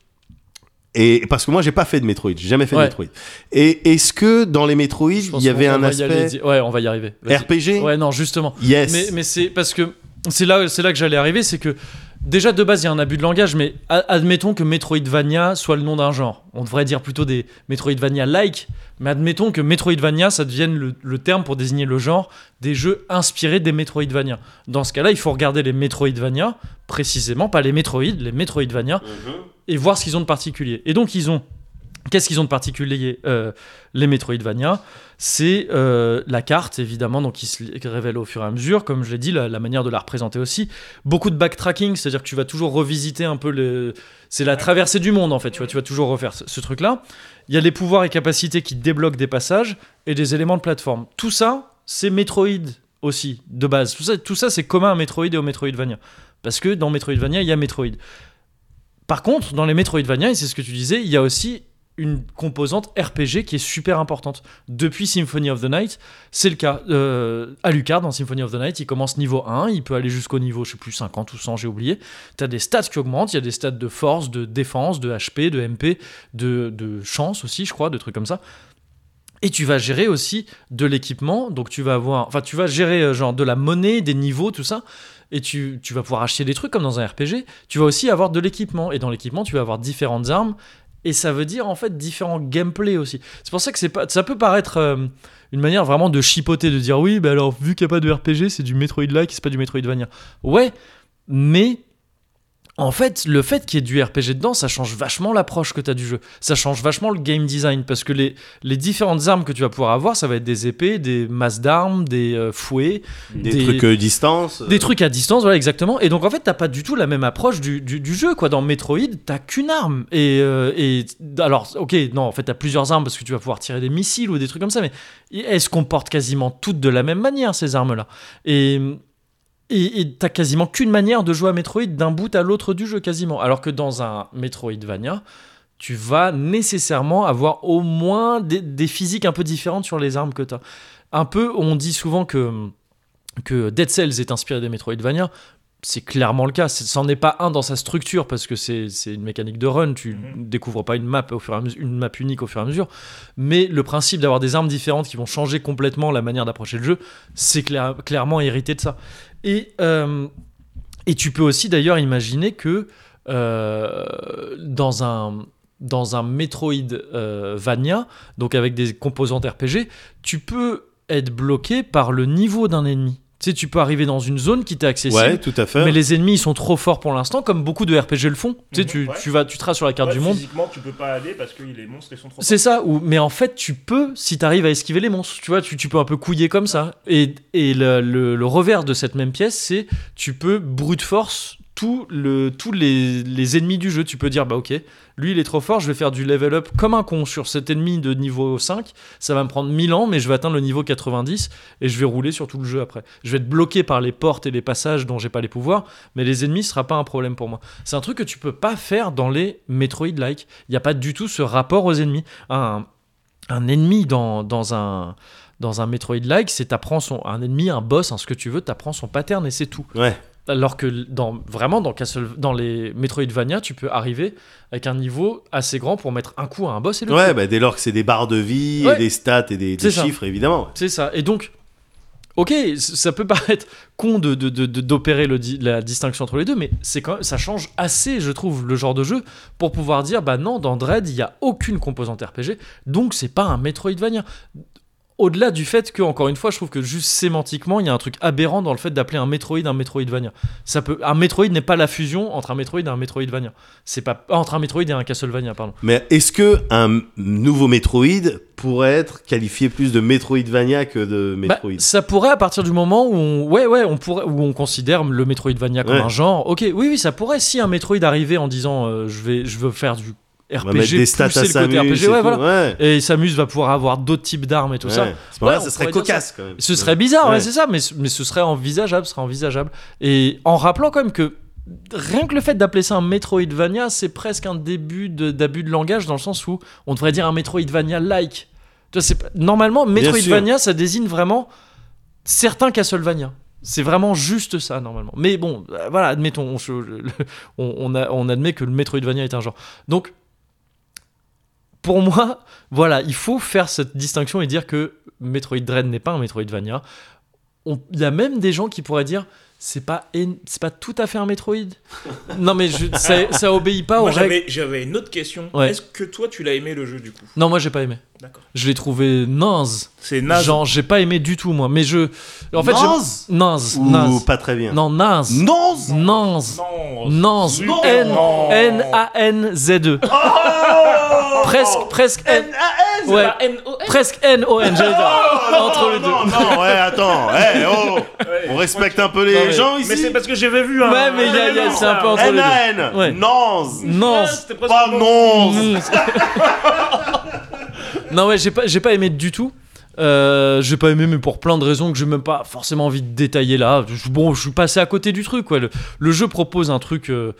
et parce que moi j'ai pas fait de Metroid, j'ai jamais fait
Ouais.
de Metroid. Et est-ce que dans les Metroid
Je
il
pense
y avait
qu'on
un
va y aller
aspect
di- Ouais, on va y arriver. Vas-y.
RPG
Ouais, non, justement.
Yes.
Mais, mais c'est parce que c'est là, c'est là que j'allais arriver, c'est que déjà de base il y a un abus de langage, mais a- admettons que Metroidvania soit le nom d'un genre. On devrait dire plutôt des Metroidvania-like, mais admettons que Metroidvania ça devienne le, le terme pour désigner le genre des jeux inspirés des Metroidvania. Dans ce cas-là, il faut regarder les Metroidvania précisément, pas les Metroid, les Metroidvania, et voir ce qu'ils ont de particulier. Et donc ils ont Qu'est-ce qu'ils ont de particulier euh, les Metroidvania C'est euh, la carte, évidemment, donc qui se li- qui révèle au fur et à mesure, comme je l'ai dit, la, la manière de la représenter aussi. Beaucoup de backtracking, c'est-à-dire que tu vas toujours revisiter un peu le. C'est la traversée du monde, en fait, tu vois, tu vas toujours refaire ce, ce truc-là. Il y a les pouvoirs et capacités qui débloquent des passages et des éléments de plateforme. Tout ça, c'est Metroid aussi, de base. Tout ça, tout ça c'est commun à Metroid et au Metroidvania. Parce que dans Metroidvania, il y a Metroid. Par contre, dans les Metroidvania, et c'est ce que tu disais, il y a aussi une composante RPG qui est super importante. Depuis Symphony of the Night, c'est le cas. Euh, Alucard, dans Symphony of the Night, il commence niveau 1, il peut aller jusqu'au niveau, je sais plus, 50 ou 100, j'ai oublié. Tu as des stats qui augmentent, il y a des stats de force, de défense, de HP, de MP, de, de chance aussi, je crois, de trucs comme ça. Et tu vas gérer aussi de l'équipement, donc tu vas avoir, enfin tu vas gérer euh, genre de la monnaie, des niveaux, tout ça, et tu, tu vas pouvoir acheter des trucs comme dans un RPG. Tu vas aussi avoir de l'équipement, et dans l'équipement tu vas avoir différentes armes, et ça veut dire en fait différents gameplay aussi. C'est pour ça que c'est pas, ça peut paraître euh, une manière vraiment de chipoter, de dire oui, bah alors vu qu'il n'y a pas de RPG, c'est du Metroid-like, c'est pas du Metroidvania. Ouais, mais en fait, le fait qu'il y ait du RPG dedans, ça change vachement l'approche que tu as du jeu. Ça change vachement le game design parce que les, les différentes armes que tu vas pouvoir avoir, ça va être des épées, des masses d'armes, des euh, fouets,
des, trucs euh, distance.
des trucs à distance, voilà exactement. Et donc en fait, t'as pas du tout la même approche du, du- du jeu, quoi. Dans Metroid, t'as qu'une arme. Et, euh, et- alors, ok, non, en fait, t'as plusieurs armes parce que tu vas pouvoir tirer des missiles ou des trucs comme ça, mais elles se comportent quasiment toutes de la même manière, ces armes-là. Et. Et et t'as quasiment qu'une manière de jouer à Metroid d'un bout à l'autre du jeu, quasiment. Alors que dans un Metroidvania, tu vas nécessairement avoir au moins des, des physiques un peu différentes sur les armes que t'as. Un peu, on dit souvent que hum, que Dead Cells est inspiré des Metroidvania, c'est clairement le cas. C'est- C'en est pas un dans sa structure parce que c'est c'est une mécanique de run. Tu découvres pas une map au fur et à mesure, une map unique au fur et à mesure. Mais le principe d'avoir des armes différentes qui vont changer complètement la manière d'approcher le jeu, c'est cla- clairement hérité de ça. Et euh, et tu peux aussi d'ailleurs imaginer que euh, dans un dans un Metroid euh, Vania, donc avec des composantes RPG, tu peux être bloqué par le niveau d'un ennemi. Tu sais, tu peux arriver dans une zone qui t'est accessible.
Ouais, tout à fait.
Mais les ennemis, ils sont trop forts pour l'instant, comme beaucoup de RPG le font. Tu sais,
Mhm,
tu,
ouais.
tu vas, tu traces sur la carte du monde.
Physiquement, tu peux pas aller parce que les monstres ils sont trop.
C'est ça, ou, mais en fait, tu peux, si t'arrives à esquiver les monstres, tu vois, tu, tu peux un peu couiller comme ça. Et, et le, le- le revers de cette même pièce, c'est tu peux brute force tout le, tous les, les ennemis du jeu. Tu peux dire, bah ok, lui il est trop fort, je vais faire du level up comme un con sur cet ennemi de niveau 5, ça va me prendre 1000 ans, mais je vais atteindre le niveau 90 et je vais rouler sur tout le jeu après. Je vais être bloqué par les portes et les passages dont j'ai pas les pouvoirs, mais les ennemis ce sera pas un problème pour moi. C'est un truc que tu peux pas faire dans les Metroid-like. Il n'y a pas du tout ce rapport aux ennemis un, un ennemi dans, dans un dans un Metroid-like, c'est t'apprends son un ennemi, un boss, un ce que tu veux, t'apprends son pattern et c'est tout.
Ouais.
Alors que dans vraiment dans Castle, dans les Metroidvania, tu peux arriver avec un niveau assez grand pour mettre un coup à un boss et le tuer.
Ouais, bah, dès lors que c'est des barres de vie,
Ouais.
et des stats et des, des
C'est ça.
chiffres, évidemment.
C'est ça. Et donc, ok, c- ça peut paraître con de, de- de- de- d'opérer le di- la distinction entre les deux, mais c'est quand même, ça change assez, je trouve, le genre de jeu pour pouvoir dire, bah non, dans Dread, il n'y a aucune composante RPG, donc c'est pas un Metroidvania. Au-delà du fait que, encore une fois, je trouve que juste sémantiquement, il y a un truc aberrant dans le fait d'appeler un Metroid un Metroidvania. Ça peut, un Metroid n'est pas la fusion entre un Metroid et un Metroidvania. C'est pas ah, entre un Metroid et un Castlevania, pardon.
Mais est-ce que un nouveau Metroid pourrait être qualifié plus de Metroidvania que de
Bah,
Metroid
ça pourrait à partir du moment où on, ouais, ouais, on pourrait, où on considère le Metroidvania comme
Ouais.
un genre. Ok, oui, oui, ça pourrait. Si un Metroid arrivait en disant euh, je vais, je veux faire du RPG,
On va mettre des stats à
pousser le
Samus
côté RPG,
et
ouais,
tout,
voilà.
ouais.
Et Samus va pouvoir avoir d'autres types d'armes et tout ça.
Ouais. À ce moment-là,
Ouais, on
ça serait
pourrait dire
cocasse quand même.
Ce serait bizarre,
Ouais.
ouais, c'est ça, mais, ce- mais ce serait envisageable, ce serait envisageable. Et en rappelant quand même que rien que le fait d'appeler ça un Metroidvania, c'est presque un début de- d'abus de, langage dans le sens où on devrait dire un Metroidvania-like. Tu vois, c'est pas- Normalement,
sûr.
Metroidvania, ça désigne vraiment certains Castlevania. C'est vraiment juste ça, normalement. Mais bon, euh, voilà, admettons, on, je- le- on- on a- on admet que le Metroidvania est un genre. Donc, pour moi, voilà, il faut faire cette distinction et dire que Metroid Dread n'est pas un Metroidvania. On- Il y a même des gens qui pourraient dire c'est pas en- c'est pas tout à fait un Metroid. non mais je, ça, ça obéit pas aux
Moi,
règles.
j'avais, j'avais une autre question.
Ouais.
Est-ce que toi, tu l'as aimé le jeu du coup
Non moi j'ai pas aimé.
D'accord.
Je l'ai trouvé naze.
C'est naze.
Genre j'ai pas aimé du tout moi. Mais je en fait je-
Naze
naze
Ou
naze.
pas très bien.
Non naze
Non
naze
Non.
naze
Non.
n
Non.
n a n z e presque presque n E.
C'est
ouais
pas N-O-N
presque n o n j'allais dire. entre les deux.
Oh, Non, non, ouais, attends. hey, oh,
Ouais.
on respecte un peu les
Non, mais-
gens
Mais
ici.
c'est parce que j'avais vu un.
Ouais, mais il y a- il y a- c'est un peu entre les deux.
N-A-N.
Ouais.
Nonze.
Naze.
C'était presque
Pas
bon.
nonze.
non ouais j'ai pas j'ai pas aimé du tout Euh, j'ai pas aimé mais pour plein de raisons que j'ai même pas forcément envie de détailler là Je- bon je suis passé à côté du truc quoi le, le jeu propose un truc euh,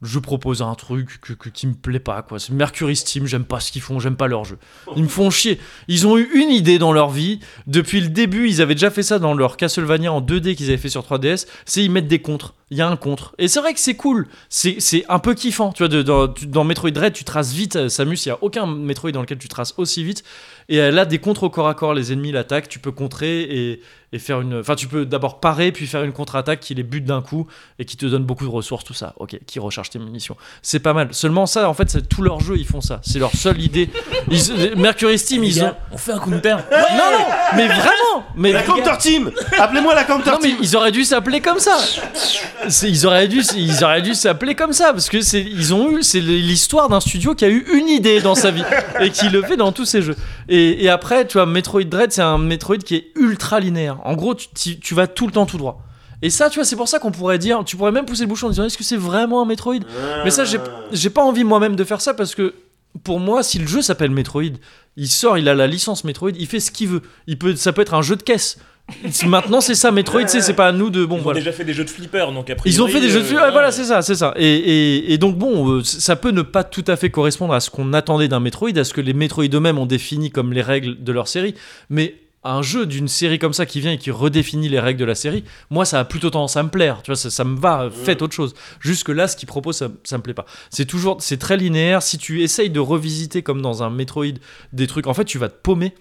le jeu propose un truc que, que- qui me plaît pas quoi c'est Mercury Steam j'aime pas ce qu'ils font j'aime pas leur jeu ils me font chier ils ont eu une idée dans leur vie depuis le début ils avaient déjà fait ça dans leur Castlevania en 2D qu'ils avaient fait sur 3DS c'est ils mettent des contres il y a un contre et c'est vrai que c'est cool c'est c'est un peu kiffant tu vois de- dans, tu- dans Metroid Dread tu traces vite euh, Samus il y a aucun Metroid dans lequel tu traces aussi vite et elle a des contres au corps à corps, les ennemis l'attaquent, tu peux contrer et, et faire une. Enfin, tu peux d'abord parer, puis faire une contre-attaque qui les bute d'un coup et qui te donne beaucoup de ressources, tout ça. Ok, qui recharge tes munitions. C'est pas mal. Seulement, ça, en fait, c'est tout leur jeu, ils font ça. C'est leur seule idée. Ils- Mercury Steam, ils ont.
On fait un counter.
Non, non, mais vraiment Mais
La Counter Team. Appelez-moi la Counter
non mais
Team.
ils auraient dû s'appeler comme ça. C'est- Ils auraient dû, ils auraient dû s'appeler comme ça parce que c'est, ils ont eu, c'est l'histoire d'un studio qui a eu une idée dans sa vie et qui le fait dans tous ses jeux. Et, et après, tu vois, Metroid Dread, c'est un Metroid qui est ultra linéaire. En gros, tu, tu- tu vas tout le temps tout droit. Et ça, tu vois, c'est pour ça qu'on pourrait dire, tu pourrais même pousser le bouchon en disant, est-ce que c'est vraiment un Metroid mais ça, j'ai-
Ah.
j'ai pas envie moi-même de faire ça parce que pour moi, si le jeu s'appelle Metroid, il sort, il a la licence Metroid, il fait ce qu'il veut. Il peut, ça peut être un jeu de caisse. Maintenant, c'est ça Metroid, tu sais, c'est pas à nous de. Bon,
Ils ont
voilà.
déjà fait des jeux de flipper, donc après.
Ils ont fait des
euh,
jeux de flipper, ouais, voilà, c'est ça, c'est ça. Et, et- et donc, bon, euh, c- ça peut ne pas tout à fait correspondre à ce qu'on attendait d'un Metroid, à ce que les Metroid eux-mêmes ont défini comme les règles de leur série. Mais un jeu d'une série comme ça qui vient et qui redéfinit les règles de la série, moi, ça a plutôt tendance à me plaire. Tu vois, ça, ça me va, euh, faites autre chose. Jusque-là, ce qu'ils proposent, ça, ça me plaît pas. C'est toujours, c'est très linéaire. Si tu essayes de revisiter comme dans un Metroid des trucs, en fait, tu vas te paumer.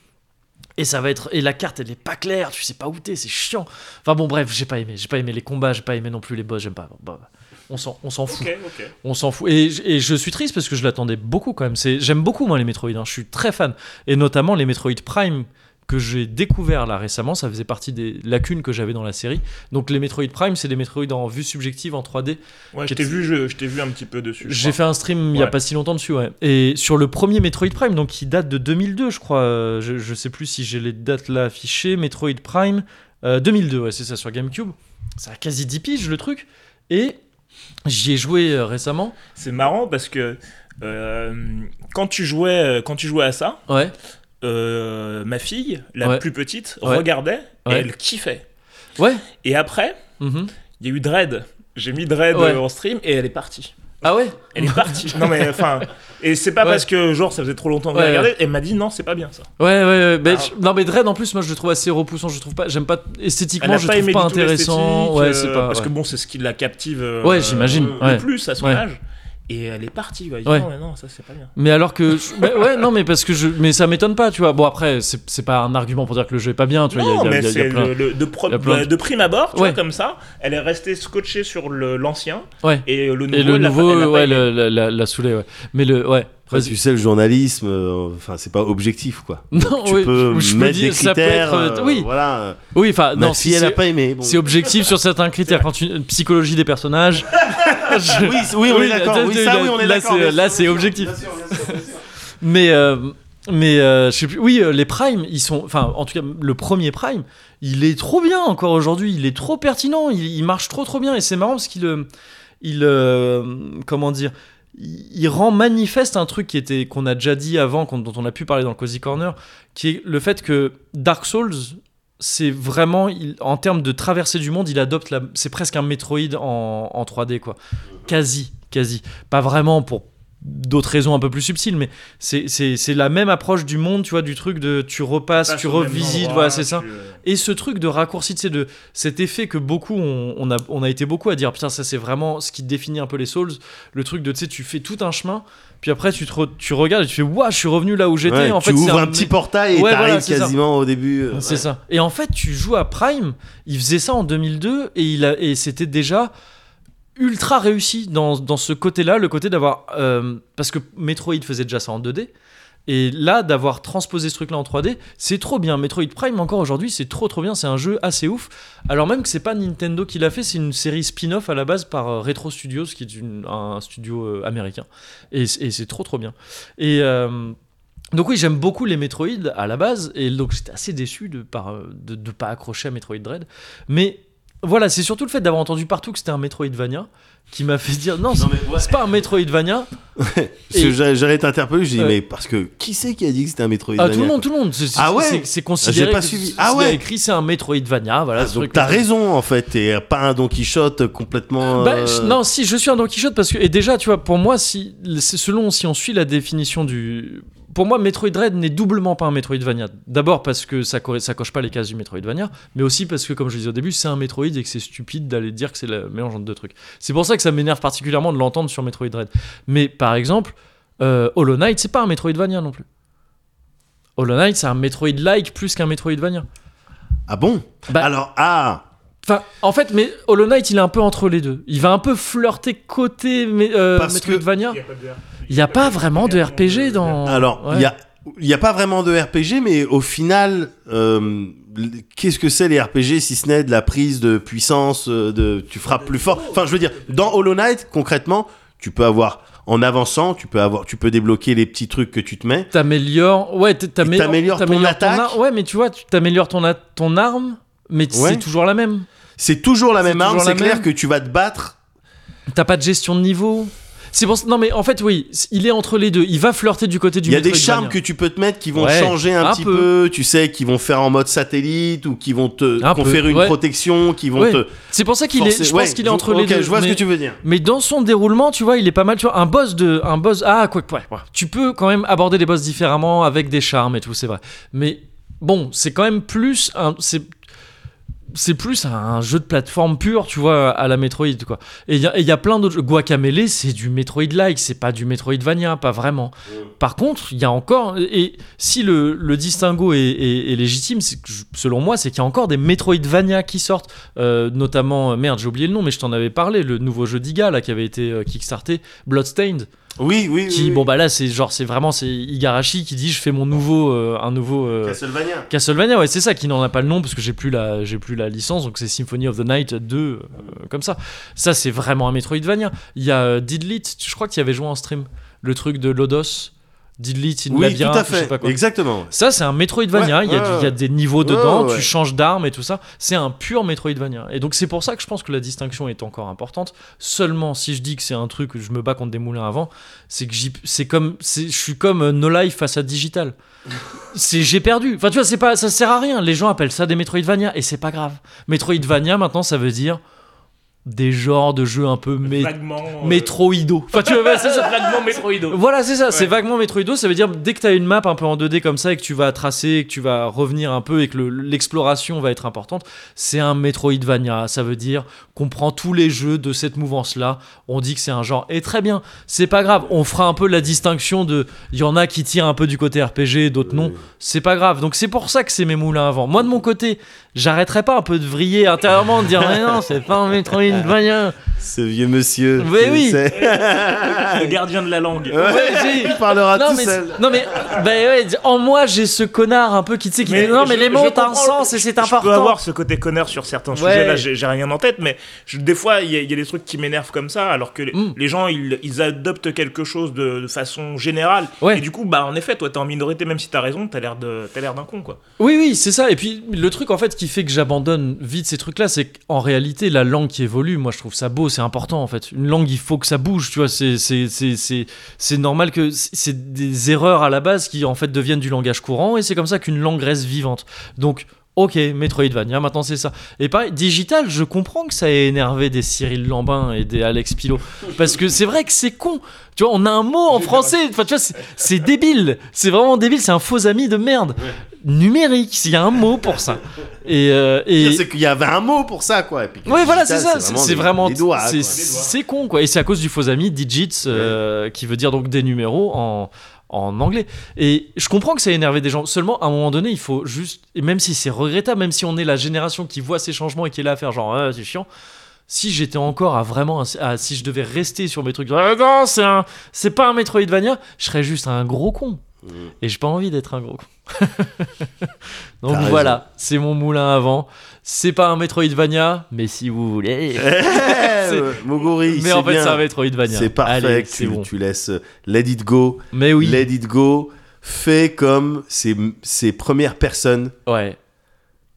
Et ça va être et la carte elle est pas claire, tu sais pas où t'es, c'est chiant. Enfin bon bref, j'ai pas aimé, j'ai pas aimé les combats, j'ai pas aimé non plus les boss, j'aime pas. Bon, bah, on s'en on s'en fout,
Ok, ok.
on s'en fout. Et, j- et je suis triste parce que je l'attendais beaucoup quand même. C'est j'aime beaucoup moi les Metroid, hein, je suis très fan et notamment les Metroid Prime que j'ai découvert là récemment, ça faisait partie des lacunes que j'avais dans la série. Donc les Metroid Prime, c'est des Metroid en vue subjective en 3D
Ouais, je t'ai vu, je, je t'ai vu un petit peu dessus. je
j'ai
crois.
fait un stream il y a
Ouais.
pas si longtemps dessus, ouais. Et sur le premier Metroid Prime, donc qui date de 2002, je crois. euh, Je, je sais plus si j'ai les dates là affichées. Metroid Prime euh, 2002, ouais, c'est ça sur GameCube. Ça a quasi 10 piges le truc. Et j'y ai joué euh, récemment.
C'est marrant parce que euh, quand tu jouais, euh, quand tu jouais à ça,
Ouais.
euh, ma fille, la
Ouais.
plus petite,
Ouais.
regardait et
Ouais.
elle kiffait.
Ouais.
Et après,
Mhm.
il y a eu Dread. J'ai mis Dread
Ouais.
euh, en stream et elle est partie.
Ah ouais
Elle est partie. non mais enfin, et c'est pas
Ouais.
parce que genre ça faisait trop longtemps que
Ouais,
je regardais. Elle m'a dit non, c'est pas bien ça.
Ouais, ouais, ouais. ben,
Ah.
je- Non, mais Dread en plus, moi je le trouve assez repoussant. Je trouve pas. J'aime pas.
Elle
Esthétiquement,
n'a
je
pas
trouve
aimé
pas
du tout
intéressant.
l'esthétique,
Ouais,
euh,
c'est pas.
parce
ouais.
que bon, c'est ce qui la captive. euh,
Ouais, j'imagine,
euh,
ouais.
Le plus à son
Ouais.
âge. Et elle est partie. Ouais. Il dit,
Ouais.
Non, mais non, ça c'est pas bien.
Mais alors que je- mais ouais non mais parce que je mais ça m'étonne pas tu vois bon après c'est c'est pas un argument pour dire que le jeu est pas bien tu vois il y a-
Non,
il y a-
mais
il y a- il y a
c'est
plein-
le- le- de, pro-
il
bah,
y a plein de-
de- de prime abord, tu
Ouais.
vois, comme ça, elle est restée scotchée sur le- l'ancien
ouais
et le nouveau.
Et le
elle l'a-
nouveau,
elle l'a pas
ouais,
aimé.
le- la, la, la saoulée, ouais. Mais le, ouais.
Après, tu sais, le journalisme, euh, enfin, c'est pas objectif, quoi.
Non,
Tu
oui,
peux
je me
mettre
dis,
des
ça peut
critères.
être. euh,
euh,
oui,
Voilà.
oui, enfin,
Même
non,
si
si
elle a
c'est-
pas aimé. bon.
c'est objectif sur certains critères. Quand tu, psychologie des personnages. je-
Oui, oui, on est d'accord.
là,
Oui, ça, oui, on est
là,
d'accord.
c'est-
bien sûr,
Là,
bien
c'est
sûr,
objectif.
bien sûr, bien sûr, bien sûr.
Mais euh, mais euh, je sais plus. Oui, euh, les primes, ils sont. Enfin, en tout cas, le premier prime, il est trop bien encore aujourd'hui. Il est trop pertinent. Il, il marche trop trop bien. Et c'est marrant parce qu'il euh, il euh, comment dire. Il il rend manifeste un truc qui était qu'on a déjà dit avant, qu'on- dont on a pu parler dans le cozy corner, qui est le fait que Dark Souls, c'est vraiment il- en termes de traversée du monde, il adopte la- c'est presque un Metroid en, en 3D quoi, quasi, quasi, pas vraiment pour d'autres raisons un peu plus subtiles, mais c'est- c'est c'est la même approche du monde, tu vois, du truc de tu repasses,
Passe
tu
au même
revisites,
endroit,
voilà, c'est ça.
tu, euh,
Et ce truc de raccourci, tu sais, de cet effet que beaucoup, on, on a, on a été beaucoup à dire, putain, ça c'est vraiment ce qui définit un peu les Souls, le truc de, tu sais, tu fais tout un chemin, puis après tu, te re- tu regardes et tu fais, waouh, je suis revenu là où j'étais,
Ouais,
en
tu
fait, c'est
ouvres un petit portail et
Ouais,
t'arrives
voilà, c'est ça.
quasiment au début. euh,
c'est
ouais.
ça. Et en fait, tu joues à Prime, il faisait ça en 2002 et, il a, et c'était déjà ultra réussi dans, dans ce côté-là, le côté d'avoir... euh, parce que Metroid faisait déjà ça en 2D. Et là, d'avoir transposé ce truc-là en 3D, c'est trop bien. Metroid Prime, encore aujourd'hui, c'est trop trop bien. C'est un jeu assez ouf. Alors même que c'est pas Nintendo qui l'a fait, c'est une série spin-off à la base par euh, Retro Studios, qui est une- un studio euh, américain. Et, c- et c'est trop trop bien. Et euh, donc oui, j'aime beaucoup les Metroid à la base, et donc j'étais assez déçu de par euh, de, de pas accrocher à Metroid Dread. Mais voilà, c'est surtout le fait d'avoir entendu partout que c'était un Metroidvania qui m'a fait dire non, c'est c'est pas un Metroidvania. Ah,
Parce que
Et-
j'a- J'allais t'interpeller, j'ai dit,
Ouais.
mais parce que qui c'est qui a dit que c'était un Metroidvania
Ah, tout le monde, tout le monde. C'est- c'est-
Ah ouais
c'est- C'est considéré.
J'ai pas
que-
suivi.
c'est
Ah ouais
écrit, c'est un Metroidvania. Voilà,
Ah,
ce
donc
truc-là.
t'as raison en fait, t'es pas un Don Quichotte complètement.
Bah,
euh,
je- non, si je suis un Don Quichotte parce que et déjà, tu vois, pour moi, si c'est selon si on suit la définition du, pour moi, Metroid Dread n'est doublement pas un Metroidvania. D'abord parce que ça, co- ça coche pas les cases du Metroidvania, mais aussi parce que, comme je disais au début, c'est un Metroid et que c'est stupide d'aller dire que c'est le mélange entre deux trucs. C'est pour ça que ça m'énerve particulièrement de l'entendre sur Metroid Dread. Mais par exemple, euh, Hollow Knight, c'est pas un Metroidvania non plus. Hollow Knight, c'est un Metroid-like plus qu'un Metroidvania.
Ah bon
Bah-
Alors, ah
Enfin, en fait, mais Hollow Knight, il est un peu entre les deux. Il va un peu flirter côté mais, euh,
Parce que-
Metroidvania.
il y a pas de R-
Il n'y a pas vraiment de RPG dans.
Alors, il
Ouais.
y a. Il n'y a pas vraiment de RPG, mais au final, euh, l- qu'est-ce que c'est les RPG si ce n'est de la prise de puissance, euh, de tu frappes plus fort. Enfin, je veux dire, dans Hollow Knight, concrètement, tu peux avoir, en avançant, tu peux avoir, tu peux débloquer les petits trucs que tu te mets.
T'améliores. Ouais, t- t'améliores.
t'améliores ton attaque.
ar- Ouais, mais tu vois, tu t'améliores ton, a- ton arme, mais t-
Ouais.
c'est toujours la même.
C'est toujours la
C'est
même arme,
toujours la
c'est clair
même.
que tu vas te battre.
T'as pas de gestion de niveau. C'est pour ça- Non, mais en fait, oui, c- il est entre les deux. Il va flirter du côté du
Il y a des
Metroidvania.
charmes que tu peux te mettre qui vont
Ouais,
changer un,
un
petit peu.
peu.
tu sais, qui vont faire en mode satellite ou qui vont te
Un peu,
conférer une
ouais.
protection, qui vont
Ouais,
te.
C'est pour ça qu'il est.
forcer-
Je pense
ouais,
qu'il est entre les
ok,
deux.
je vois ce
mais-
que tu veux dire.
Mais dans son déroulement, tu vois, il est pas mal. Tu vois, un boss de, un boss. Ah, quoi, quoi, quoi. Tu peux quand même aborder les boss différemment avec des charmes et tout, c'est vrai. Mais bon, c'est quand même plus un, c'est, c'est plus un jeu de plateforme pur, tu vois, à la Metroid, quoi. Et il y, a- et il y a plein d'autres. jeux. Guacamele, c'est du Metroid-like, c'est pas du Metroidvania, pas vraiment. Par contre, il y a encore. Et si le, le distinguo est, est- est légitime, c'est que je- selon moi, c'est qu'il y a encore des Metroidvania qui sortent. Euh, notamment, euh, merde, j'ai oublié le nom, mais je t'en avais parlé, le nouveau jeu d'IGA là, qui avait été euh, kickstarté, Bloodstained,
Oui, oui, oui.
qui,
oui.
bon bah là, c'est genre, c'est vraiment c'est Igarashi qui dit je fais mon nouveau, euh, un nouveau euh,
Castlevania.
Castlevania, ouais, c'est ça, qui n'en a pas le nom parce que j'ai plus la, j'ai plus la licence, donc c'est Symphony of the Night 2, euh, comme ça. Ça, c'est vraiment un Metroidvania. Il y a euh, Didlit, je crois qu'il y avait joué en stream, le truc de Lodos, Didlit in
Oui, tout
Labyrinth, je
à fait.
sais pas quoi.
Exactement.
Ça, c'est un Metroidvania.
Ouais,
il, y a
ouais,
du-
ouais.
il y a des niveaux
Ouais,
dedans,
ouais.
tu changes d'arme et tout ça. C'est un pur Metroidvania. Et donc, c'est pour ça que je pense que la distinction est encore importante. Seulement, si je dis que c'est un truc que je me bats contre des moulins avant, c'est que j'y- c'est comme, c'est- je suis comme euh, No Life face à Digital. C'est j'ai perdu. Enfin, tu vois, c'est pas, ça sert à rien. Les gens appellent ça des Metroidvania et c'est pas grave. Metroidvania, maintenant, ça veut dire des genres de jeux un peu mé-
Vaguement. euh,
Metroido. Enfin, tu vois, ouais, c'est ça.
Vaguement Metroido.
Voilà, c'est ça, c'est
Ouais.
vaguement Metroido, ça veut dire dès que tu as une map un peu en 2D comme ça et que tu vas tracer, et que tu vas revenir un peu et que le- l'exploration va être importante, c'est un Metroidvania, ça veut dire qu'on prend tous les jeux de cette mouvance-là, on dit que c'est un genre, et très bien, c'est pas grave, on fera un peu la distinction de, il y en a qui tirent un peu du côté RPG, d'autres non, c'est pas grave, donc c'est pour ça que c'est mes moulins à vent. Moi de mon côté, j'arrêterai pas un peu de vriller intérieurement, de dire mais non, c'est pas un Metroidvania,
Ce vieux monsieur.
Ouais,
je
oui.
sais.
Le gardien de la langue.
Ah, Ouais, j'ai-
Il
Ah,
parlera
non,
tout
mais,
seul.
non mais bah ouais, en moi j'ai ce connard un peu qui tu sais qui dit, non mais
je-
les
je
mots ont un
comprends-
sens et c'est
Je peux
important.
avoir ce côté connard sur certains
Ouais.
sujets. Là, j'ai j'ai rien en tête, mais je- des fois, il y, a- il y a des trucs qui m'énervent comme ça, alors que les,
Mm.
les gens, ils, ils adoptent quelque chose de, de façon générale.
Ouais.
Et du coup, bah, en effet, toi, t'es en minorité, même si t'as raison, t'as l'air de- t'as l'air d'un con, quoi.
Oui oui, c'est ça et puis le truc en fait qui fait que j'abandonne vite ces trucs là, c'est qu'en réalité la langue qui évolue, moi je trouve ça beau, c'est important en fait. Une langue, il faut que ça bouge, tu vois, c'est c'est c'est c'est c'est normal que c'est- c'est des erreurs à la base qui en fait deviennent du langage courant et c'est comme ça qu'une langue reste vivante. Donc Ok, Metroidvania, maintenant c'est ça. Et pareil, digital, je comprends que ça ait énervé des Cyril Lambin et des Alex Pilot. Parce que c'est vrai que c'est con. Tu vois, on a un mot en français. Enfin, tu vois, c'est- c'est débile. C'est vraiment débile. C'est un faux ami de merde. Numérique, s'il y a un mot pour ça. Et. euh, et-
C'est qu'il y avait un mot pour ça, quoi. Et puis que
Ouais, voilà, c'est
digital,
ça. C'est c'est
des-
vraiment.
des doigts,
c'est-
quoi.
C'est con, quoi. Et c'est à cause du faux ami digits, euh, qui veut dire donc des numéros en, en anglais. Et je comprends que ça a énervé des gens. Seulement, à un moment donné, il faut juste. Et même si c'est regrettable, même si on est la génération qui voit ces changements et qui est là à faire genre, Ah, c'est chiant. Si j'étais encore à vraiment. un- à- si je devais rester sur mes trucs, Ah, non, c'est un- c'est pas un Metroidvania, je serais juste un gros con.
Mm.
Et j'ai pas envie d'être un gros con. Donc
T'as raison.
voilà, c'est mon moulin à vent. C'est pas un Metroidvania, mais si vous voulez.
Eh, Moguri,
Mais
c'est
en fait,
bien.
c'est un Metroidvania.
C'est parfait.
Allez,
tu,
c'est bon.
tu laisses euh, Let It Go.
Mais oui.
Let It Go fait comme ces, ces premières personnes
Ouais.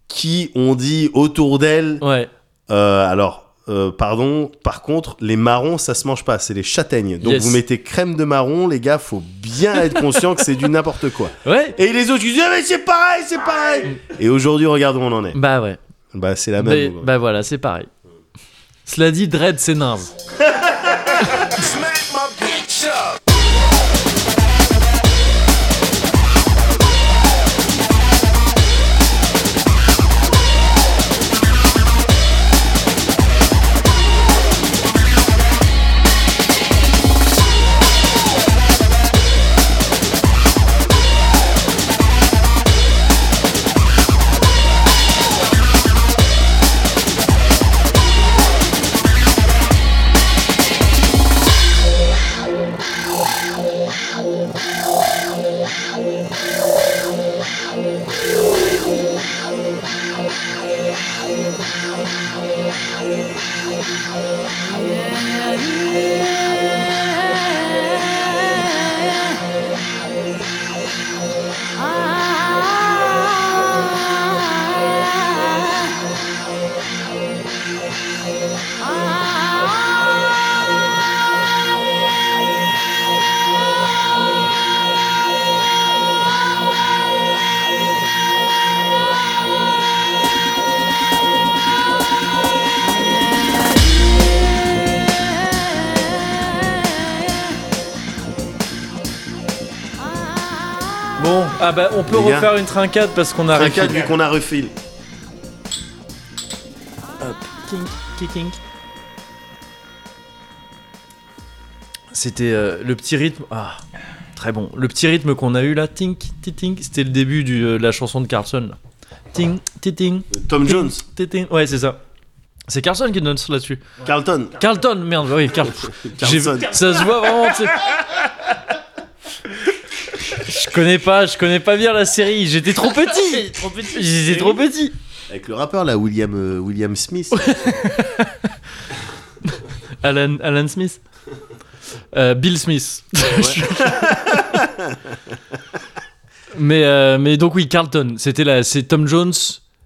qui ont dit autour d'elles.
Ouais.
euh, alors, euh, pardon. Par contre, les marrons, ça se mange pas. C'est les châtaignes. Donc
Yes.
vous mettez crème de marron, les gars. Faut bien être conscient que c'est du n'importe quoi.
Ouais.
Et les autres qui disent ah, mais c'est pareil, c'est pareil. Et aujourd'hui, regarde où on en est.
Bah ouais.
Bah c'est la
Mais-
même. Mm. Moguri.
bah voilà, c'est pareil. Cela dit, Dread, c'est naze. Bon, ah bah on peut
Les gars.
refaire une trincade parce qu'on a
Un
réussi.
cas vu qu'on a refil.
C'était euh, le petit rythme. Ah, très bon. Le petit rythme qu'on a eu là, tink, ti, tink, c'était le début du, euh, de la chanson de Carlson. Là. Ting, ti, ting,
Tom Jones,
ti, ting. Ouais, c'est ça. C'est Carlson qui donne ça là-dessus.
Carlton.
Carlton, merde, oui, Carl. J'ai-
Carlson.
Ça se voit vraiment. tu sais. Je connais pas, je connais pas bien la série. J'étais trop petit. trop petit. J'étais trop petit.
Avec le rappeur là, William, euh, William Smith.
Alan, Alan Smith. Euh, Bill Smith. mais, euh, mais donc oui, Carlton. C'était là, c'est Tom Jones.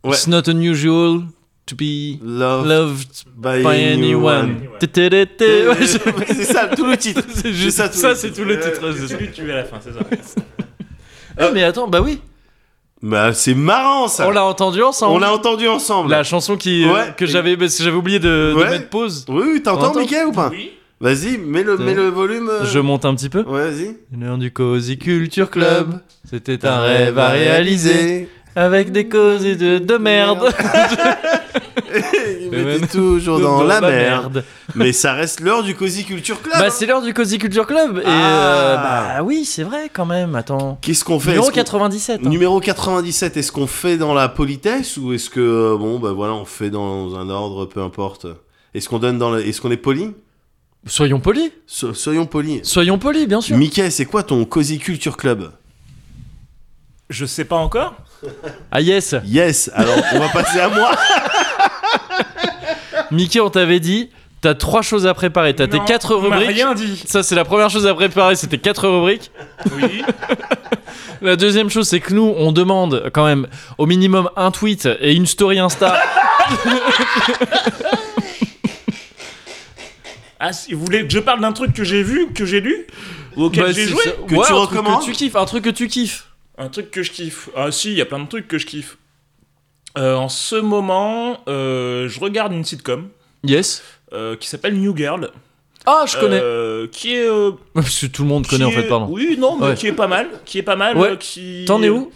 Ouais.
It's not unusual to be
Love,
loved
by, Euh,
by anyone. Tétérété. Ouais, je-
c'est ça, tout le titre.
c'est juste-
ça, tout
ça,
le
c'est
titre. Euh,
tout le titre. c'est ça.
C'est lui tué à la fin, c'est ça.
Ah, mais attends, bah oui,
Bah, c'est marrant ça.
on l'a entendu ensemble.
On l'a entendu ensemble.
La chanson qui,
Ouais.
euh, que j'avais parce que j'avais oublié de, de
Ouais.
mettre pause.
Oui, oui,
On
t'entends,
l'entend
Mickey ou pas
Oui.
Vas-y, mets le,
Euh,
mets le volume. euh.
Je monte un petit peu.
Ouais, vas-y.
L'heure du Cozy Culture Club. C'était un rêve à réaliser.
réaliser.
Avec des causes de, de merde.
Il
même-
était toujours dans, la, merde. Mais ça reste l'heure du Cozy Culture Club.
Bah,
hein.
c'est l'heure du Cozy Culture Club. Et
Ah.
euh, bah oui, c'est vrai quand même. Attends.
Qu'est-ce qu'on fait
Numéro
Est-ce qu'on-
97. hein.
Numéro 97, est-ce qu'on fait dans la politesse ou est-ce que, euh, bon, bah voilà, on fait dans un ordre, peu importe Est-ce qu'on donne dans le- Est-ce qu'on est poli
Soyons polis.
So- Soyons polis.
Soyons polis, bien sûr.
Mickey, c'est quoi ton Cozy Culture Club
Je sais pas encore.
Ah yes,
Yes, alors on va passer à moi.
Mickey, on t'avait dit, t'as trois choses à préparer. T'as tes
Non,
quatre
on m'a
rubriques.
rien dit.
Ça, c'est la première chose à préparer, c'était quatre rubriques.
Oui.
La deuxième chose, c'est que nous, on demande quand même au minimum un tweet et une story Insta.
Ah, si vous voulez que je parle d'un truc que j'ai vu, que j'ai lu, ou auquel
Bah,
j'ai
c'est
joué
ça.
que
Ouais,
tu
un truc
recommandes.
que tu kiffes, un truc que tu kiffes.
Un truc que je kiffe. Ah si, il y a plein de trucs que je kiffe. Euh, en ce moment, euh, je regarde une sitcom
Yes.
euh, qui s'appelle New Girl.
Ah, je connais.
Euh, qui est. euh,
Parce que tout le monde connaît en
qui
fait,
est-
pardon.
Oui, non, mais
Ouais.
qui est pas mal. Qui est pas mal.
Ouais.
euh, qui...
T'en es où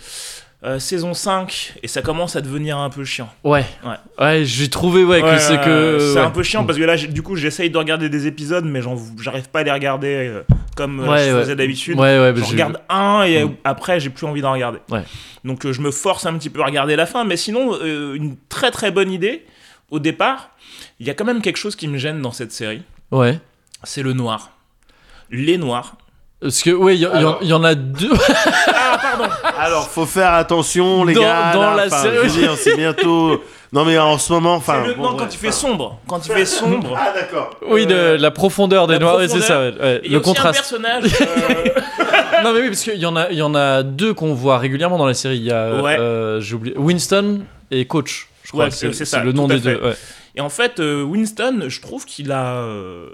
Euh, Saison 5, et ça commence à devenir un peu chiant.
Ouais.
Ouais.
Ouais, j'ai trouvé ouais, que
Ouais,
c'est que.
euh, c'est
ouais. Mm.
un peu chiant parce que là, j'ai- du coup, j'essaye de regarder des épisodes, mais j'en- j'arrive pas à les regarder euh, comme euh,
Ouais,
je
ouais.
faisais d'habitude.
Ouais, ouais, bah,
Je
j'ai-
regarde un et
Mm.
après j'ai plus envie d'en regarder.
Ouais.
Donc euh, je me force un petit peu à regarder la fin, mais sinon euh, une très très bonne idée au départ. Il y a quand même quelque chose qui me gêne dans cette série,
Ouais.
c'est le noir, les noirs.
Parce que, ouais, il y, en-
Alors.
y en a deux.
Ah pardon.
Alors faut faire attention les
Dans-
gars.
dans la
là, enfin,
série-
je veux dire, c'est bientôt. Non mais en ce moment, enfin.
C'est le-
bon,
non,
bref.
quand il fait sombre, quand il fait sombre.
Ah d'accord.
oui, de, la profondeur des
la
noirs, ouais, c'est ça.
profondeur.
ouais, ouais,
Et il y a
le
aussi un
contraste.
personnage. euh,
non mais oui parce qu'il y en a il y en a deux qu'on voit régulièrement dans la série il y a
Ouais.
euh, j'ai oublié Winston et Coach je crois
Ouais,
que
c'est- c'est ça,
le nom
tout à
des deux
fait.
ouais.
et en fait, euh, Winston, je trouve qu'il a. euh,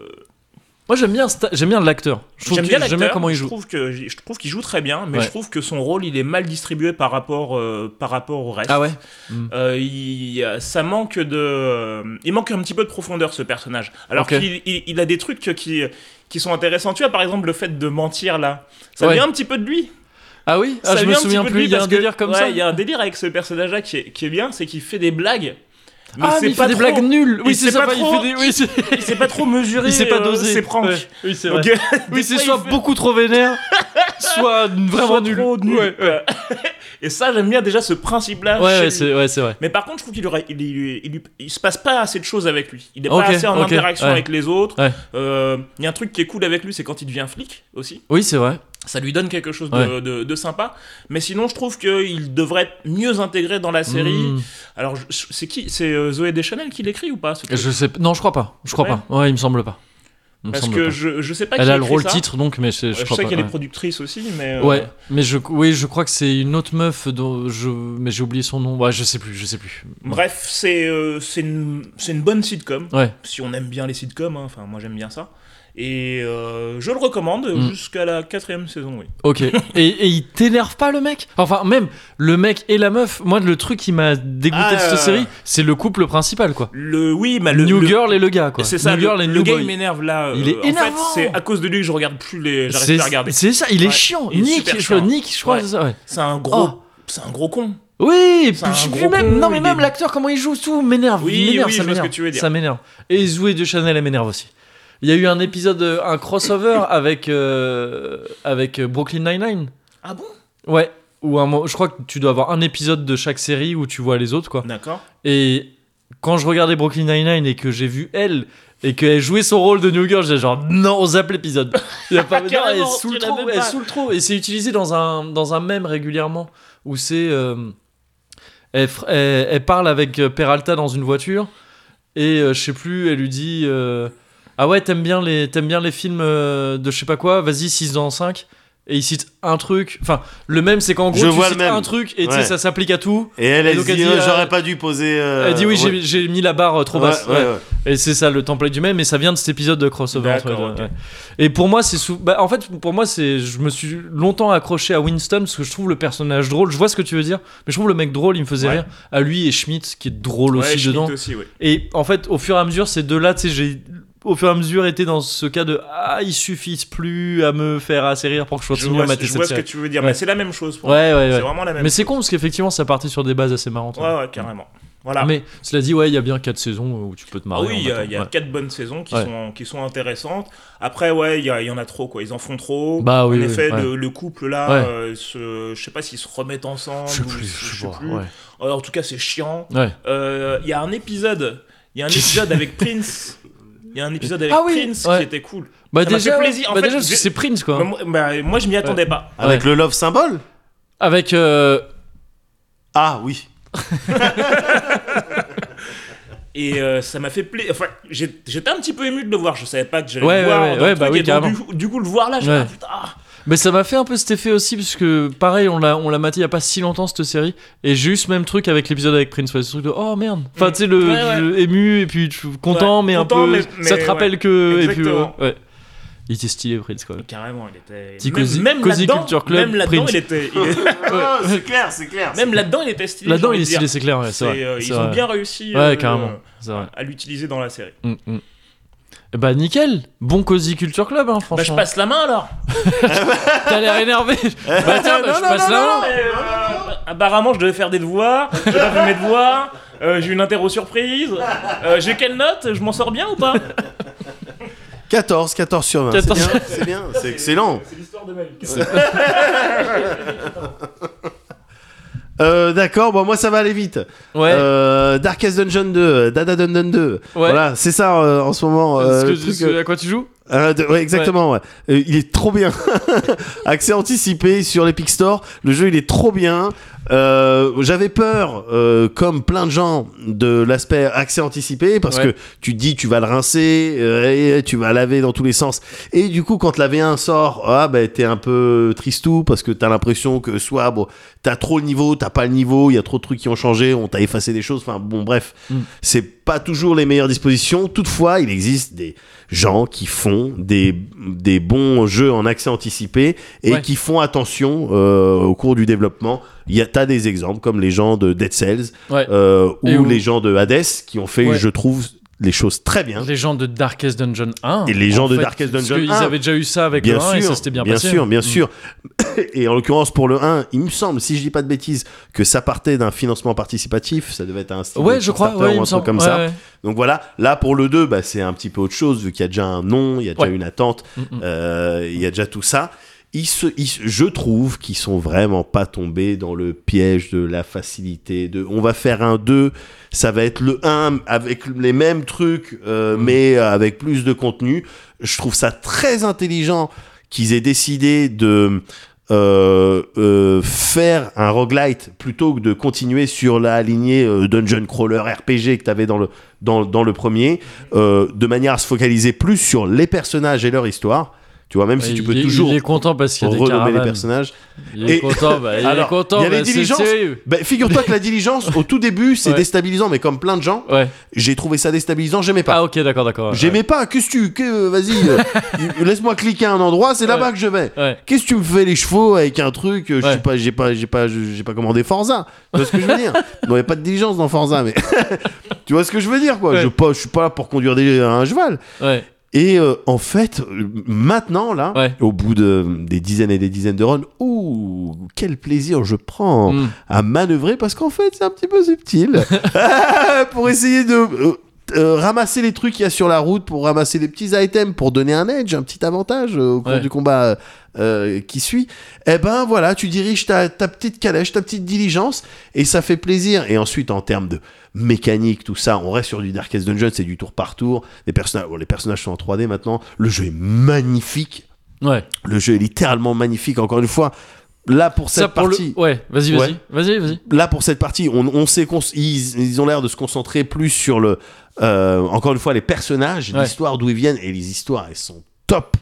moi j'aime bien sta- j'aime bien l'acteur je trouve
J'aime
que-
bien l'acteur.
comment il
Je
joue
trouve que je trouve qu'il joue très bien, mais
Ouais.
je trouve que son rôle il est mal distribué par rapport euh, par rapport au reste.
ah ouais
Euh, il, euh, ça manque de, euh, il manque un petit peu de profondeur ce personnage. Alors
Ok.
qu'il il, il a des trucs qui qui sont intéressants. Tu vois par exemple le fait de mentir là, ça
Ouais.
vient un petit peu de lui.
ah oui ah,
Ça
je me
vient un
souviens
petit peu de
plus
lui
il y a
parce
un
que-
délire comme
ouais,
ça
Il y a un délire avec ce personnage là qui est, qui est bien, c'est qu'il fait des blagues. Mais
ah
c'est
mais il
pas
fait des
trop-
blagues nulles oui
il
c'est
sait
ça enfin,
pas
il
trop-
fait des oui c'est
Il sait pas trop mesurer.
il s'est pas
euh,
dosé
ses pranks.
Ouais. oui c'est vrai
Donc,
oui c'est
fois, il
soit
fait-
beaucoup trop vénère soit vraiment
Soit
nul
trop nul.
ouais ouais
Et ça j'aime bien déjà ce principe là.
Ouais, ouais, c'est ouais, c'est vrai
Mais par contre, je trouve qu'il aurait- il, il- il- il se passe pas assez de choses avec lui. Il est
Ok,
pas assez en
ok,
interaction
ouais.
avec les autres.
Ouais.
Euh, Il y a un truc qui est cool avec lui, c'est quand il devient flic aussi.
oui c'est vrai
Ça lui donne quelque chose de,
Ouais.
de- de sympa. Mais sinon, je trouve qu'il devrait être mieux intégré dans la série.
Hmm.
Alors, je- je- c'est qui C'est euh, Zoé Deschanel qui l'écrit ou pas ce truc
je sais non je crois pas je crois
Ouais.
pas ouais il me semble pas Il me
Parce
semble
que
pas.
je, je sais pas
elle
qui
a le
écrit
rôle
ça.
titre donc mais je,
Euh,
je
Je,
crois
sais
pas
qu'elle
ouais.
est productrice aussi, mais. euh,
Ouais, mais je, oui, je crois que c'est une autre meuf dont je, mais j'ai oublié son nom. Ouais, je sais plus, je sais plus.
Bref, c'est euh, c'est une, c'est une bonne sitcom.
Ouais.
Si on aime bien les sitcoms, hein. enfin, moi j'aime bien ça. Et euh, je le recommande
Mm.
jusqu'à la quatrième saison, oui.
Ok. et, et il t'énerve pas le mec Enfin, même le mec et la meuf. Moi, le truc qui m'a dégoûté de
Ah.
cette série, c'est le couple principal, quoi.
Le oui, mais Bah, le
new
le-
girl et le gars, quoi.
C'est ça.
New
le-
girl et
le
new
gars il
boy.
m'énerve là.
Il est
euh, en fait,
énervant.
c'est à cause de lui que je regarde plus les. J'arrive
C'est,
plus à regarder.
c'est ça, il est
Ouais.
chiant.
Il est
Nick,
super
je crois,
chiant.
Nick, je crois.
Ouais.
c'est ça, ouais.
C'est un gros.
Oh.
C'est un gros con.
Oui, et puis
C'est un
je suis
gros
même.
con,
Non, mais
il
même
est-
l'acteur, comment il joue, tout m'énerve.
Oui,
il m'énerve,
oui,
ça
je vois ce
m'énerve.
que tu veux dire.
Ça m'énerve. Et Zoé de Chanel, elle m'énerve aussi. Il y a eu un épisode, euh, un crossover avec, euh, avec euh, Brooklyn Nine-Nine.
Ah bon
Ouais. Ou un, mo- je crois que tu dois avoir un épisode de chaque série où tu vois les autres, quoi.
D'accord.
Et quand je regardais Brooklyn Nine-Nine et que j'ai vu elle et qu'elle jouait son rôle de New Girl, j'ai genre non, on zappe l'épisode. Il y a pas, non, elle est
Carrément,
sous le
tu l'as
trou,
même
elle est
pas.
sous le trou. Et c'est utilisé dans un, dans un mème régulièrement où c'est. euh, elle, fr- elle- elle parle avec euh, Peralta dans une voiture et euh, je sais plus, elle lui dit. euh, ah ouais, t'aimes bien les t'aimes bien les films euh, de je sais pas quoi, vas-y 6 dans 5 et il cite un truc. Enfin, le même c'est qu'en gros
Je
tu
vois
cites
le mème.
un truc et tu sais
Ouais.
ça s'applique à tout.
Et elle, elle,
Et donc,
dit,
elle dit,
euh,
euh,
j'aurais pas dû poser. euh,
elle dit oui,
ouais.
j'ai- j'ai mis la barre euh, trop
Ouais,
basse.
ouais,
Ouais.
ouais.
Et c'est ça le template du même, et ça vient de cet épisode de crossover. entre euh, les
D'accord,
deux,
ok.
ouais. Et pour moi, c'est sou- bah, en fait pour moi c'est je me suis longtemps accroché à Winston parce que je trouve le personnage drôle. Je vois ce que tu veux dire, mais je trouve le mec drôle, il me faisait
Ouais.
rire. À lui et Schmidt qui est drôle
Ouais,
aussi
Schmidt
dedans.
aussi, ouais.
Et en fait, au fur et à mesure, ces deux-là, tu sais, j'ai au fur et à mesure été dans ce cas de ah, ils suffisent plus à me faire assez rire pour que je
Je
continue
vois,
à
ce-
mater
je
cette
vois ce que
série.
tu veux dire.
Ouais.
Mais c'est la même chose. Pour moi.
Ouais, ouais,
C'est
ouais.
vraiment la même.
Mais c'est con parce qu'effectivement, ça partait sur des bases assez marrantes. hein.
Ouais, ouais, carrément. Voilà.
Mais cela dit, ouais, il y a bien quatre saisons où tu peux te
Bah. Ah
marrer. en
oui, il y a,
mettant-
il y a
Bah ouais.
quatre bonnes saisons qui,
Ouais.
sont, qui sont intéressantes. Après, ouais, il y, a- il y en a trop, quoi. Ils en font trop.
Bah oui,
en
oui,
effet,
ouais.
le, le couple là,
Ouais.
euh, se- je sais pas s'ils se remettent ensemble.
Je sais
ou
plus,
se-
je sais
sais
pas,
plus. Euh,
ouais.
Alors, en tout cas, c'est chiant.
Ouais.
Euh, Il y a un épisode Il y a un épisode avec Prince. Il y a un épisode avec
Ah oui,
Prince
ouais.
qui était cool.
Bah,
Ça m'a
déjà,
fait plaisir. En
bah
fait,
déjà, parce que
j'ai-
c'est Prince quoi.
Bah, moi- bah, moi, je m'y attendais pas.
Avec le love symbol
Avec. euh,
Ah oui.
Et euh, ça m'a fait plaisir. Enfin, j'ai- j'étais un petit peu ému de le voir. Je savais pas que j'allais
Ouais,
le voir.
ouais,
dans le
ouais,
truc.
bah oui,
Et donc,
carrément.
du, coup- du coup, le voir là, je me
Ouais.
dis, ah,
Mais ça m'a fait un peu cet effet aussi, parce que pareil, on l'a, on l'a maté il y a pas si longtemps cette série, et j'ai eu ce même truc avec l'épisode avec Prince, ouais, ce truc de oh merde. Enfin,
Mm.
tu sais, le,
Ouais, ouais.
le ému, et puis tu- content,
Ouais,
mais un
content,
peu.
mais-
ça
mais
te rappelle que.
Exactement.
Et puis, euh, ouais. Il était stylé, Prince, quand même.
Carrément, il était.
Petit
même,
Cozy-
même
Cozy
là-dedans-
Culture Club,
même là-dedans,
Prince.
il était. il-
Ah, c'est clair, c'est clair.
même là-dedans, il était stylé.
Là-dedans,
j'ai
il est
envie de
stylé,
dire.
c'est clair, ouais, c'est
C'est,
vrai.
euh, ils
c'est
ont
vrai.
bien réussi
Ouais,
euh,
carrément. C'est vrai.
à l'utiliser dans la série.
Mm, mm. Eh Bah nickel, bon Cozy Culture Club hein, franchement.
Bah, je passe la main alors. Ah,
T'as l'air énervé. bah tiens, bah, je passe la main.
Euh, apparemment, je devais faire des devoirs. J'ai pas fait mes devoirs. euh, j'ai une interro surprise. euh, j'ai quelle note Je m'en sors bien ou pas
14, 14 sur 20.
14.
C'est bien, c'est bien, c'est excellent.
C'est l'histoire de ma vie.
Euh, D'accord, bon, moi ça va aller vite.
Ouais.
Euh, Darkest Dungeon 2, Dada Dungeon 2. Voilà, c'est ça euh, en ce moment. euh,
Ce
le
que-
truc,
ce-
euh,
à quoi tu joues
euh, de- ouais, exactement, ouais. Euh, il est trop bien. Accès anticipé sur l'Epic Store. Le jeu, il est trop bien. Euh, J'avais peur, euh, comme plein de gens, de l'aspect accès anticipé parce
Ouais.
que tu te dis tu vas le rincer, euh, et tu vas laver dans tous les sens. Et du coup, quand la V1 sort, ah ben t'es un peu tristou parce que t'as l'impression que soit bon, t'as trop le niveau, t'as pas le niveau, il y a trop de trucs qui ont changé, on t'a effacé des choses. Enfin bon, bref,
Mm.
c'est pas toujours les meilleures dispositions. Toutefois, il existe des gens qui font des, des bons jeux en accès anticipé et
Ouais.
qui font attention euh, au cours du développement. Il y a t'as des exemples comme les gens de Dead Cells
Ouais.
euh,
Et
ou
où-
les gens de Hades qui ont fait,
Ouais.
je trouve, les choses très bien.
Les gens de Darkest Dungeon 1.
hein Et les gens
en
de
fait,
Darkest
parce
Dungeon
qu'ils
1.
avaient déjà eu ça avec
Bien
le 1
sûr,
et ça s'était bien, passé.
sûr, bien
Mm.
sûr. Et en l'occurrence pour le 1, il me semble, si je dis pas de bêtises, que ça partait d'un financement participatif, ça devait être un style
Mm. Ouais,
de
je crois, ouais,
Kickstarter ou
il
un
me
truc
semble.
comme
ouais,
ça.
ouais.
Donc voilà, là pour le 2, bah, c'est un petit peu autre chose, vu qu'il y a déjà un nom, il y a déjà
Ouais.
une attente,
Mm, mm.
euh, il y a déjà tout ça. Ils se, ils se- je trouve qu'ils sont vraiment pas tombés dans le piège de la facilité. De, on va faire un 2, ça va être le 1 avec les mêmes trucs, euh,
Mmh.
mais avec plus de contenu. Je trouve ça très intelligent qu'ils aient décidé de euh, euh, faire un roguelite plutôt que de continuer sur la lignée euh, dungeon crawler RPG que t'avais dans le dans, dans le premier, euh, de manière à se focaliser plus sur les personnages et leur histoire. Tu vois, même si
Ouais,
tu peux
il est-
toujours
Il est content parce qu'il y a des
renommer les
caravanes.
personnages.
Il est
Et-
content, bah, il est
Alors,
content.
il y a les
bah, c'est
diligences.
sérieux.
Ben, figure-toi que la diligence, au tout début, c'est
Ouais.
déstabilisant, mais comme plein de gens,
Ouais.
j'ai trouvé ça déstabilisant, j'aimais pas.
Ah, ok, d'accord, d'accord. ouais,
j'aimais pas, qu'est-ce que tu, que, vas-y, euh, laisse-moi cliquer à un endroit, c'est là-bas
Ouais.
que je vais.
Ouais.
Qu'est-ce que tu me fais les chevaux avec un truc euh, Je
Ouais.
sais pas, j'ai pas, j'ai pas, j'ai pas commandé Forza. Tu vois ce que je veux dire Non, y a pas de diligence dans Forza, mais tu vois ce que je veux dire quoi
Ouais.
Je pas, je suis pas là pour conduire des, un cheval.
Ouais.
Et euh, en fait, euh, maintenant là,
Ouais.
au bout de des dizaines et des dizaines de runs, ouh, quel plaisir je prends
Mm.
à manœuvrer parce qu'en fait c'est un petit peu subtil pour essayer de euh, euh, ramasser les trucs qu'il y a sur la route pour ramasser des petits items pour donner un edge un petit avantage euh, au cours
Ouais.
du combat euh, euh, qui suit et ben voilà tu diriges ta, ta petite calèche ta petite diligence et ça fait plaisir et ensuite en termes de mécanique tout ça on reste sur du Darkest Dungeon c'est du tour par tour les personnages bon, les personnages sont en 3D maintenant le jeu est magnifique
Ouais.
le jeu est littéralement magnifique encore une fois là pour cette
Ça pour
partie
le. Ouais, vas-y, vas-y.
Ouais.
Vas-y, vas-y.
là pour cette partie, on, on s'est cons- ils, ils ont l'air de se concentrer plus sur le, euh, encore une fois, les personnages,
Ouais.
l'histoire d'où ils viennent et les histoires, elles sont top.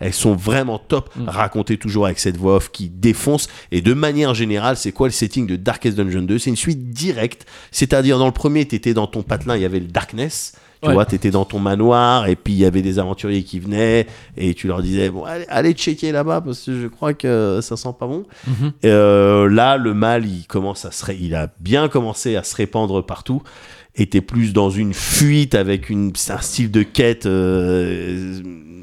Elles sont vraiment top,
Mm.
racontées toujours avec cette voix off qui défonce. Et de manière générale, c'est quoi le setting de Darkest Dungeon 2 C'est une suite directe. C'est-à-dire, dans le premier, t'étais dans ton patelin, il y avait le Darkness. Tu
Ouais.
vois, t'étais dans ton manoir, et puis il y avait des aventuriers qui venaient, et tu leur disais, bon, allez, allez checker là-bas, parce que je crois que ça sent pas bon.
Mhm.
Euh, là, le mal, il commence à se, ré- il a bien commencé à se répandre partout. Était plus dans une fuite avec une, c'est un style de quête euh,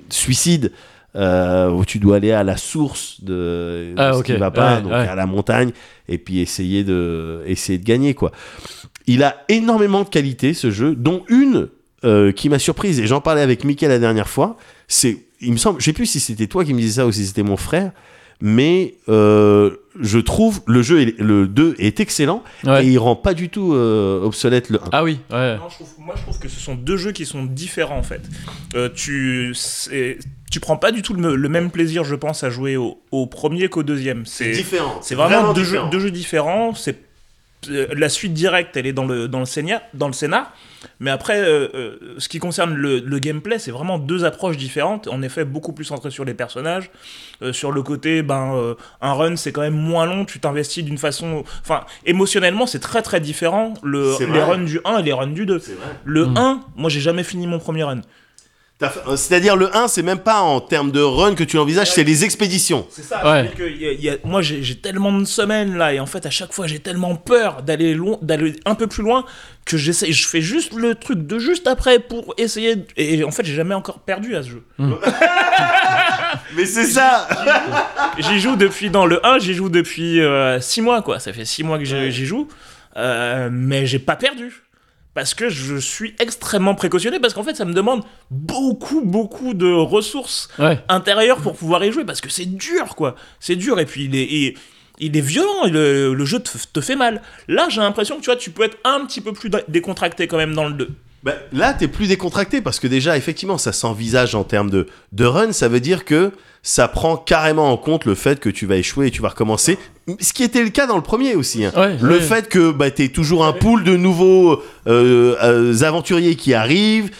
suicide euh, où tu dois aller à la source de, de
Ah,
ce
ok.
qui va pas,
Ouais,
donc
ouais.
à la montagne, et puis essayer de, essayer de gagner quoi. Il a énormément de qualités ce jeu, dont une euh, qui m'a surprise et j'en parlais avec Mickaël la dernière fois. C'est, il me semble, je sais plus si c'était toi qui me disais ça ou si c'était mon frère, mais euh, je trouve le jeu, est- le 2 est excellent
Ouais.
et il rend pas du tout euh, obsolète le 1.
Ah oui, ouais.
Non, je trouve- moi, je trouve que ce sont deux jeux qui sont différents en fait. Euh, tu, c'est- tu prends pas du tout le, me- le même plaisir, je pense, à jouer au, au premier qu'au deuxième. C'est
différent.
c'est vraiment, deux, jeux, deux jeux différents. C'est euh, la suite directe, elle est dans le dans le scénar, dans le scénar. Mais après, euh, euh, ce qui concerne le, le gameplay, c'est vraiment deux approches différentes. En effet, beaucoup plus centré sur les personnages, euh, sur le côté, ben, euh, un run, c'est quand même moins long. Tu t'investis d'une façon, enfin, émotionnellement, c'est très très différent. Le,
C'est
les
vrai.
runs du 1 et les runs du 2. Le 1, moi j'ai jamais fini mon premier run.
T'as fait- euh, C'est-à-dire le 1, c'est même pas en termes de run que tu envisages, c'est les expéditions.
C'est ça,
Ouais.
c'est-à-dire que y a- y a- moi j'ai j'ai tellement de semaines là, et en fait à chaque fois j'ai tellement peur d'aller loin, d'aller un peu plus loin, que j'essaie, je fais juste le truc de juste après pour essayer, de- et en fait j'ai jamais encore perdu à ce jeu.
Mais c'est ça
J'y joue depuis, dans le 1, j'y joue depuis 6 mois quoi, ça fait 6 mois que j'y j'y joue, euh, mais j'ai pas perdu. Parce que je suis extrêmement précautionné, parce qu'en fait ça me demande beaucoup, beaucoup de ressources
Ouais.
intérieur pour pouvoir y jouer parce que c'est dur quoi c'est dur et puis il est il, il est violent et le, le jeu te, te fait mal là j'ai l'impression que tu vois tu peux être un petit peu plus dé- décontracté quand même dans le 2
Bah, là, t'es plus décontracté parce que déjà, effectivement, ça s'envisage en termes de, de run. Ça veut dire que ça prend carrément en compte le fait que tu vas échouer et tu vas recommencer. Ce qui était le cas dans le premier aussi. hein.
Ouais,
le
ouais.
fait que bah, t'es toujours un pool de nouveaux euh, euh, aventuriers qui arrivent.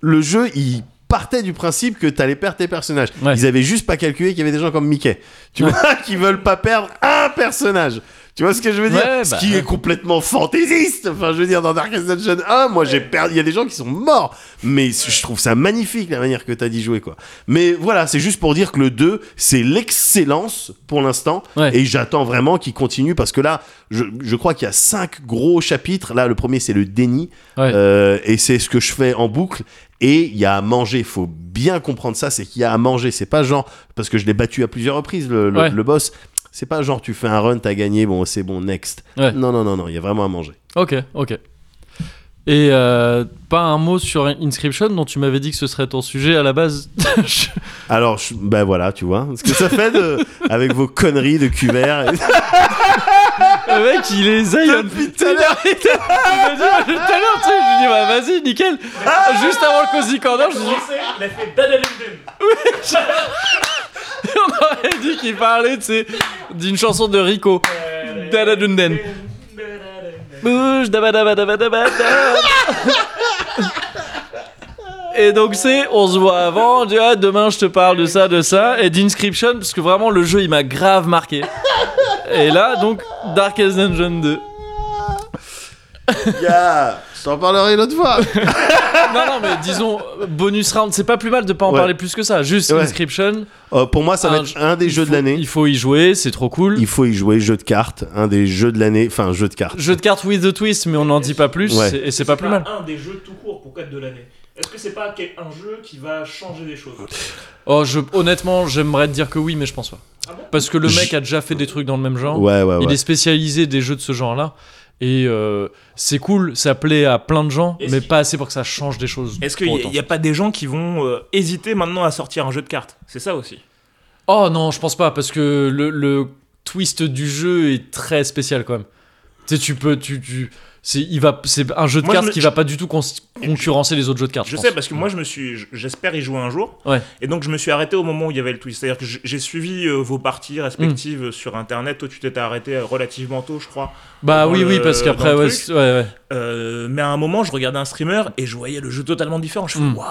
Le jeu, il partait du principe que t'allais perdre tes personnages.
Ouais.
Ils avaient juste pas calculé qu'il y avait des gens comme Mickey. Tu vois, qui veulent pas perdre un personnage. Tu vois ce que je veux dire
Ouais,
Ce
bah,
qui
ouais.
est complètement fantaisiste. Enfin, je veux dire, dans Darkest Dungeon 1, moi, j'ai perdu. Il y a des gens qui sont morts. Mais je trouve ça magnifique la manière que t'as d'y jouer, quoi. Mais voilà, c'est juste pour dire que le 2, c'est l'excellence pour l'instant.
Ouais.
Et j'attends vraiment qu'il continue parce que là, je, je crois qu'il y a cinq gros chapitres. Là, le premier, c'est le déni.
Ouais.
Euh, et c'est ce que je fais en boucle. Et il y a à manger. Il faut bien comprendre ça. C'est qu'il y a à manger. C'est pas genre, parce que je l'ai battu à plusieurs reprises, le, le-
Ouais.
le boss. C'est pas genre, tu fais un run, t'as gagné, bon, c'est bon, next.
Ouais.
Non, non, non, non, il y a vraiment à manger.
Ok, ok. Et euh, pas un mot sur Inscription dont tu m'avais dit que ce serait ton sujet à la base. Je-
Alors, je- ben voilà, tu vois, ce que ça fait de- avec vos conneries de cuvert.
Le mec, il est Zion. Depuis tout à l'heure, il m'a dit, tout à l'heure, tu sais, je lui dis, bah vas-y, nickel. Juste avant le Cozy Corner, je lui dis, on aurait dit qu'il parlait, tu sais, d'une chanson de Rico. Dadadunden. Bouge, dabadabadabadabada. Et donc c'est, on se voit avant, on dit ah, demain je te parle de ça, de ça, et d'inscription, parce que vraiment le jeu il m'a grave marqué. Et là donc Darkest Dungeon 2.
Yeah, je t'en parlerai une autre fois.
Non, non, mais disons, bonus round, c'est pas plus mal de pas en
Ouais.
parler plus que ça. Juste
Ouais.
Inscription.
Euh, pour moi, ça va
Un
être un des jeux
Ah, il faut-
de l'année.
Il faut y jouer, c'est trop cool.
Il faut y jouer, jeu de cartes, un des jeux de l'année, enfin jeu de cartes.
Jeu de cartes with the twist, mais on n'en dit pas plus,
Ouais.
c'est- et c'est pas plus mal.
un des jeux tout court pour 4 de l'année est-ce que c'est pas un jeu qui va changer des choses
Oh, je, honnêtement, j'aimerais te dire que oui, mais je pense pas.
Ah
Parce que le
Je-
mec a déjà fait des trucs dans le même genre.
Ouais, ouais,
Il
ouais.
est spécialisé des jeux de ce genre-là. Et euh, c'est cool, ça plaît à plein de gens,
Est-ce
mais
qu'il-
pas assez pour que ça change des choses.
est-ce qu'il
pour
n'y
autant.
a, pas des gens qui vont euh, hésiter maintenant à sortir un jeu de cartes c'est ça aussi
Oh non, je pense pas, parce que le, le twist du jeu est très spécial quand même. Tu sais, tu peux. Tu, tu, c'est, il va, c'est un jeu de
Moi, je
cartes
me-
qui va pas du tout con- concurrencer les autres jeux de cartes.
je
Je,
sais
pense.
parce que moi je me suis j- j'espère y jouer un jour
Ouais.
et donc je me suis arrêté au moment où il y avait le twist c'est à dire que j- j'ai suivi euh, vos parties
Mm.
respectives sur internet toi tu t'étais arrêté euh, relativement tôt je crois
Bah
dans
oui,
le-
oui, parce
dans
qu'après,
le
ouais,
truc.
c'est- ouais, ouais.
Euh, mais à un moment, je regardais un streamer et je voyais le jeu totalement différent. Je fais,
Mm.
waouh,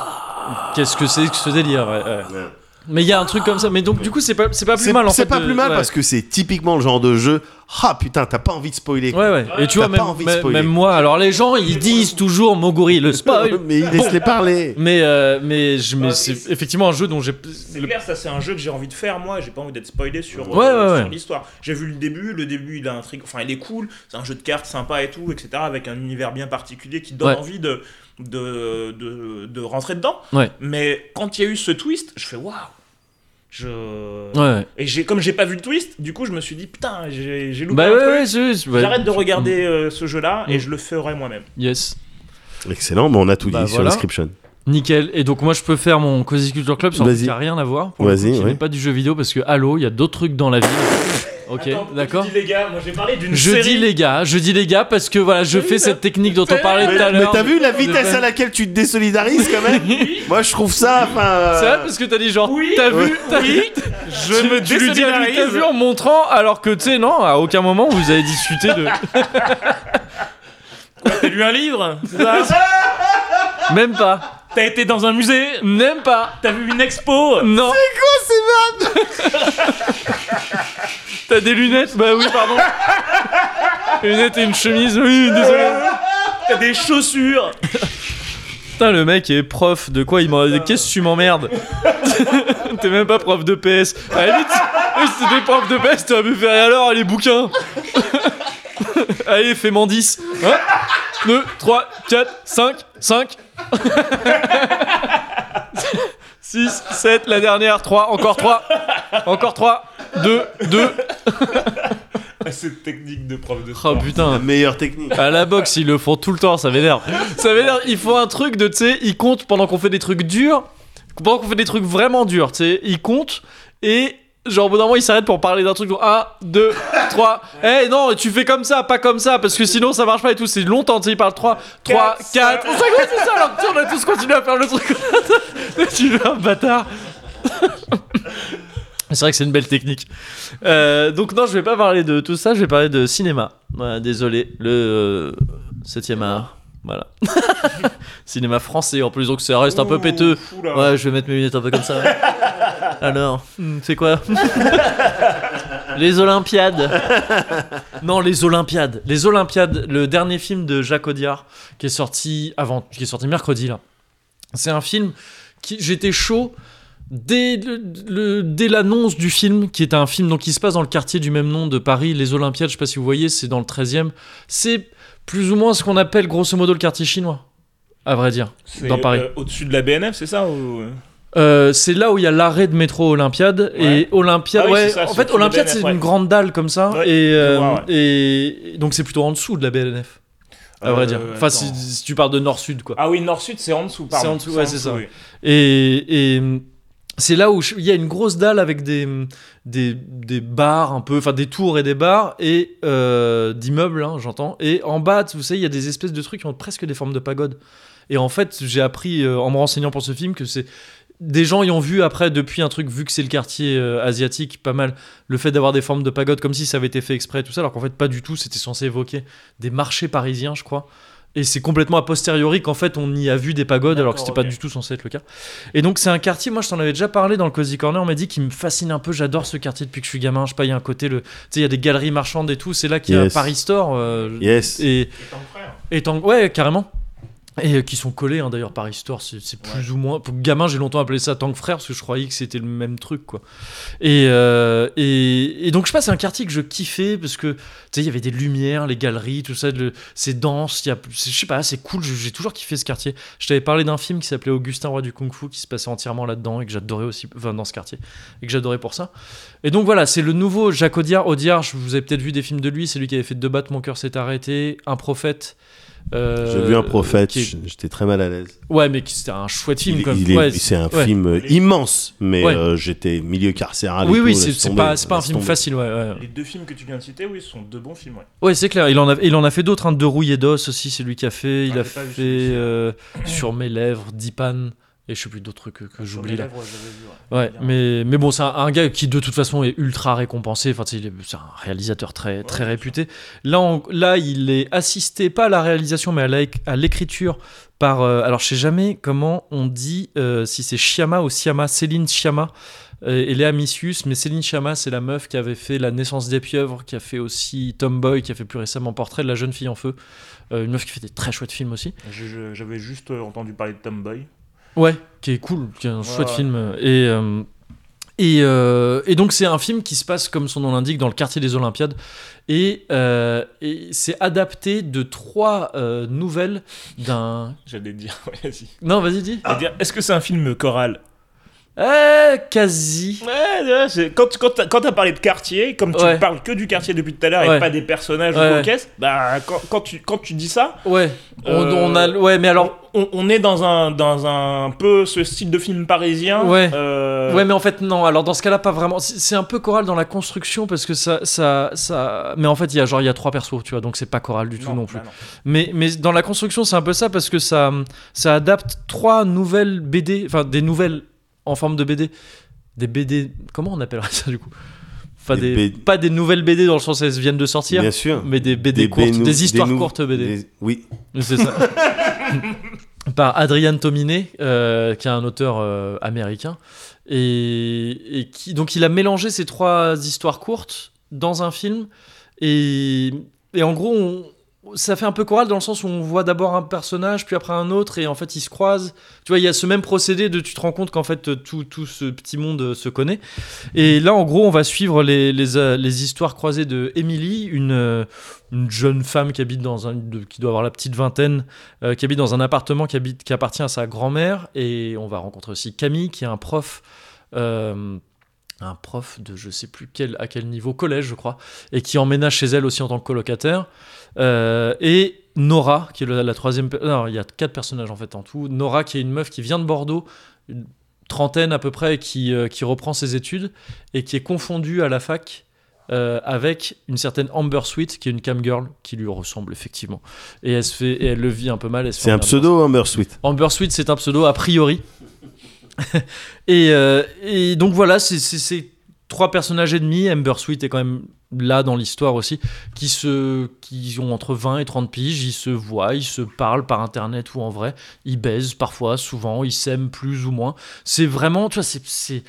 Qu'est-ce que c'est que ce délire ouais, ouais. Mais il y a un truc comme ça. Mais donc, du coup, c'est pas, c'est pas plus
C'est
mal en
c'est
fait,
pas
de-
plus mal
ouais.
parce que c'est typiquement le genre de jeu. Ah putain, t'as pas envie de spoiler.
Ouais, ouais. Et tu
T'as
vois,
pas
même,
envie de
même-
spoiler.
même moi, alors les gens, ils disent toujours Moguri, le spoil.
Mais il laisse les parler.
mais euh, mais, je, mais
Ah,
c'est
c'est-
effectivement un jeu dont j'ai.
c'est clair, ça c'est un jeu que j'ai envie de faire moi. J'ai pas envie d'être spoilé sur,
Ouais,
euh,
ouais,
sur
ouais.
l'histoire. J'ai vu le début, le début il a un truc, enfin il est cool, c'est un jeu de cartes sympa et tout, etc. Avec un univers bien particulier qui donne
Ouais.
envie de, de, de, de rentrer dedans.
Ouais.
Mais quand il y a eu ce twist, je fais waouh. Je...
Ouais, ouais.
Et j'ai, comme j'ai pas vu le twist, du coup je me suis dit putain, j'ai, j'ai loupé
Bah
un
ouais,
truc.
ouais, c'est- c'est- ouais.
J'arrête de regarder euh, ce jeu là et
Mm.
je le ferai moi-même.
Yes.
Excellent, mais on a tout dit
Bah,
sur
voilà.
l'inscription.
Nickel. Et donc moi je peux faire mon Cozy Culture Club sans
Vas-y.
qui a rien à voir. pour le
Vas-y,
coup, qui
oui.
n'est pas du jeu vidéo parce que allô, il y a d'autres trucs dans la vie. ok, d'accord.
les gars, moi j'ai parlé d'une
Je dis les gars, je dis les gars parce que voilà, je fais cette technique dont on parlait tout à
Mais
l'heure.
t'as vu la vitesse
pas-
à laquelle tu te désolidarises quand même Moi je trouve ça. enfin, euh,
C'est vrai parce que t'as dit genre
Oui,
t'as vu, t'as
oui,
je me tu lui dis, ah, lui, t'as vu en montrant alors que tu sais non, à aucun moment vous avez discuté de
T'as lu un livre c'est ça
même pas,
T'as été dans un musée
même pas.
T'as vu une expo
Non. C'est quoi ces vannes T'as des lunettes Bah oui, pardon. lunettes et une chemise, oui, désolé.
T'as des chaussures
Putain, le mec est prof de quoi Il m'a dit Qu'est-ce que tu m'emmerdes T'es même pas prof de PS. À la limite, si t'étais prof de PS, t'aurais pu faire et alors, allez, bouquin Allez, fais-m'en 10. 1, 2, 3, 4, 5, 5. 6, 7, la dernière, 3, encore 3, encore 3, 2, 2.
Ah, Cette technique de prof de
Oh
sport.
putain,
la meilleure technique.
à la boxe, ils le font tout le temps, ça m'énerve. Ça m'énerve, ils font un truc de, tu sais, ils comptent pendant qu'on fait des trucs durs, pendant qu'on fait des trucs vraiment durs, tu sais, ils comptent et. Genre, au bout d'un moment, ils s'arrêtent pour parler d'un truc. 1, 2, 3. Eh non, tu fais comme ça, pas comme ça, parce que sinon ça marche pas et tout. C'est longtemps, tu sais, ils parlent 3, 3, 4.
Quatre,
c'est ça, alors que tu sais, on a tous continué à faire le truc. tu es un bâtard. C'est vrai que c'est une belle technique. Euh, donc non, je vais pas parler de tout ça, je vais parler de cinéma. Voilà, désolé, le 7 e art. Voilà. cinéma français en plus, donc ça reste un peu péteux. Ouais, je vais mettre mes lunettes un peu comme ça. ouais. Alors, hmm, c'est quoi Les Olympiades. Non, les Olympiades. Les Olympiades, le dernier film de Jacques Audiard qui est sorti avant qui est sorti mercredi là. C'est un film qui j'étais chaud dès le- le- dès l'annonce du film, qui est un film donc, qui se passe dans le quartier du même nom de Paris, les Olympiades, je sais pas si vous voyez, c'est dans le 13e. C'est plus ou moins ce qu'on appelle grosso modo le quartier chinois, à vrai dire,
C'est,
dans Paris.
euh, Au-dessus de la BNF, c'est ça ou...
Euh, c'est là où il y a l'arrêt de métro Olympiade et
Ouais.
Olympiade.
Ah oui,
ouais,
c'est ça,
en
c'est
fait,
au-dessus de la
Olympiade
BNF,
c'est
ouais.
une grande dalle comme ça
Ouais,
et, euh,
vois,
et- et donc c'est plutôt en dessous de la BNF, à vrai
Euh,
dire. Enfin, si,
attends.
si tu parles de nord-sud quoi.
Ah oui, Nord-Sud, c'est en dessous, pardon.
C'est en dessous, ouais, c'est ça.
oui.
Et, et, hum, c'est là où je- il y a une grosse dalle avec des, hum, des, des bars un peu, enfin des tours et des bars et euh, d'immeubles, hein, j'entends. Et en bas, vous savez, il y a des espèces de trucs qui ont presque des formes de pagode. Et en fait, j'ai appris euh, en me renseignant pour ce film que c'est des gens y ont vu après depuis un truc vu que c'est le quartier euh, asiatique pas mal le fait d'avoir des formes de pagode comme si ça avait été fait exprès et tout ça alors qu'en fait pas du tout c'était censé évoquer des marchés parisiens je crois et c'est complètement a posteriori qu'en fait on y a vu des pagodes alors que c'était
D'accord,
pas
ok.
du tout censé être le cas et donc c'est un quartier moi je t'en avais déjà parlé dans le Cozy Corner on m'a dit qu'il me fascine un peu j'adore ce quartier depuis que je suis gamin je sais pas il y a un côté le tu sais il y a des galeries marchandes et tout c'est là qu'il y a
Yes.
Paris Store euh,
Yes.
et
Et ton frère
étant ouais carrément et euh, qui sont collés hein, d'ailleurs par histoire c'est c'est plus ou moins pour gamin j'ai longtemps appelé ça tank frère parce que je croyais que c'était le même truc quoi et, euh, et, et donc je passe un quartier que je kiffais parce que tu sais il y avait des lumières les galeries tout ça le- c'est dense il y a c'est- je sais pas c'est cool je- j'ai toujours kiffé ce quartier je t'avais parlé d'un film qui s'appelait Augustin roi du kung fu qui se passait entièrement là dedans et que j'adorais aussi enfin dans ce quartier et que j'adorais pour ça et donc voilà, c'est le nouveau Jacques Audiard. Audiard, je vous avez peut-être vu des films de lui. C'est lui qui avait fait Deux battes, mon cœur s'est arrêté, Un prophète. euh,
J'ai vu un prophète,
qui est-
j- j'étais très mal à l'aise.
Ouais, mais qui- c'était un chouette film.
Il-
quand même.
il est-
Ouais,
c'est un
ouais.
film euh, immense, mais
Ouais.
euh, j'étais milieu carcéral. et
Oui,
tout,
oui,
laisse
c'est c'est
tomber,
pas, c'est pas un
laisse
film
tomber.
facile. Ouais, ouais.
Les deux films que tu viens de citer, oui, ce sont deux bons films, ouais.
Ouais, c'est clair. Il en a, il en a fait d'autres. Hein, de Rouillé d'os aussi, c'est lui qui a fait. Il
Ah,
a
j'ai pas
fait
vu celui-ci.
euh, Sur mes lèvres, Dipan. Et je sais plus d'autres trucs que, que j'oublie là. Ouais,
Bien.
mais, mais bon, c'est un, un gars qui de toute façon est ultra récompensé. Enfin, tu sais, il est- c'est un réalisateur très, très
bien
réputé. Là, on- là, il est assisté, pas à la réalisation, mais à la- à l'écriture par. euh, alors, je sais jamais comment on dit euh, si c'est Chiama ou Siama, Céline Chiama euh, et Léa Missius. Mais Céline Chiama, c'est la meuf qui avait fait La naissance des pieuvres, qui a fait aussi Tomboy, qui a fait plus récemment Portrait de la jeune fille en feu. Euh, une meuf qui fait des très chouettes films aussi.
Je- je- J'avais juste euh, entendu parler de Tomboy.
Ouais, qui est cool, qui est un chouette
ouais.
film. Et, euh, et, euh, et donc, c'est un film qui se passe, comme son nom l'indique, dans le quartier des Olympiades. Et, euh, et c'est adapté de trois euh, nouvelles d'un.
J'allais te dire, ouais, vas-y.
Non, vas-y, dis.
J'allais dire, Est-ce que c'est un film choral Ah.
Euh, quasi.
Ouais, ouais, c'est- quand tu- quand t'as quand t'as parlé de quartier, comme tu
Ouais.
parles que du quartier depuis tout à l'heure
Ouais.
et pas des personnages
Ouais,
ou
ouais.
des caisses, bah quand, quand tu quand tu dis ça,
Ouais. On,
Euh,
on a. Ouais, mais alors.
alors on, on est dans un dans un peu ce style de film parisien.
Ouais.
euh,
Ouais, mais en fait, non. Alors, dans ce cas-là, pas vraiment. C'est c'est un peu choral dans la construction parce que ça. ça, ça... Mais en fait, il y a genre il y a trois persos, tu vois, donc c'est pas choral du tout non, plus.
bah
Mais, mais dans la construction, c'est un peu ça parce que ça, ça adapte trois nouvelles BD, enfin des nouvelles en forme de BD. Des BD. Comment on appellerait ça du coup Enfin,
Des
des,
BD.
Pas des nouvelles BD dans le sens elles viennent de sortir,
Bien sûr.
mais des BD courtes,
bénou-
des histoires
nou-
courtes BD.
des- Oui.
C'est ça. Par Adrian Tominé, euh, qui est un auteur euh, américain. Et, et qui, donc, il a mélangé ces trois histoires courtes dans un film. Et, et en gros, on- ça fait un peu choral dans le sens où on voit d'abord un personnage, puis après un autre, et en fait, ils se croisent. Tu vois, il y a ce même procédé de tu te rends compte qu'en fait, tout, tout ce petit monde euh, se connaît. Et là, en gros, on va suivre les, les, euh, les histoires croisées de Emily, une. euh, une jeune femme qui habite dans un de- qui doit avoir la petite vingtaine euh, qui habite dans un appartement qui habite qui appartient à sa grand-mère et on va rencontrer aussi Camille qui est un prof euh, un prof de je sais plus quel à quel niveau collège je crois et qui emménage chez elle aussi en tant que colocataire Euh, et Nora qui est le- la troisième pe- non il y a quatre personnages en fait en tout Nora qui est une meuf qui vient de Bordeaux une trentaine à peu près qui euh, qui reprend ses études et qui est confondue à la fac euh, avec une certaine Amber Sweet qui est une cam girl qui lui ressemble effectivement et elle se fait et elle le vit un peu mal elle se fait
C'est un
emmerder.
pseudo, Amber Sweet.
Amber Sweet, c'est un pseudo a priori. et, euh, et donc voilà, c'est c'est- c'est trois personnages ennemis. Amber Sweet est quand même là dans l'histoire aussi, qui, se, qui ont entre 20 et 30 piges, ils se voient, ils se parlent par internet ou en vrai, ils baisent parfois, souvent, ils s'aiment plus ou moins. C'est vraiment, tu vois, c'est- c'est.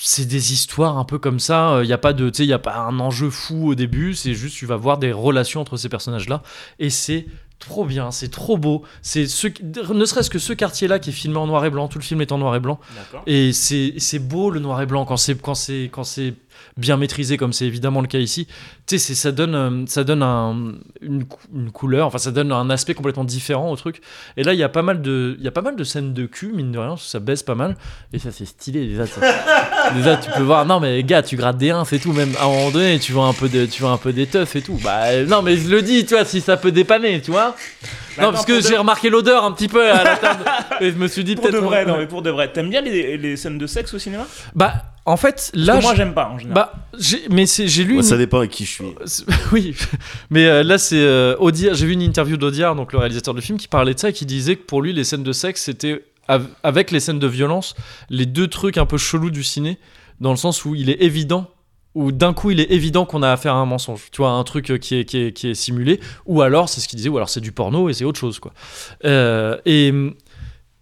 C'est des histoires un peu comme ça. Il n'y a pas de, tu sais, y a pas un enjeu fou au début. C'est juste, tu vas voir des relations entre ces personnages-là, et c'est trop bien, c'est trop beau. C'est ce, ne serait-ce que ce quartier-là qui est filmé en noir et blanc, tout le film est en noir et blanc.
D'accord.
Et c'est c'est beau le noir et blanc quand c'est quand c'est quand c'est bien maîtrisé comme c'est évidemment le cas ici. Tu sais, c'est- ça donne euh, ça donne un- une, cou- une couleur, enfin ça donne un aspect complètement différent au truc. Et là, il y a pas mal de il y a pas mal de scènes de cul mine de rien, parce que ça baisse pas mal et ça c'est stylé déjà. ça. déjà tu peux voir non mais gars, tu grattes des uns, c'est tout même à un moment donné, tu vois un peu de tu vois un peu des teufs et tout. Bah euh, non mais je le dis, tu vois si ça peut dépanner, tu vois. non
Bah Attends,
parce que
pour de-
j'ai remarqué l'odeur un petit peu à la table et je me suis dit
Pour
peut-être
de vrai, non mais pour de vrai. T'aimes bien les, les scènes de sexe au cinéma Parce
bah, en fait,
que
là,
moi
je-
j'aime pas en général.
bah, j'ai- mais c'est- j'ai lu.
Ouais,
une-
Bah, Ça dépend avec qui je suis.
c'est- oui, mais euh, là c'est euh, Audiard. J'ai vu une interview d'Audiard, donc le réalisateur du film, qui parlait de ça, et qui disait que pour lui les scènes de sexe c'était av- avec les scènes de violence les deux trucs un peu chelous du ciné, dans le sens où il est évident, où d'un coup il est évident qu'on a affaire à un mensonge, tu vois, un truc euh, qui est, qui est, qui est simulé, ou alors c'est ce qu'il disait, ou alors c'est du porno et c'est autre chose quoi. Euh, et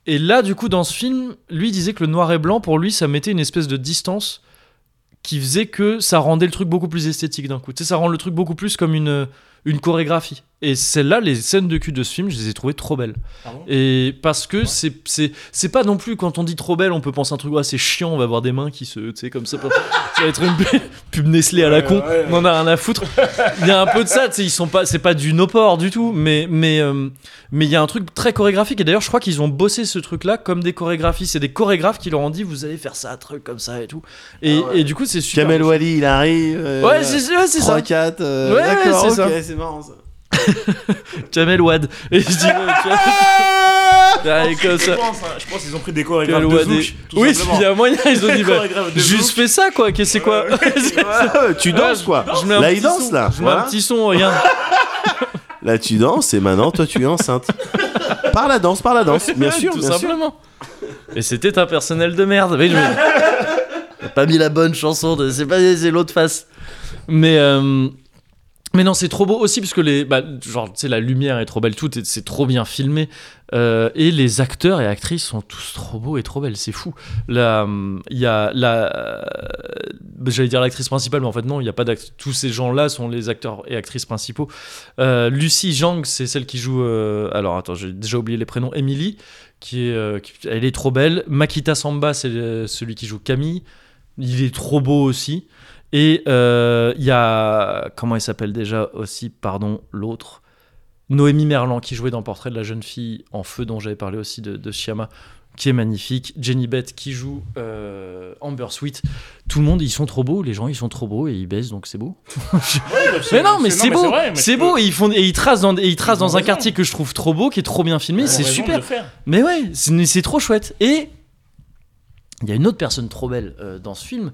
et là du coup dans ce film, lui il disait que le noir et blanc pour lui ça mettait une espèce de distance qui faisait que ça rendait le truc beaucoup plus esthétique d'un coup. Tu sais, ça rend le truc beaucoup plus comme une, une chorégraphie. Et celle-là, les scènes de cul de ce film, je les ai trouvées trop belles.
Ah bon
Et parce que c'est c'est c'est pas non plus quand on dit trop belle, on peut penser un truc, ah c'est chiant, on va avoir des mains qui se. Tu sais, comme ça. Ça va être une pub- pub Nestlé à la con,
Ouais, ouais.
on en a rien à foutre. Il y a un peu de ça, tu sais, ils sont pas. C'est pas du no-port du tout, mais. mais euh, mais il y a un truc très chorégraphique, et d'ailleurs, je crois qu'ils ont bossé ce truc-là comme des chorégraphies. C'est des chorégraphes qui leur ont dit, vous allez faire ça, un truc comme ça et tout. Et,
Ah
et du coup, c'est super.
Kamel Wally, il arrive. euh,
Ouais, c'est ouais, c'est ça.
3-4. euh,
Ouais,
D'accord,
ouais, c'est
ok, c'est marrant ça.
Jamel Wad. Et je dis, euh, tu vois, ouais, comme
Je
ça.
pense, hein, je pense qu'ils ont pris des chorégraphes
Kamel Wad.
de
et-
Zouk, tout
euh, Oui,
simplement.
il y a moyen, ils ont dit,
Des
bah,
chorégraphes de
juste
Zouk.
fais ça, quoi. Qu'est-ce que c'est quoi
Ah, tu danses quoi
Je mets un
Là,
petit
il danse
son.
là.
Je mets
Voilà.
un petit son, regarde.
Là, tu danses et maintenant, toi, tu es enceinte. par la danse, par la danse. Bien sûr,
tout
bien sûr.
simplement. Et c'était un personnel de merde. Oui, je- T'as pas mis la bonne chanson, de... c'est pas c'est l'autre face. Mais euh, mais non, c'est trop beau aussi parce que les bah, genre tu sais la lumière est trop belle, tout est- c'est trop bien filmé Euh, et les acteurs et actrices sont tous trop beaux et trop belles, c'est fou. Là, hum, il y a la euh, j'allais dire l'actrice principale, mais en fait non, il y a pas d'act- tous ces gens-là sont les acteurs et actrices principaux. Euh, Lucie Zhang, c'est celle qui joue euh, alors attends, j'ai déjà oublié les prénoms, Emily qui est, euh, qui- elle est trop belle. Makita Samba, c'est euh, celui qui joue Camille. Il est trop beau aussi. Et euh, il y a, comment il s'appelle déjà aussi, pardon, l'autre, Noémie Merlan qui jouait dans Portrait de la jeune fille en feu dont j'avais parlé aussi de, de Shyama, qui est magnifique. Jenny Bett qui joue euh, Amber Sweet. Tout le monde, ils sont trop beaux, les gens, ils sont trop beaux et ils baissent, donc c'est beau. Mais non, mais c'est beau,
vrai, mais
c'est
je
beau.
peux-
Oh, Et ils font, et ils tracent dans, et ils tracent
Ils ont
dans un
raison.
quartier que je trouve trop beau, qui est trop bien filmé,
ils ont
c'est
raison de
super.
le faire.
Mais ouais, c'est mais c'est trop chouette. Et il y a une autre personne trop belle euh, dans ce film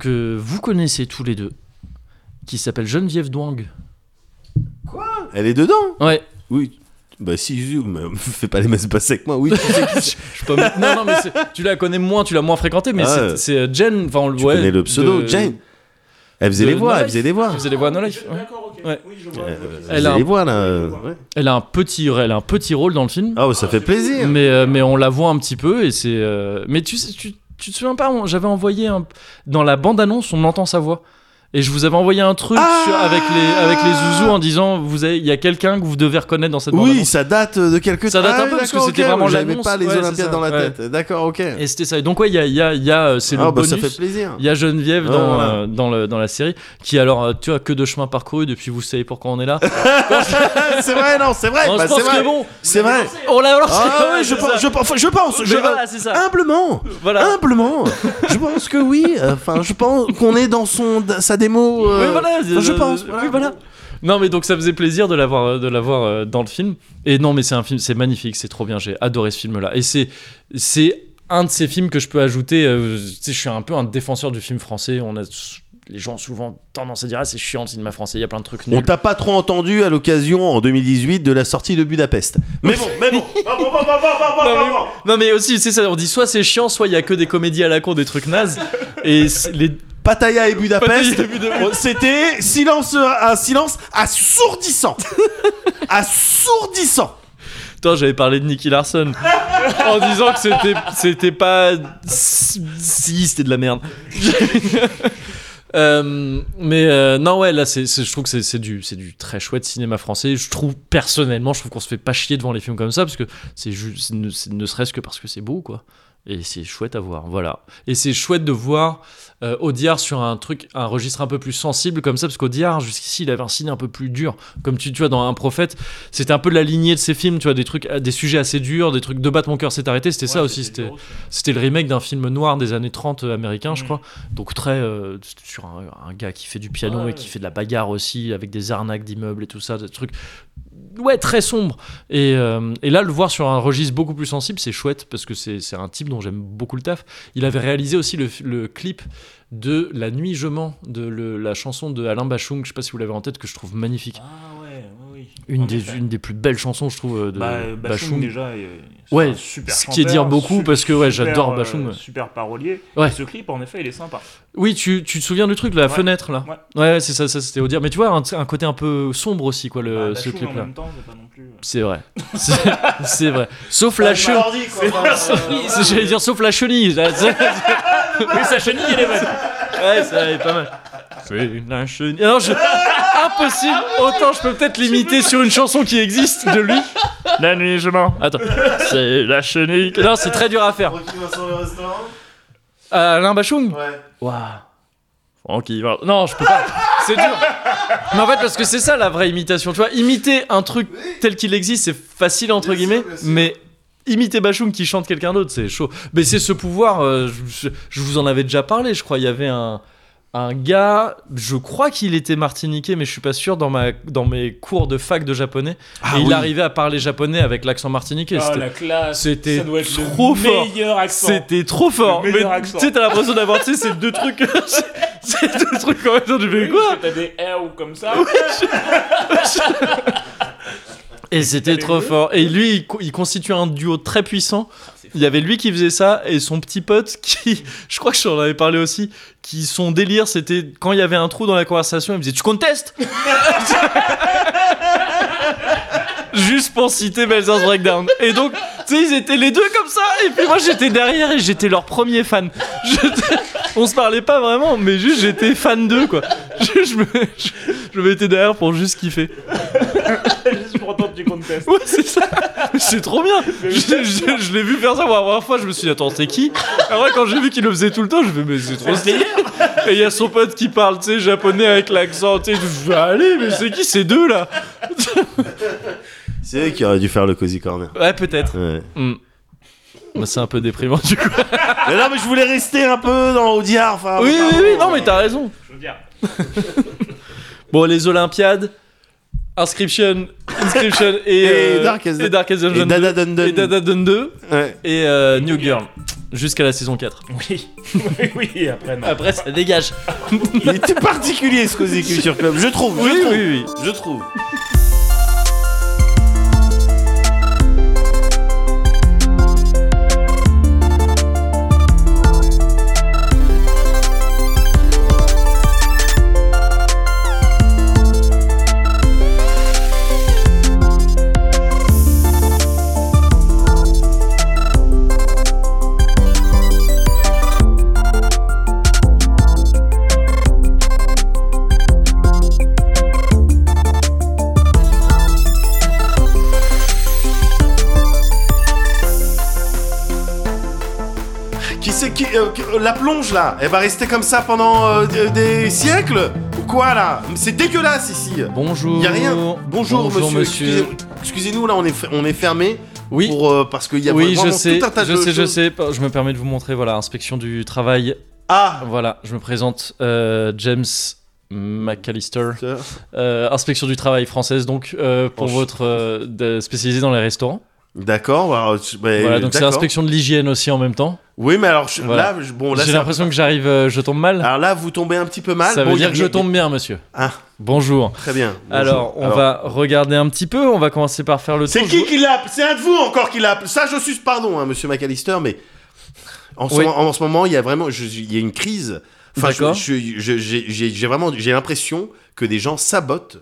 que vous connaissez tous les deux, qui s'appelle Geneviève Douang.
Elle est dedans
Ouais.
Oui. Bah si, Zuzu, mais fais pas les messes passer avec moi, oui. tu sais qui c'est.
Je peux pas- non, non, mais c'est- tu la connais moins, tu l'as moins fréquentée, mais
Ah
c'est-
ouais.
c'est euh, Jen. Enfin, on le
tu
voit.
connais le pseudo,
de-
Jane. Elle faisait
de
les voix,
Nolife.
elle faisait les voix.
Elle faisait les voix à No Life, ouais.
D'accord, ok.
Ouais.
Oui, je vois.
Elle
ok.
Elle a
faisait
un-
les voix, là. euh, ouais.
Elle a un petit, elle a un petit rôle dans le film.
Ah ouais, ça fait plaisir.
mais, euh, mais on la voit un petit peu et c'est. euh, Mais tu, sais- tu, tu te souviens pas, on- j'avais envoyé un... dans la bande-annonce, on entend sa voix. Et je vous avais envoyé un truc
Ah
sur- avec, les, avec les zouzous en disant vous avez- il y a quelqu'un que vous devez reconnaître dans cette
Oui,
bande-annonce.
ça date de quelque Ah
Ça date un
oui,
peu, parce que
d'accord,
c'était
ok,
vraiment
J'avais
l'annonce.
pas les
Ouais, c'est
Olympiades
ça,
dans la
ouais.
tête. D'accord, ok.
Et c'était ça. Et donc, ouais, il y a, il y a- il y a, euh, c'est
Ah
le
bah
bonus.
ça fait plaisir.
Il y a Geneviève
Ouais,
dans,
ouais.
euh, dans, le, dans la série qui, alors, euh, tu as que de chemin parcouru depuis vous savez pourquoi on est là.
c'est vrai, non, c'est vrai.
On
bah,
pense
c'est
que
vrai.
bon,
C'est vrai.
on l'a lancé.
Ah
Ouais,
ouais, je
c'est
pense,
ça.
je pense, je pense, je-
Mais voilà, c'est ça.
humblement,
Voilà.
humblement, je pense que oui. Enfin, je pense qu'on est dans son, sa démo. euh,
Oui, voilà,
enfin, je
euh,
pense.
oui, voilà. Non, mais donc ça faisait plaisir de l'avoir, euh, de l'avoir euh, dans le film. Et non, mais c'est un film, c'est magnifique, c'est trop bien. J'ai adoré ce film-là. Et c'est, c'est un de ces films que je peux ajouter. euh, tu sais, je suis un peu un défenseur du film français. On a s- les gens ont souvent tendance à dire ah c'est chiant le cinéma français. Il y a plein de trucs
On
nuls.
t'a pas trop entendu à l'occasion en 2018 de la sortie de Budapest. Mais bon, mais bon. Bon, bon, bon, bon, bon, bon, bon, bon.
Non, mais aussi, c'est ça. On dit soit c'est chiant, soit il y a que des comédies à la con, des trucs nazes. Et c'est- les
Pattaya et Budapest,
Pattaya et Budapest.
on- c'était silence, euh, un silence assourdissant, assourdissant.
Putain, j'avais parlé de Nicky Larson en disant que c'était c'était pas si c'était de la merde. Euh, mais euh, non ouais là c'est c'est- je trouve que c'est- c'est du c'est du très chouette cinéma français je trouve personnellement je trouve qu'on se fait pas chier devant les films comme ça parce que c'est ju- c'est ne, c'est ne serait-ce que parce que c'est beau quoi et c'est chouette à voir voilà et c'est chouette de voir euh, Audiard sur un truc un registre un peu plus sensible comme ça parce qu'Audiard jusqu'ici il avait un ciné un peu plus dur comme tu, tu vois dans Un prophète c'était un peu la lignée de ses films tu vois des trucs des sujets assez durs des trucs de battre mon cœur s'est arrêté c'était ça
Ouais,
aussi
c'était
c'était
dur aussi.
c'était le remake d'un film noir des années 30 euh, américain, je
Mhm.
crois. Donc très euh, sur un, un gars qui fait du piano
Ouais.
et qui fait de la bagarre aussi, avec des arnaques d'immeubles et tout ça, des trucs. Ouais, très sombre. Et, euh, et là, le voir sur un registre beaucoup plus sensible, c'est chouette parce que c'est c'est un type dont j'aime beaucoup le taf. Il avait réalisé aussi le, le clip de La nuit je mens, de le- la chanson de Alain Bachung, je sais pas si vous l'avez en tête, que je trouve magnifique.
Ah ouais, oui.
Une,
En
des,
effet.
une des plus belles chansons, je trouve, euh, de
Bah, Bachung,
Bachung.
déjà, euh, c'est
Ouais,
un super
ce qui est dire
chanteur,
beaucoup
su-
parce que ouais,
super,
j'adore
euh,
Bachung. ouais.
Super parolier.
Ouais.
Et Ce clip, en effet, il est sympa.
Oui, tu, tu te souviens du truc, la
Ouais.
fenêtre là Ouais, ouais, c'est ça, ça c'était au dire. Mais tu vois, un, un côté un peu sombre aussi, quoi, le,
Bah,
Euh, ce
Bachung,
clip
en
là.
même temps, c'est pas non plus. euh,
C'est vrai. C'est c'est vrai. Sauf la chenille. J'allais dire sauf la chenille. là, c'est-
Mais sa chenille, elle est bonne.
ouais, ça est pas mal. C'est la chenille. Alors, je... impossible. Autant je peux peut-être l'imiter sur une chanson qui existe de lui. La nuit, je mens. Attends. C'est la chenille. qui- Non, c'est très dur à faire. Euh, Alain Bachung Waouh. Francky, voilà. Non, je peux pas. C'est dur. Mais en fait, parce que c'est ça la vraie imitation. Tu vois, imiter un truc tel qu'il existe, c'est facile entre guillemets, mais imiter Bachung qui chante quelqu'un d'autre, c'est chaud. Mais c'est ce pouvoir. euh, je, je- je vous en avais déjà parlé, je crois. Il y avait un. Un gars, je crois qu'il était martiniquais, mais je suis pas sûr, dans, ma, dans mes cours de fac de japonais. et il arrivait à parler japonais avec l'accent martiniquais.
Ah,
C'était-
la classe.
c'était
ça doit être
trop
le
fort.
meilleur accent.
c'était trop fort.
Le
Mais
meilleur accent.
tu sais, t'as l'impression d'avoir, tu sais, ces deux trucs. ces deux trucs en même temps, tu fais
Oui,
quoi
parce que T'as des R ou comme ça.
Et c'était trop fort. Et lui, il, co- il constituait un duo très puissant. Il y avait lui qui faisait ça et son petit pote qui, je crois que je t'en avais parlé aussi, qui son délire c'était quand il y avait un trou dans la conversation, il me disait Tu contestes Juste pour citer Belzer's Breakdown. Et donc, tu sais, ils étaient les deux comme ça. Et puis moi j'étais derrière et j'étais leur premier fan. J'étais- On se parlait pas vraiment, mais juste j'étais fan d'eux quoi. Je, je me, je- je me mettais derrière pour juste kiffer.
Juste pour entendre du contest.
Ouais, c'est ça. C'est trop bien. Je, je- je l'ai vu faire ça pour la première fois. Je me suis dit, attends, c'est qui Après, quand j'ai vu qu'il le faisait tout le temps, je me suis dit, mais c'est trop stylé. Et il y a son pote qui parle, tu sais, japonais avec l'accent. Tu sais, je vais aller, mais c'est qui ces deux là
C'est eux qui auraient dû faire le cozy corner.
Ouais, peut-être.
Ouais.
Bah, c'est un peu déprimant du coup.
Mais non, mais je voulais rester un peu dans Audiard. enfin,
Ah oui, oui,
pardon.
oui, non, mais t'as raison.
Je veux dire.
Bon, les Olympiades, Inscription, Inscription et,
Et
euh,
Dark as-
et Dark as
euh, Et
Dungeon
Dada
2,
Dundon.
et Dada Dun 2
Ouais.
et euh, New Girl jusqu'à la saison 4.
Oui, oui, oui, après, non.
Après, ça dégage.
Il était particulier ce Cozy Culture Club, je trouve.
Oui,
je trouve.
oui, oui.
Je trouve. Qui c'est qui. euh, qui- euh, la plonge là, elle va rester comme ça pendant euh, d- des siècles Ou quoi là C'est dégueulasse ici.
Bonjour.
Y a rien. Bonjour, monsieur.
monsieur.
Excusez- Excusez-nous, là on est, fer- on est fermé.
Oui.
Pour, euh, parce qu'il y a
Oui,
vraiment
je sais,
tout un tas
je
de
sais, je
choses.
sais. Je me permets de vous montrer, voilà, inspection du travail.
Ah
Voilà, je me présente, euh, James McAllister,
Tiens.
Euh, inspection du travail française, donc euh, pour
Ench-
votre euh, de- spécialisé dans les restaurants.
D'accord. alors, je- bah,
voilà, donc c'est
d'accord.
inspection de l'hygiène aussi en même temps.
Oui, mais alors je-
Voilà.
là, je- bon, là,
J'ai
c'est-
l'impression que j'arrive, euh, je tombe mal.
alors là, vous tombez un petit peu mal.
Ça
Bon,
veut
y a
dire que je
rien-
tombe bien, monsieur.
Ah,
Bonjour.
très bien. Bonjour.
Alors, on va regarder un petit peu. On va commencer par faire le tour.
C'est
Je-
qui qui l'a C'est un de vous encore qui l'a appelé. Ça, je suis pardon, hein, Monsieur McAllister, mais en ce,
Oui.
en ce moment, il y a vraiment, je- il y a une crise. Enfin, je-
D'accord.
je- je- j'ai j'ai- j'ai vraiment, j'ai l'impression que des gens sabotent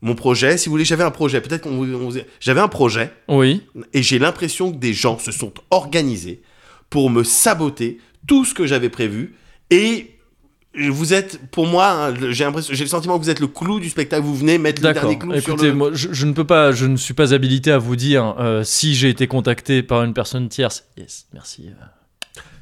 mon projet. Si vous voulez, j'avais un projet. Peut-être qu'on, vous- on vous- j'avais un projet
Oui.
et j'ai l'impression que des gens se sont organisés pour me saboter tout ce que j'avais prévu et vous êtes, pour moi, hein, j'ai l'impression, j'ai le sentiment que vous êtes le clou du spectacle. Vous venez mettre le
D'accord.
dernier clou
Écoutez,
sur le.
moi, je, je ne peux pas, je ne suis pas habilité à vous dire euh, si j'ai été contacté par une personne tierce. Yes, merci. euh,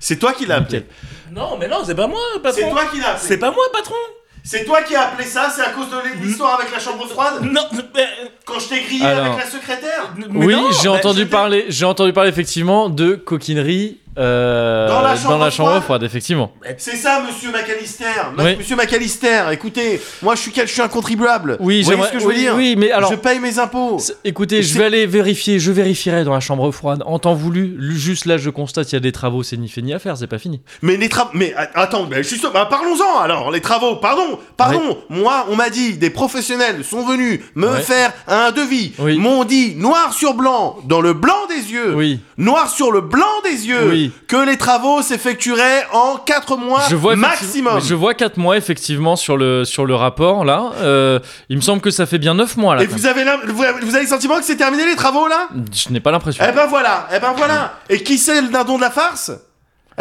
C'est toi qui l'as appelé.
Non, mais non, c'est pas moi,
C'est
patron.
toi qui l'as appelé.
C'est pas moi, patron.
C'est toi qui as appelé ça, c'est à cause
Mm.
de l'histoire avec la chambre froide
Non, mais- euh,
Quand je t'ai grillé
Alors.
avec la secrétaire
mais
oui,
non.
j'ai
mais
entendu
je dis-
parler, j'ai entendu parler effectivement de coquinerie euh,
Dans la chambre
chambre
froide.
froide, effectivement.
C'est ça, monsieur McAllister Ma-
Oui.
Monsieur McAllister, écoutez, moi je suis, quel- je suis un contribuable
Oui,
Vous voyez
j'aimerais-
ce que je veux
oui,
dire
Oui, mais alors.
Je paye mes impôts
c- Écoutez, je
C'est-
vais aller vérifier, je vérifierai dans la chambre froide. En temps voulu, lu- juste là, je constate qu'il y a des travaux, c'est ni fait ni à faire, c'est pas fini.
Mais les travaux... Mais a- attends, mais je suis sûr- bah, parlons-en alors, les travaux, pardon Pardon Moi, on m'a dit, des professionnels sont venus me
Ouais.
faire un devis.
Oui.
M'ont dit, noir sur blanc, dans le blanc des yeux
Oui.
Noir sur le blanc des yeux
Oui.
Que les travaux s'effectueraient en 4 mois
Je vois effectivement-
ah, maximum
Je vois 4 mois effectivement sur le, sur le rapport là. Euh, il me semble que ça fait bien 9 mois là.
Et vous avez, l'im- vous avez vous avez le sentiment que c'est terminé les travaux là
Je n'ai pas l'impression.
Eh ben voilà, eh ben voilà. Et qui c'est le dindon de la farce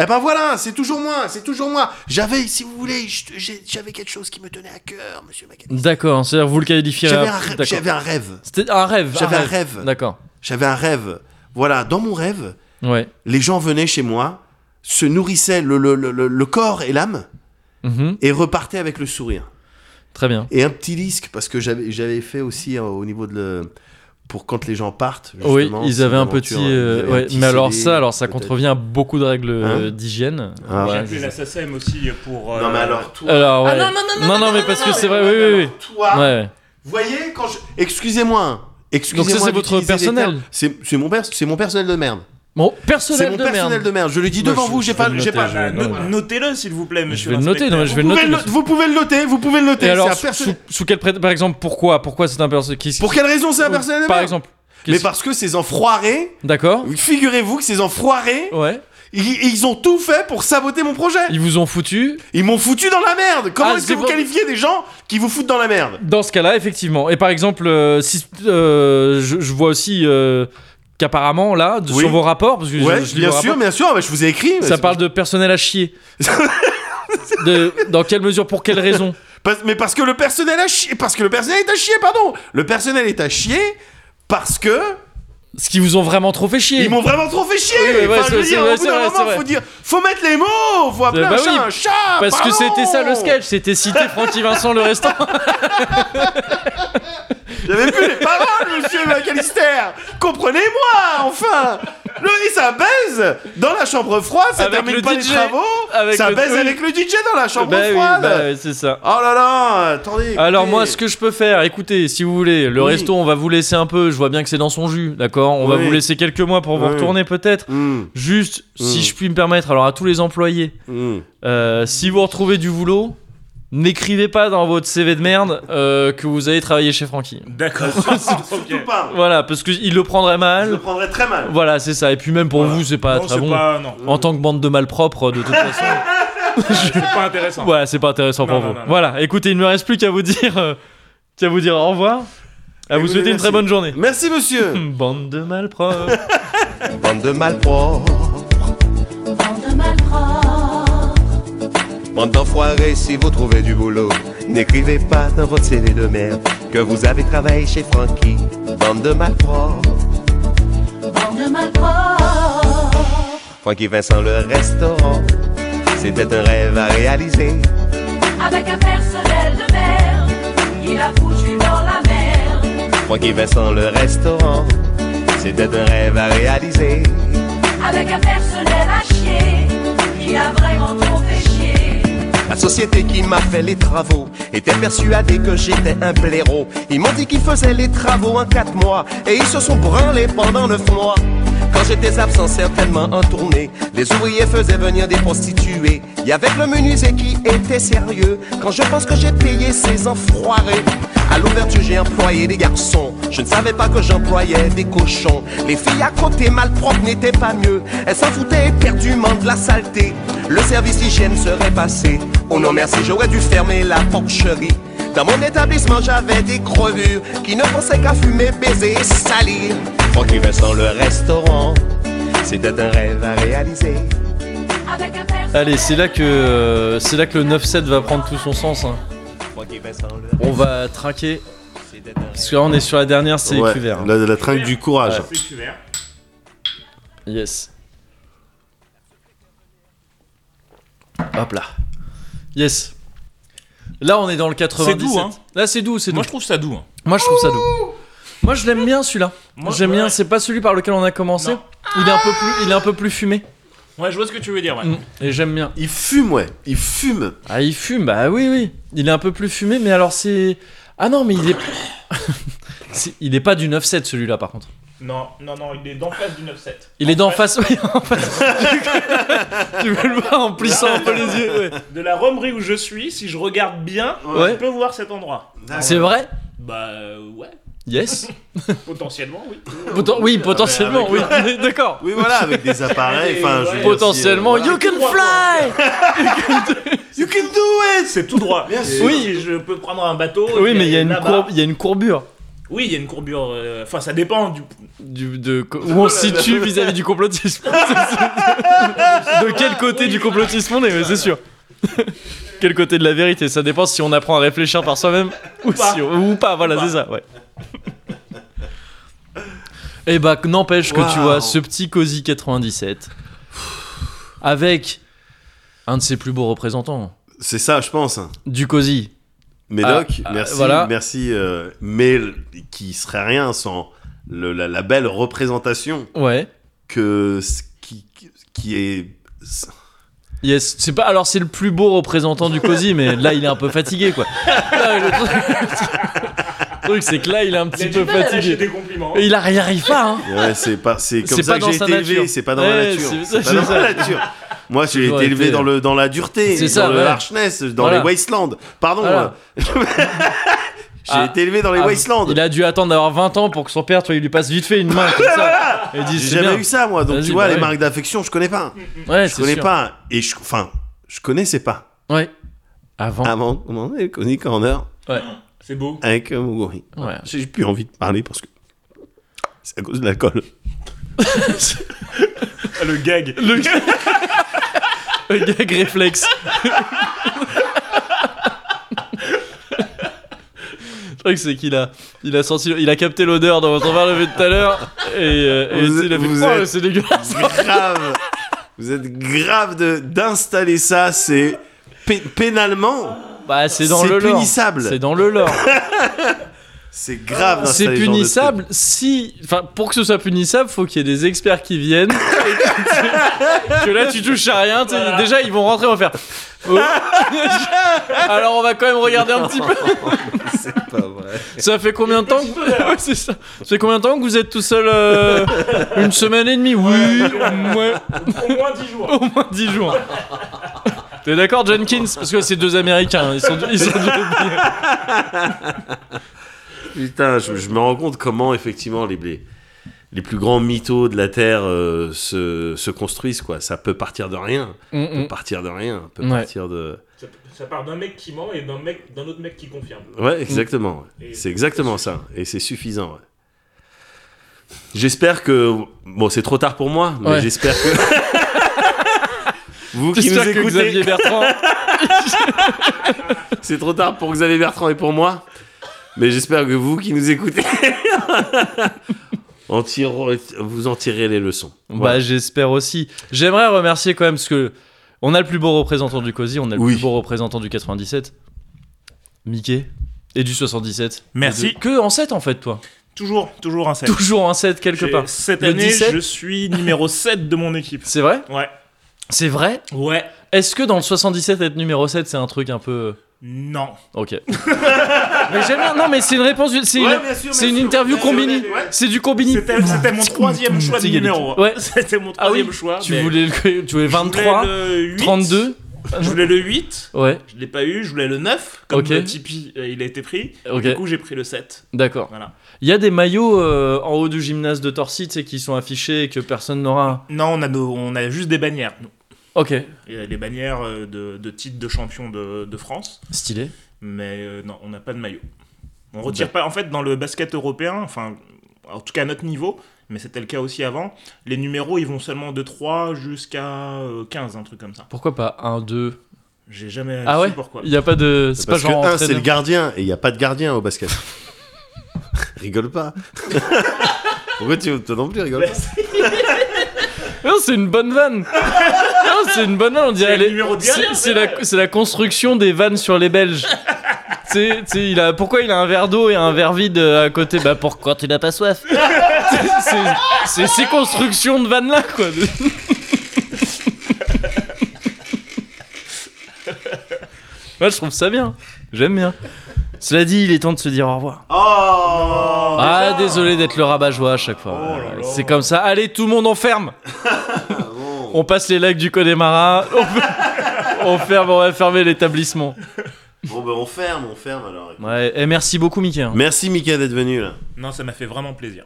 Eh ben voilà, c'est toujours moi, c'est toujours moi. J'avais, si vous voulez, je- j'ai- j'avais quelque chose qui me tenait à cœur, monsieur Macan.
D'accord, c'est-à-dire vous le qualifierez.
J'avais
à-
un, rê-
euh, d'accord.
j'avais un rêve,
C'était un rêve.
j'avais un rêve.
D'accord.
j'avais un rêve. Voilà, dans mon rêve,
Ouais.
les gens venaient chez moi, se nourrissaient le, le- le- le- le corps et l'âme,
Mhm.
et repartaient avec le sourire.
Très bien.
Et un petit disque, parce que j'avais j'avais fait aussi euh, au niveau de le... Pour quand les gens partent,
Oui,
justement,
ils
c'est
avaient un
une aventure,
petit.
ils
euh,
avaient un
ouais,
petit
Mais alors
CD,
ça, alors ça
peut-être.
contrevient à beaucoup de règles euh,
Hein
d'hygiène.
Ah ouais.
J'ai
Voilà,
appelé
c'est
la
ça.
SACEM aussi pour. euh,
Non mais alors toi,
Alors ouais.
Ah, non, non, non, non, non,
mais
non,
parce
non,
que
non,
c'est
mais
vrai. Oui, oui, oui.
toi,
Ouais.
vous voyez quand je excusez-moi, excusez-moi.
Donc ça, c'est votre
d'utiliser des
personnel.
termes. C'est c'est mon pers- c'est mon personnel de merde.
Bon,
C'est
personnel
mon
de merde.
personnel de merde. Je le dis
Moi,
devant
je-
vous,
je
j'ai
vais
pas
le
j'ai
noter,
pas
je
Ah,
vais-
no-
non, mais-
Notez-le, s'il vous plaît,
Je
monsieur.
vais le noter. Non, mais je vais
vous,
le
pouvez
noter.
le,
monsieur.
vous pouvez le noter, vous pouvez le noter.
Et
C'est
alors,
un
sous-
personnel-
sous sous quel prétexte Par exemple, pourquoi Pourquoi c'est un personnel qui-
Pour quelle raison c'est un personnel de
Par
merde
exemple.
Mais
qu'est-ce- Oh.
parce que ces enfroirés,
D'accord.
figurez-vous que ces enfroirés,
Ouais.
ils, ils ont tout fait pour saboter mon projet.
Ils vous ont foutu.
Ils m'ont foutu dans la merde. Comment
Ah,
est-ce
c'est
que vous
bon.
qualifiez des gens qui vous foutent dans la merde
Dans ce cas-là, effectivement. Et par exemple, euh, si, euh, je, je vois aussi euh, qu'apparemment, là, de-
Oui.
sur vos rapports, parce que je-
Ouais,
je, lis
bien
vos
sûr,
rapports,
bien sûr, bah, je vous ai écrit. mais
ça
c'est-
parle de personnel à chier. De- dans quelle mesure, pour quelle raison
Parce- mais parce que le personnel a chier, parce que le personnel est à chier, pardon. Le personnel est à chier parce que
Ce qui vous ont vraiment trop fait chier.
ils m'ont vraiment trop fait chier.
Oui, mais ouais,
Enfin, je
c'est-
veux
c'est
dire,
vrai,
au bout
c'est
d'un
vrai,
moment,
c'est vrai.
faut dire, faut mettre les mots, faut appeler
Bah
un
oui,
chat un chat.
Parce que
pardon.
c'était ça le sketch, c'était citer Francky Vincent le restant.
J'avais plus les paroles, monsieur McAllister. Comprenez-moi, enfin. Oui, ça baise dans la chambre froide, ça
Avec
termine
le
pas les
DJ,
travaux.
avec
ça
le-
baise
oui.
avec le DJ dans la chambre
Bah oui,
froide.
bah oui, c'est ça.
Oh là là, attendez.
Alors
écoutez.
moi, ce que je peux faire, écoutez, si vous voulez, le
Oui.
resto, on va vous laisser un peu. Je vois bien que c'est dans son jus, d'accord. On va
Oui.
vous laisser quelques mois pour vous
Oui.
retourner peut-être.
Hmm,
Juste, si
Mm.
je puis me permettre, alors à tous les employés,
hmm.
euh, si vous retrouvez du boulot, n'écrivez pas dans votre CV de merde euh, que vous avez travaillé chez Francky.
D'accord.
Surtout
Ok.
pas.
Voilà, parce qu'il le prendrait
Je le
mal.
prendrais très mal.
Voilà, c'est ça. Et puis même pour
Voilà.
vous, c'est pas
Ah, non,
très
c'est
bon.
pas, non,
En tant que bande de malpropres, de toute façon.
c'est pas intéressant.
Voilà, c'est pas intéressant
Non,
pour
non,
vous.
non, non.
Voilà, écoutez, il ne me reste plus qu'à vous dire, euh, qu'à vous dire au revoir. À vous
vous
souhaiter une
merci.
très bonne journée.
Merci monsieur.
Bande de malpropres.
Bande de malpropres, bande d'enfoirés, si vous trouvez du boulot, n'écrivez pas dans votre CV de merde que vous avez travaillé chez Frankie. Bande de malpropres, Frankie Vincent le restaurant, c'était un rêve à réaliser.
Avec un personnel de merde, il a foutu dans la mer.
Frankie Vincent le restaurant, c'était un rêve à réaliser.
Avec un personnel à chier, il a vraiment trop fait chier.
La société qui m'a fait les travaux était persuadée que j'étais un blaireau. Ils m'ont dit qu'ils faisaient les travaux en quatre mois et ils se sont branlés pendant neuf mois. Quand j'étais absent, certainement en tournée, les ouvriers faisaient venir des prostituées. Il y avait le menuisier qui était sérieux quand je pense que j'ai payé ces enfoirés. À l'ouverture, j'ai employé des garçons. Je ne savais pas que j'employais des cochons. Les filles à côté, malpropres, n'étaient pas mieux. Elles s'en foutaient éperdument de la saleté. Le service hygiène serait passé. Oh non, merci, j'aurais dû fermer la porcherie. Dans mon établissement, j'avais des crevures qui ne pensaient qu'à fumer, baiser et salir. Francky Vincent, le restaurant, c'était un rêve à réaliser.
Avec un personnel
Allez, c'est là que euh, c'est là que le 9-7 va prendre tout son sens. hein.
Francky Vincent, le
On va traquer.
c'était un
Parce que là, on est sur la dernière, c'est hein.
Ouais,
les cuverts.
la, la trinque du courage.
C'est couvert.
Yes. Hop là. Yes. Là, on est dans le 97.
doux, hein.
Là, c'est doux, c'est doux.
Moi, je trouve ça doux. hein.
Moi, je trouve ça doux. Moi, je l'aime bien celui-là.
Moi,
J'aime
ouais.
bien. C'est pas celui par lequel on a commencé.
Non.
Il est un peu plus, il est un peu plus fumé.
Ouais, je vois ce que tu veux dire. Ouais.
Mm. Et j'aime bien.
Il fume ouais, il fume.
Ah, il fume. Bah oui, oui. Il est un peu plus fumé, mais alors c'est. Ah non, mais il est. C'est- il est pas du 9-7 celui-là, par contre.
Non, non, non, il est d'en face du 9-7.
Il est d'en face. Oui, en face. tu veux le voir en plissant un peu les yeux. ouais.
De la romerie où je suis, si je regarde bien,
Ouais.
je peux voir cet endroit.
C'est vrai.
Bah euh, ouais,
Yes.
potentiellement oui.
Poten- oui, potentiellement. Oui. D'accord.
Oui voilà, avec des appareils. Enfin, je veux dire,
Potentiellement.
si, euh,
You can fly.
voilà. You can do it.
C'est tout droit.
Bien
Et
sûr.
Oui, je peux prendre un bateau.
Oui, mais il y a une
là-bas.
courbe, il y a une courbure.
Oui, il y a une courbure. euh, Enfin, ça dépend du.
du, de, co- où on se situe vis-à-vis du complotisme. de quel côté du complotisme on est, mais c'est sûr. quel côté de la vérité, ça dépend si on apprend à réfléchir par soi-même ou,
pas.
si on- ou pas, voilà,
pas.
c'est ça, ouais. Et bah, que- n'empêche que tu
Waouh.
vois ce petit Cozy 97 avec un de ses plus beaux représentants
euh, C'est ça, je pense.
du Cozy.
Médoc,
Ah, ah,
merci,
voilà.
merci. euh, mais l- qui serait rien sans le- la, la belle représentation
Ouais.
que ce qui, qui est.
Yes, c'est pas. Alors c'est le plus beau représentant du cosy, mais là il est un peu fatigué quoi. Là, le truc, le truc, c'est que là il est un petit peu
J'ai
fatigué.
des compliments.
Et il, a- il arrive pas. Hein.
Ouais, c'est pas, c'est comme
C'est
ça
pas
que
dans
j'ai
sa
été élevé.
nature.
C'est pas dans
Ouais,
la nature.
c'est-
C'est
c'est
pas dans
ça.
la nature. Moi, j'ai
Toujours
été élevé
été-
dans le dans la dureté,
C'est
dans
ça,
le
ouais.
harshness, dans
Voilà.
les wastelands. Pardon.
Voilà.
euh, j'ai
Ah,
été élevé dans les
Ah,
wastelands.
Il a dû attendre d'avoir 20 ans pour que son père, toi, il lui passe vite fait une main comme ça. Et il dit
J'ai
c'est
jamais
bien.
eu ça, moi. Donc
Vas-y,
tu vois,
bah
les
ouais.
marques d'affection, je connais pas.
Ouais,
Je
c'est
connais
sûr.
pas. Et je, enfin, je connaissais pas.
Ouais. Avant.
Avant, on en est connu Corner
C'est beau.
avec euh, Moguri.
Ouais.
J'ai plus envie de parler parce que c'est à cause de l'alcool.
Ah, Le gag.
Le gag réflexe. Le truc c'est qu'il a, il a senti, il a capté l'odeur dans votre verre levé de tout à l'heure et, euh, et
Vous
il a fait,
êtes- vous
Oh,
êtes-
c'est dégueulasse.
grave. Vous êtes grave de d'installer ça, c'est pé- pénalement.
Bah c'est dans
C'est
le lore.
punissable.
C'est dans le lore.
C'est grave
C'est
d'installer ce genre de
punissable si. Enfin, pour que ce soit punissable, faut qu'il y ait des experts qui viennent. Et que, que là, tu touches à rien. t'sais,
Voilà.
Déjà, ils vont rentrer, on va faire. Oh. Alors, on va quand même regarder un petit peu.
truc. C'est pas vrai.
Ça fait combien de temps
hein.
que... Ouais, c'est ça. Ça fait combien de temps que vous êtes tout seul euh, Une semaine et demie Oui, ouais,
Au moins 10 jours.
au moins dix jours. T'es d'accord, Jenkins Parce que c'est deux Américains. Ils sont, ils sont
Putain, je, je me rends compte comment effectivement les, les, les plus grands mythos de la Terre euh, se, se construisent, quoi. Ça peut partir de rien.
Mm,
peut partir de rien. peut
Ouais.
partir de.
Ça, ça part d'un mec qui ment et d'un mec, d'un autre mec qui confirme.
Ouais, exactement.
Et-
C'est exactement ça. Et c'est suffisant, ouais. J'espère que. Bon, c'est trop tard pour moi, mais
Ouais.
j'espère que. Vous qui nous
J'espère que
écoutez,
Xavier Bertrand.
c'est trop tard pour Xavier Bertrand et pour moi. Mais j'espère que vous qui nous écoutez, en tirerez- vous en tirez les leçons. Voilà.
Bah, j'espère aussi. J'aimerais remercier quand même parce que on a le plus beau représentant du COSI, on a le
Oui.
plus beau représentant du 97, Mickey, et du 77.
Merci.
Et de- Que en 7 en fait, toi.
Toujours, toujours un 7.
Toujours en 7 quelque part.
Cette
Le
année,
17.
je suis numéro 7 de mon équipe.
C'est vrai
Ouais.
C'est vrai
Ouais.
Est-ce que dans le 77 être numéro 7 c'est un truc un peu euh,
Non.
OK. mais j'aime bien. Non mais c'est une réponse du- c'est une, c'est une interview combinée. C'est du combini.
C'était, c'était mon troisième choix de
Tigalic.
numéro.
Ouais.
C'était mon
Ah oui,
troisième choix.
tu
mais
voulais le- tu voulais
je voulais
23,
le 8,
32
Je voulais le 8.
Ouais,
Je l'ai pas eu. Je voulais le 9. Comme
Ok.
le Tipeee, euh, il a été pris.
OK.
Du coup, j'ai pris le 7.
D'accord.
Voilà.
Il y a des maillots euh, en haut du gymnase de Torcy, tu sais, qui sont affichés et que personne n'aura.
Non, on a, nos- on a juste des bannières. nous.
Ok,
Il y a des bannières euh, de, de titres de champion de, de France.
stylé.
Mais euh, non, on n'a pas de maillot. On retire pas. En fait, dans le basket européen, enfin, en tout cas à notre niveau, mais c'était le cas aussi avant, les numéros ils vont seulement de 3 jusqu'à euh, 15, un truc comme ça.
Pourquoi pas 1, 2
J'ai jamais
Ah
su
ouais
pourquoi.
Il n'y a pas de. C'est pas
Parce que
genre.
un, c'est le
entraîneur.
gardien, et il n'y a pas de gardien au basket. rigole pas. Pourquoi tu toi non plus rigole pas
Non, c'est une bonne vanne Non, c'est une bonne vanne, on dirait.
le
les-
numéro de
C'est
derrière,
c'est
c'est
la, c'est la construction des vannes sur les Belges. Tu sais- tu sais, il a, pourquoi il a un verre d'eau et un verre vide euh, à côté Bah, pour quand tu n'as pas soif. C'est- c'est- C'est ces constructions de vannes-là, quoi. Moi, je trouve ça bien. J'aime bien. Cela dit, il est temps de se dire au revoir.
Oh,
ah, désolé d'être le rabat-joie à chaque fois. C'est comme ça. Allez, tout le monde, on ferme. on passe les lacs du Connemara. On, peut- on ferme, on va fermer l'établissement.
Bon, ben on ferme, on ferme alors.
Ouais, et merci beaucoup, Mickey. hein.
Merci Mika d'être venu là.
Non, ça m'a fait vraiment plaisir.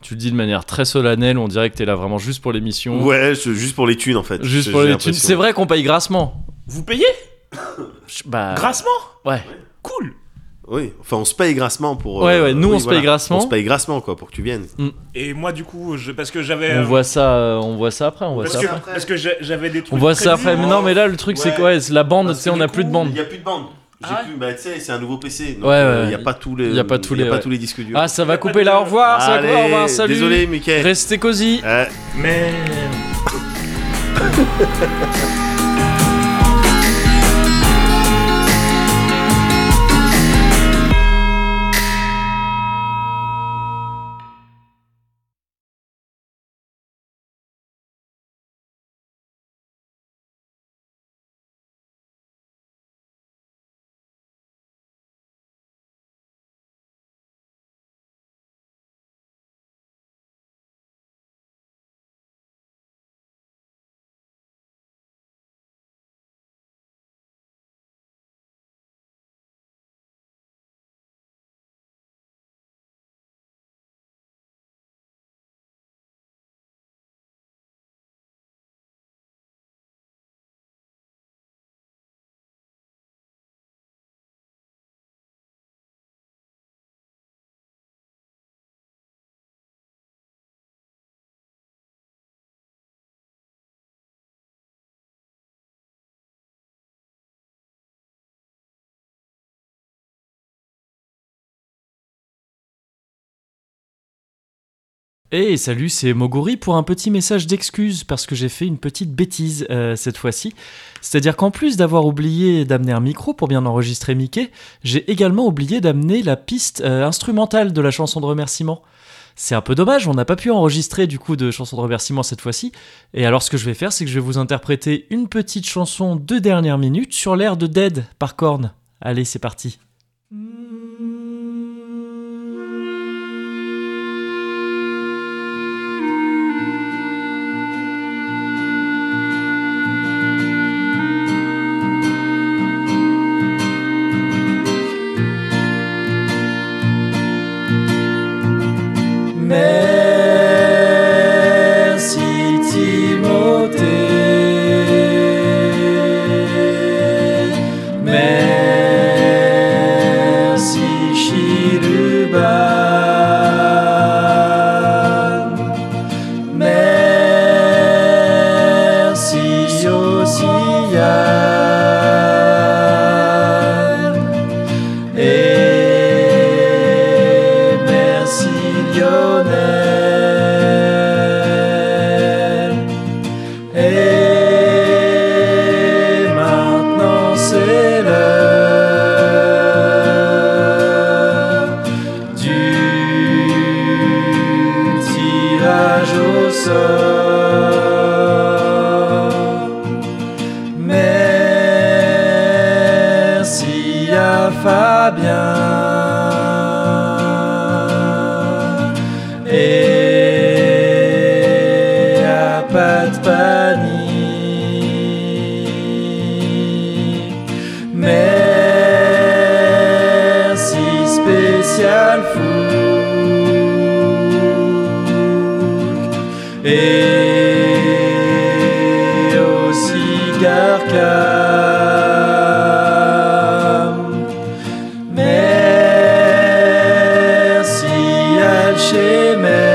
Tu le dis de manière très solennelle, on dirait que t'es là vraiment juste pour l'émission.
Ouais, je- juste pour les thunes en fait.
Mm. Juste
J'ai-
pour
j'ai
les thunes.
l'impression.
C'est vrai qu'on paye grassement.
Vous payez
Je- Bah,
Grassement
ouais.
Cool
Oui, enfin on se paye grassement pour. euh,
Ouais, ouais, nous, on se paye grassement.
On se paye grassement quoi pour que tu viennes.
Et moi, du coup, je, parce que j'avais.
On
euh,
voit ça, euh, on voit ça après, on voit
parce,
ça
que,
après.
parce que j'ai- j'avais des trucs.
On voit ça
prévus.
après. Mais non, mais là, le truc, c'est que ouais, c'est la bande,
Ah,
tu sais, on a plus de bande.
a plus de bande. J'ai
Ah
plus, bah tu sais, c'est un nouveau PC.
Ouais, ouais,
euh, Il n'y a
ouais.
pas tous les.
Y a pas tous
y
les- ouais.
les disques durs.
Ah, ça va
pas
couper
de-
là, au revoir, ça va couper,
Allez,
au revoir, salut.
Désolé Mika.
Restez cosy.
Euh,
Mais.
Et Eh, salut, c'est Moguri pour un petit message d'excuse parce que j'ai fait une petite bêtise euh, cette fois-ci. C'est-à-dire qu'en plus d'avoir oublié d'amener un micro pour bien enregistrer Mickey, j'ai également oublié d'amener la piste euh, instrumentale de la chanson de remerciement. C'est un peu dommage, on n'a pas pu enregistrer du coup de chanson de remerciement cette fois-ci. Et alors ce que je vais faire, c'est que je vais vous interpréter une petite chanson de dernière minute sur l'air de Dead par Korn. Allez, c'est parti. Merci Timothée. Merci Chiruban. Merci Ossian. Et merci Lionel. Et maintenant c'est l'heure du tirage au sort. Merci à Fabien et à Pat Pani. Merci spécial Fou et aussi Garcam. Merci Alchemer.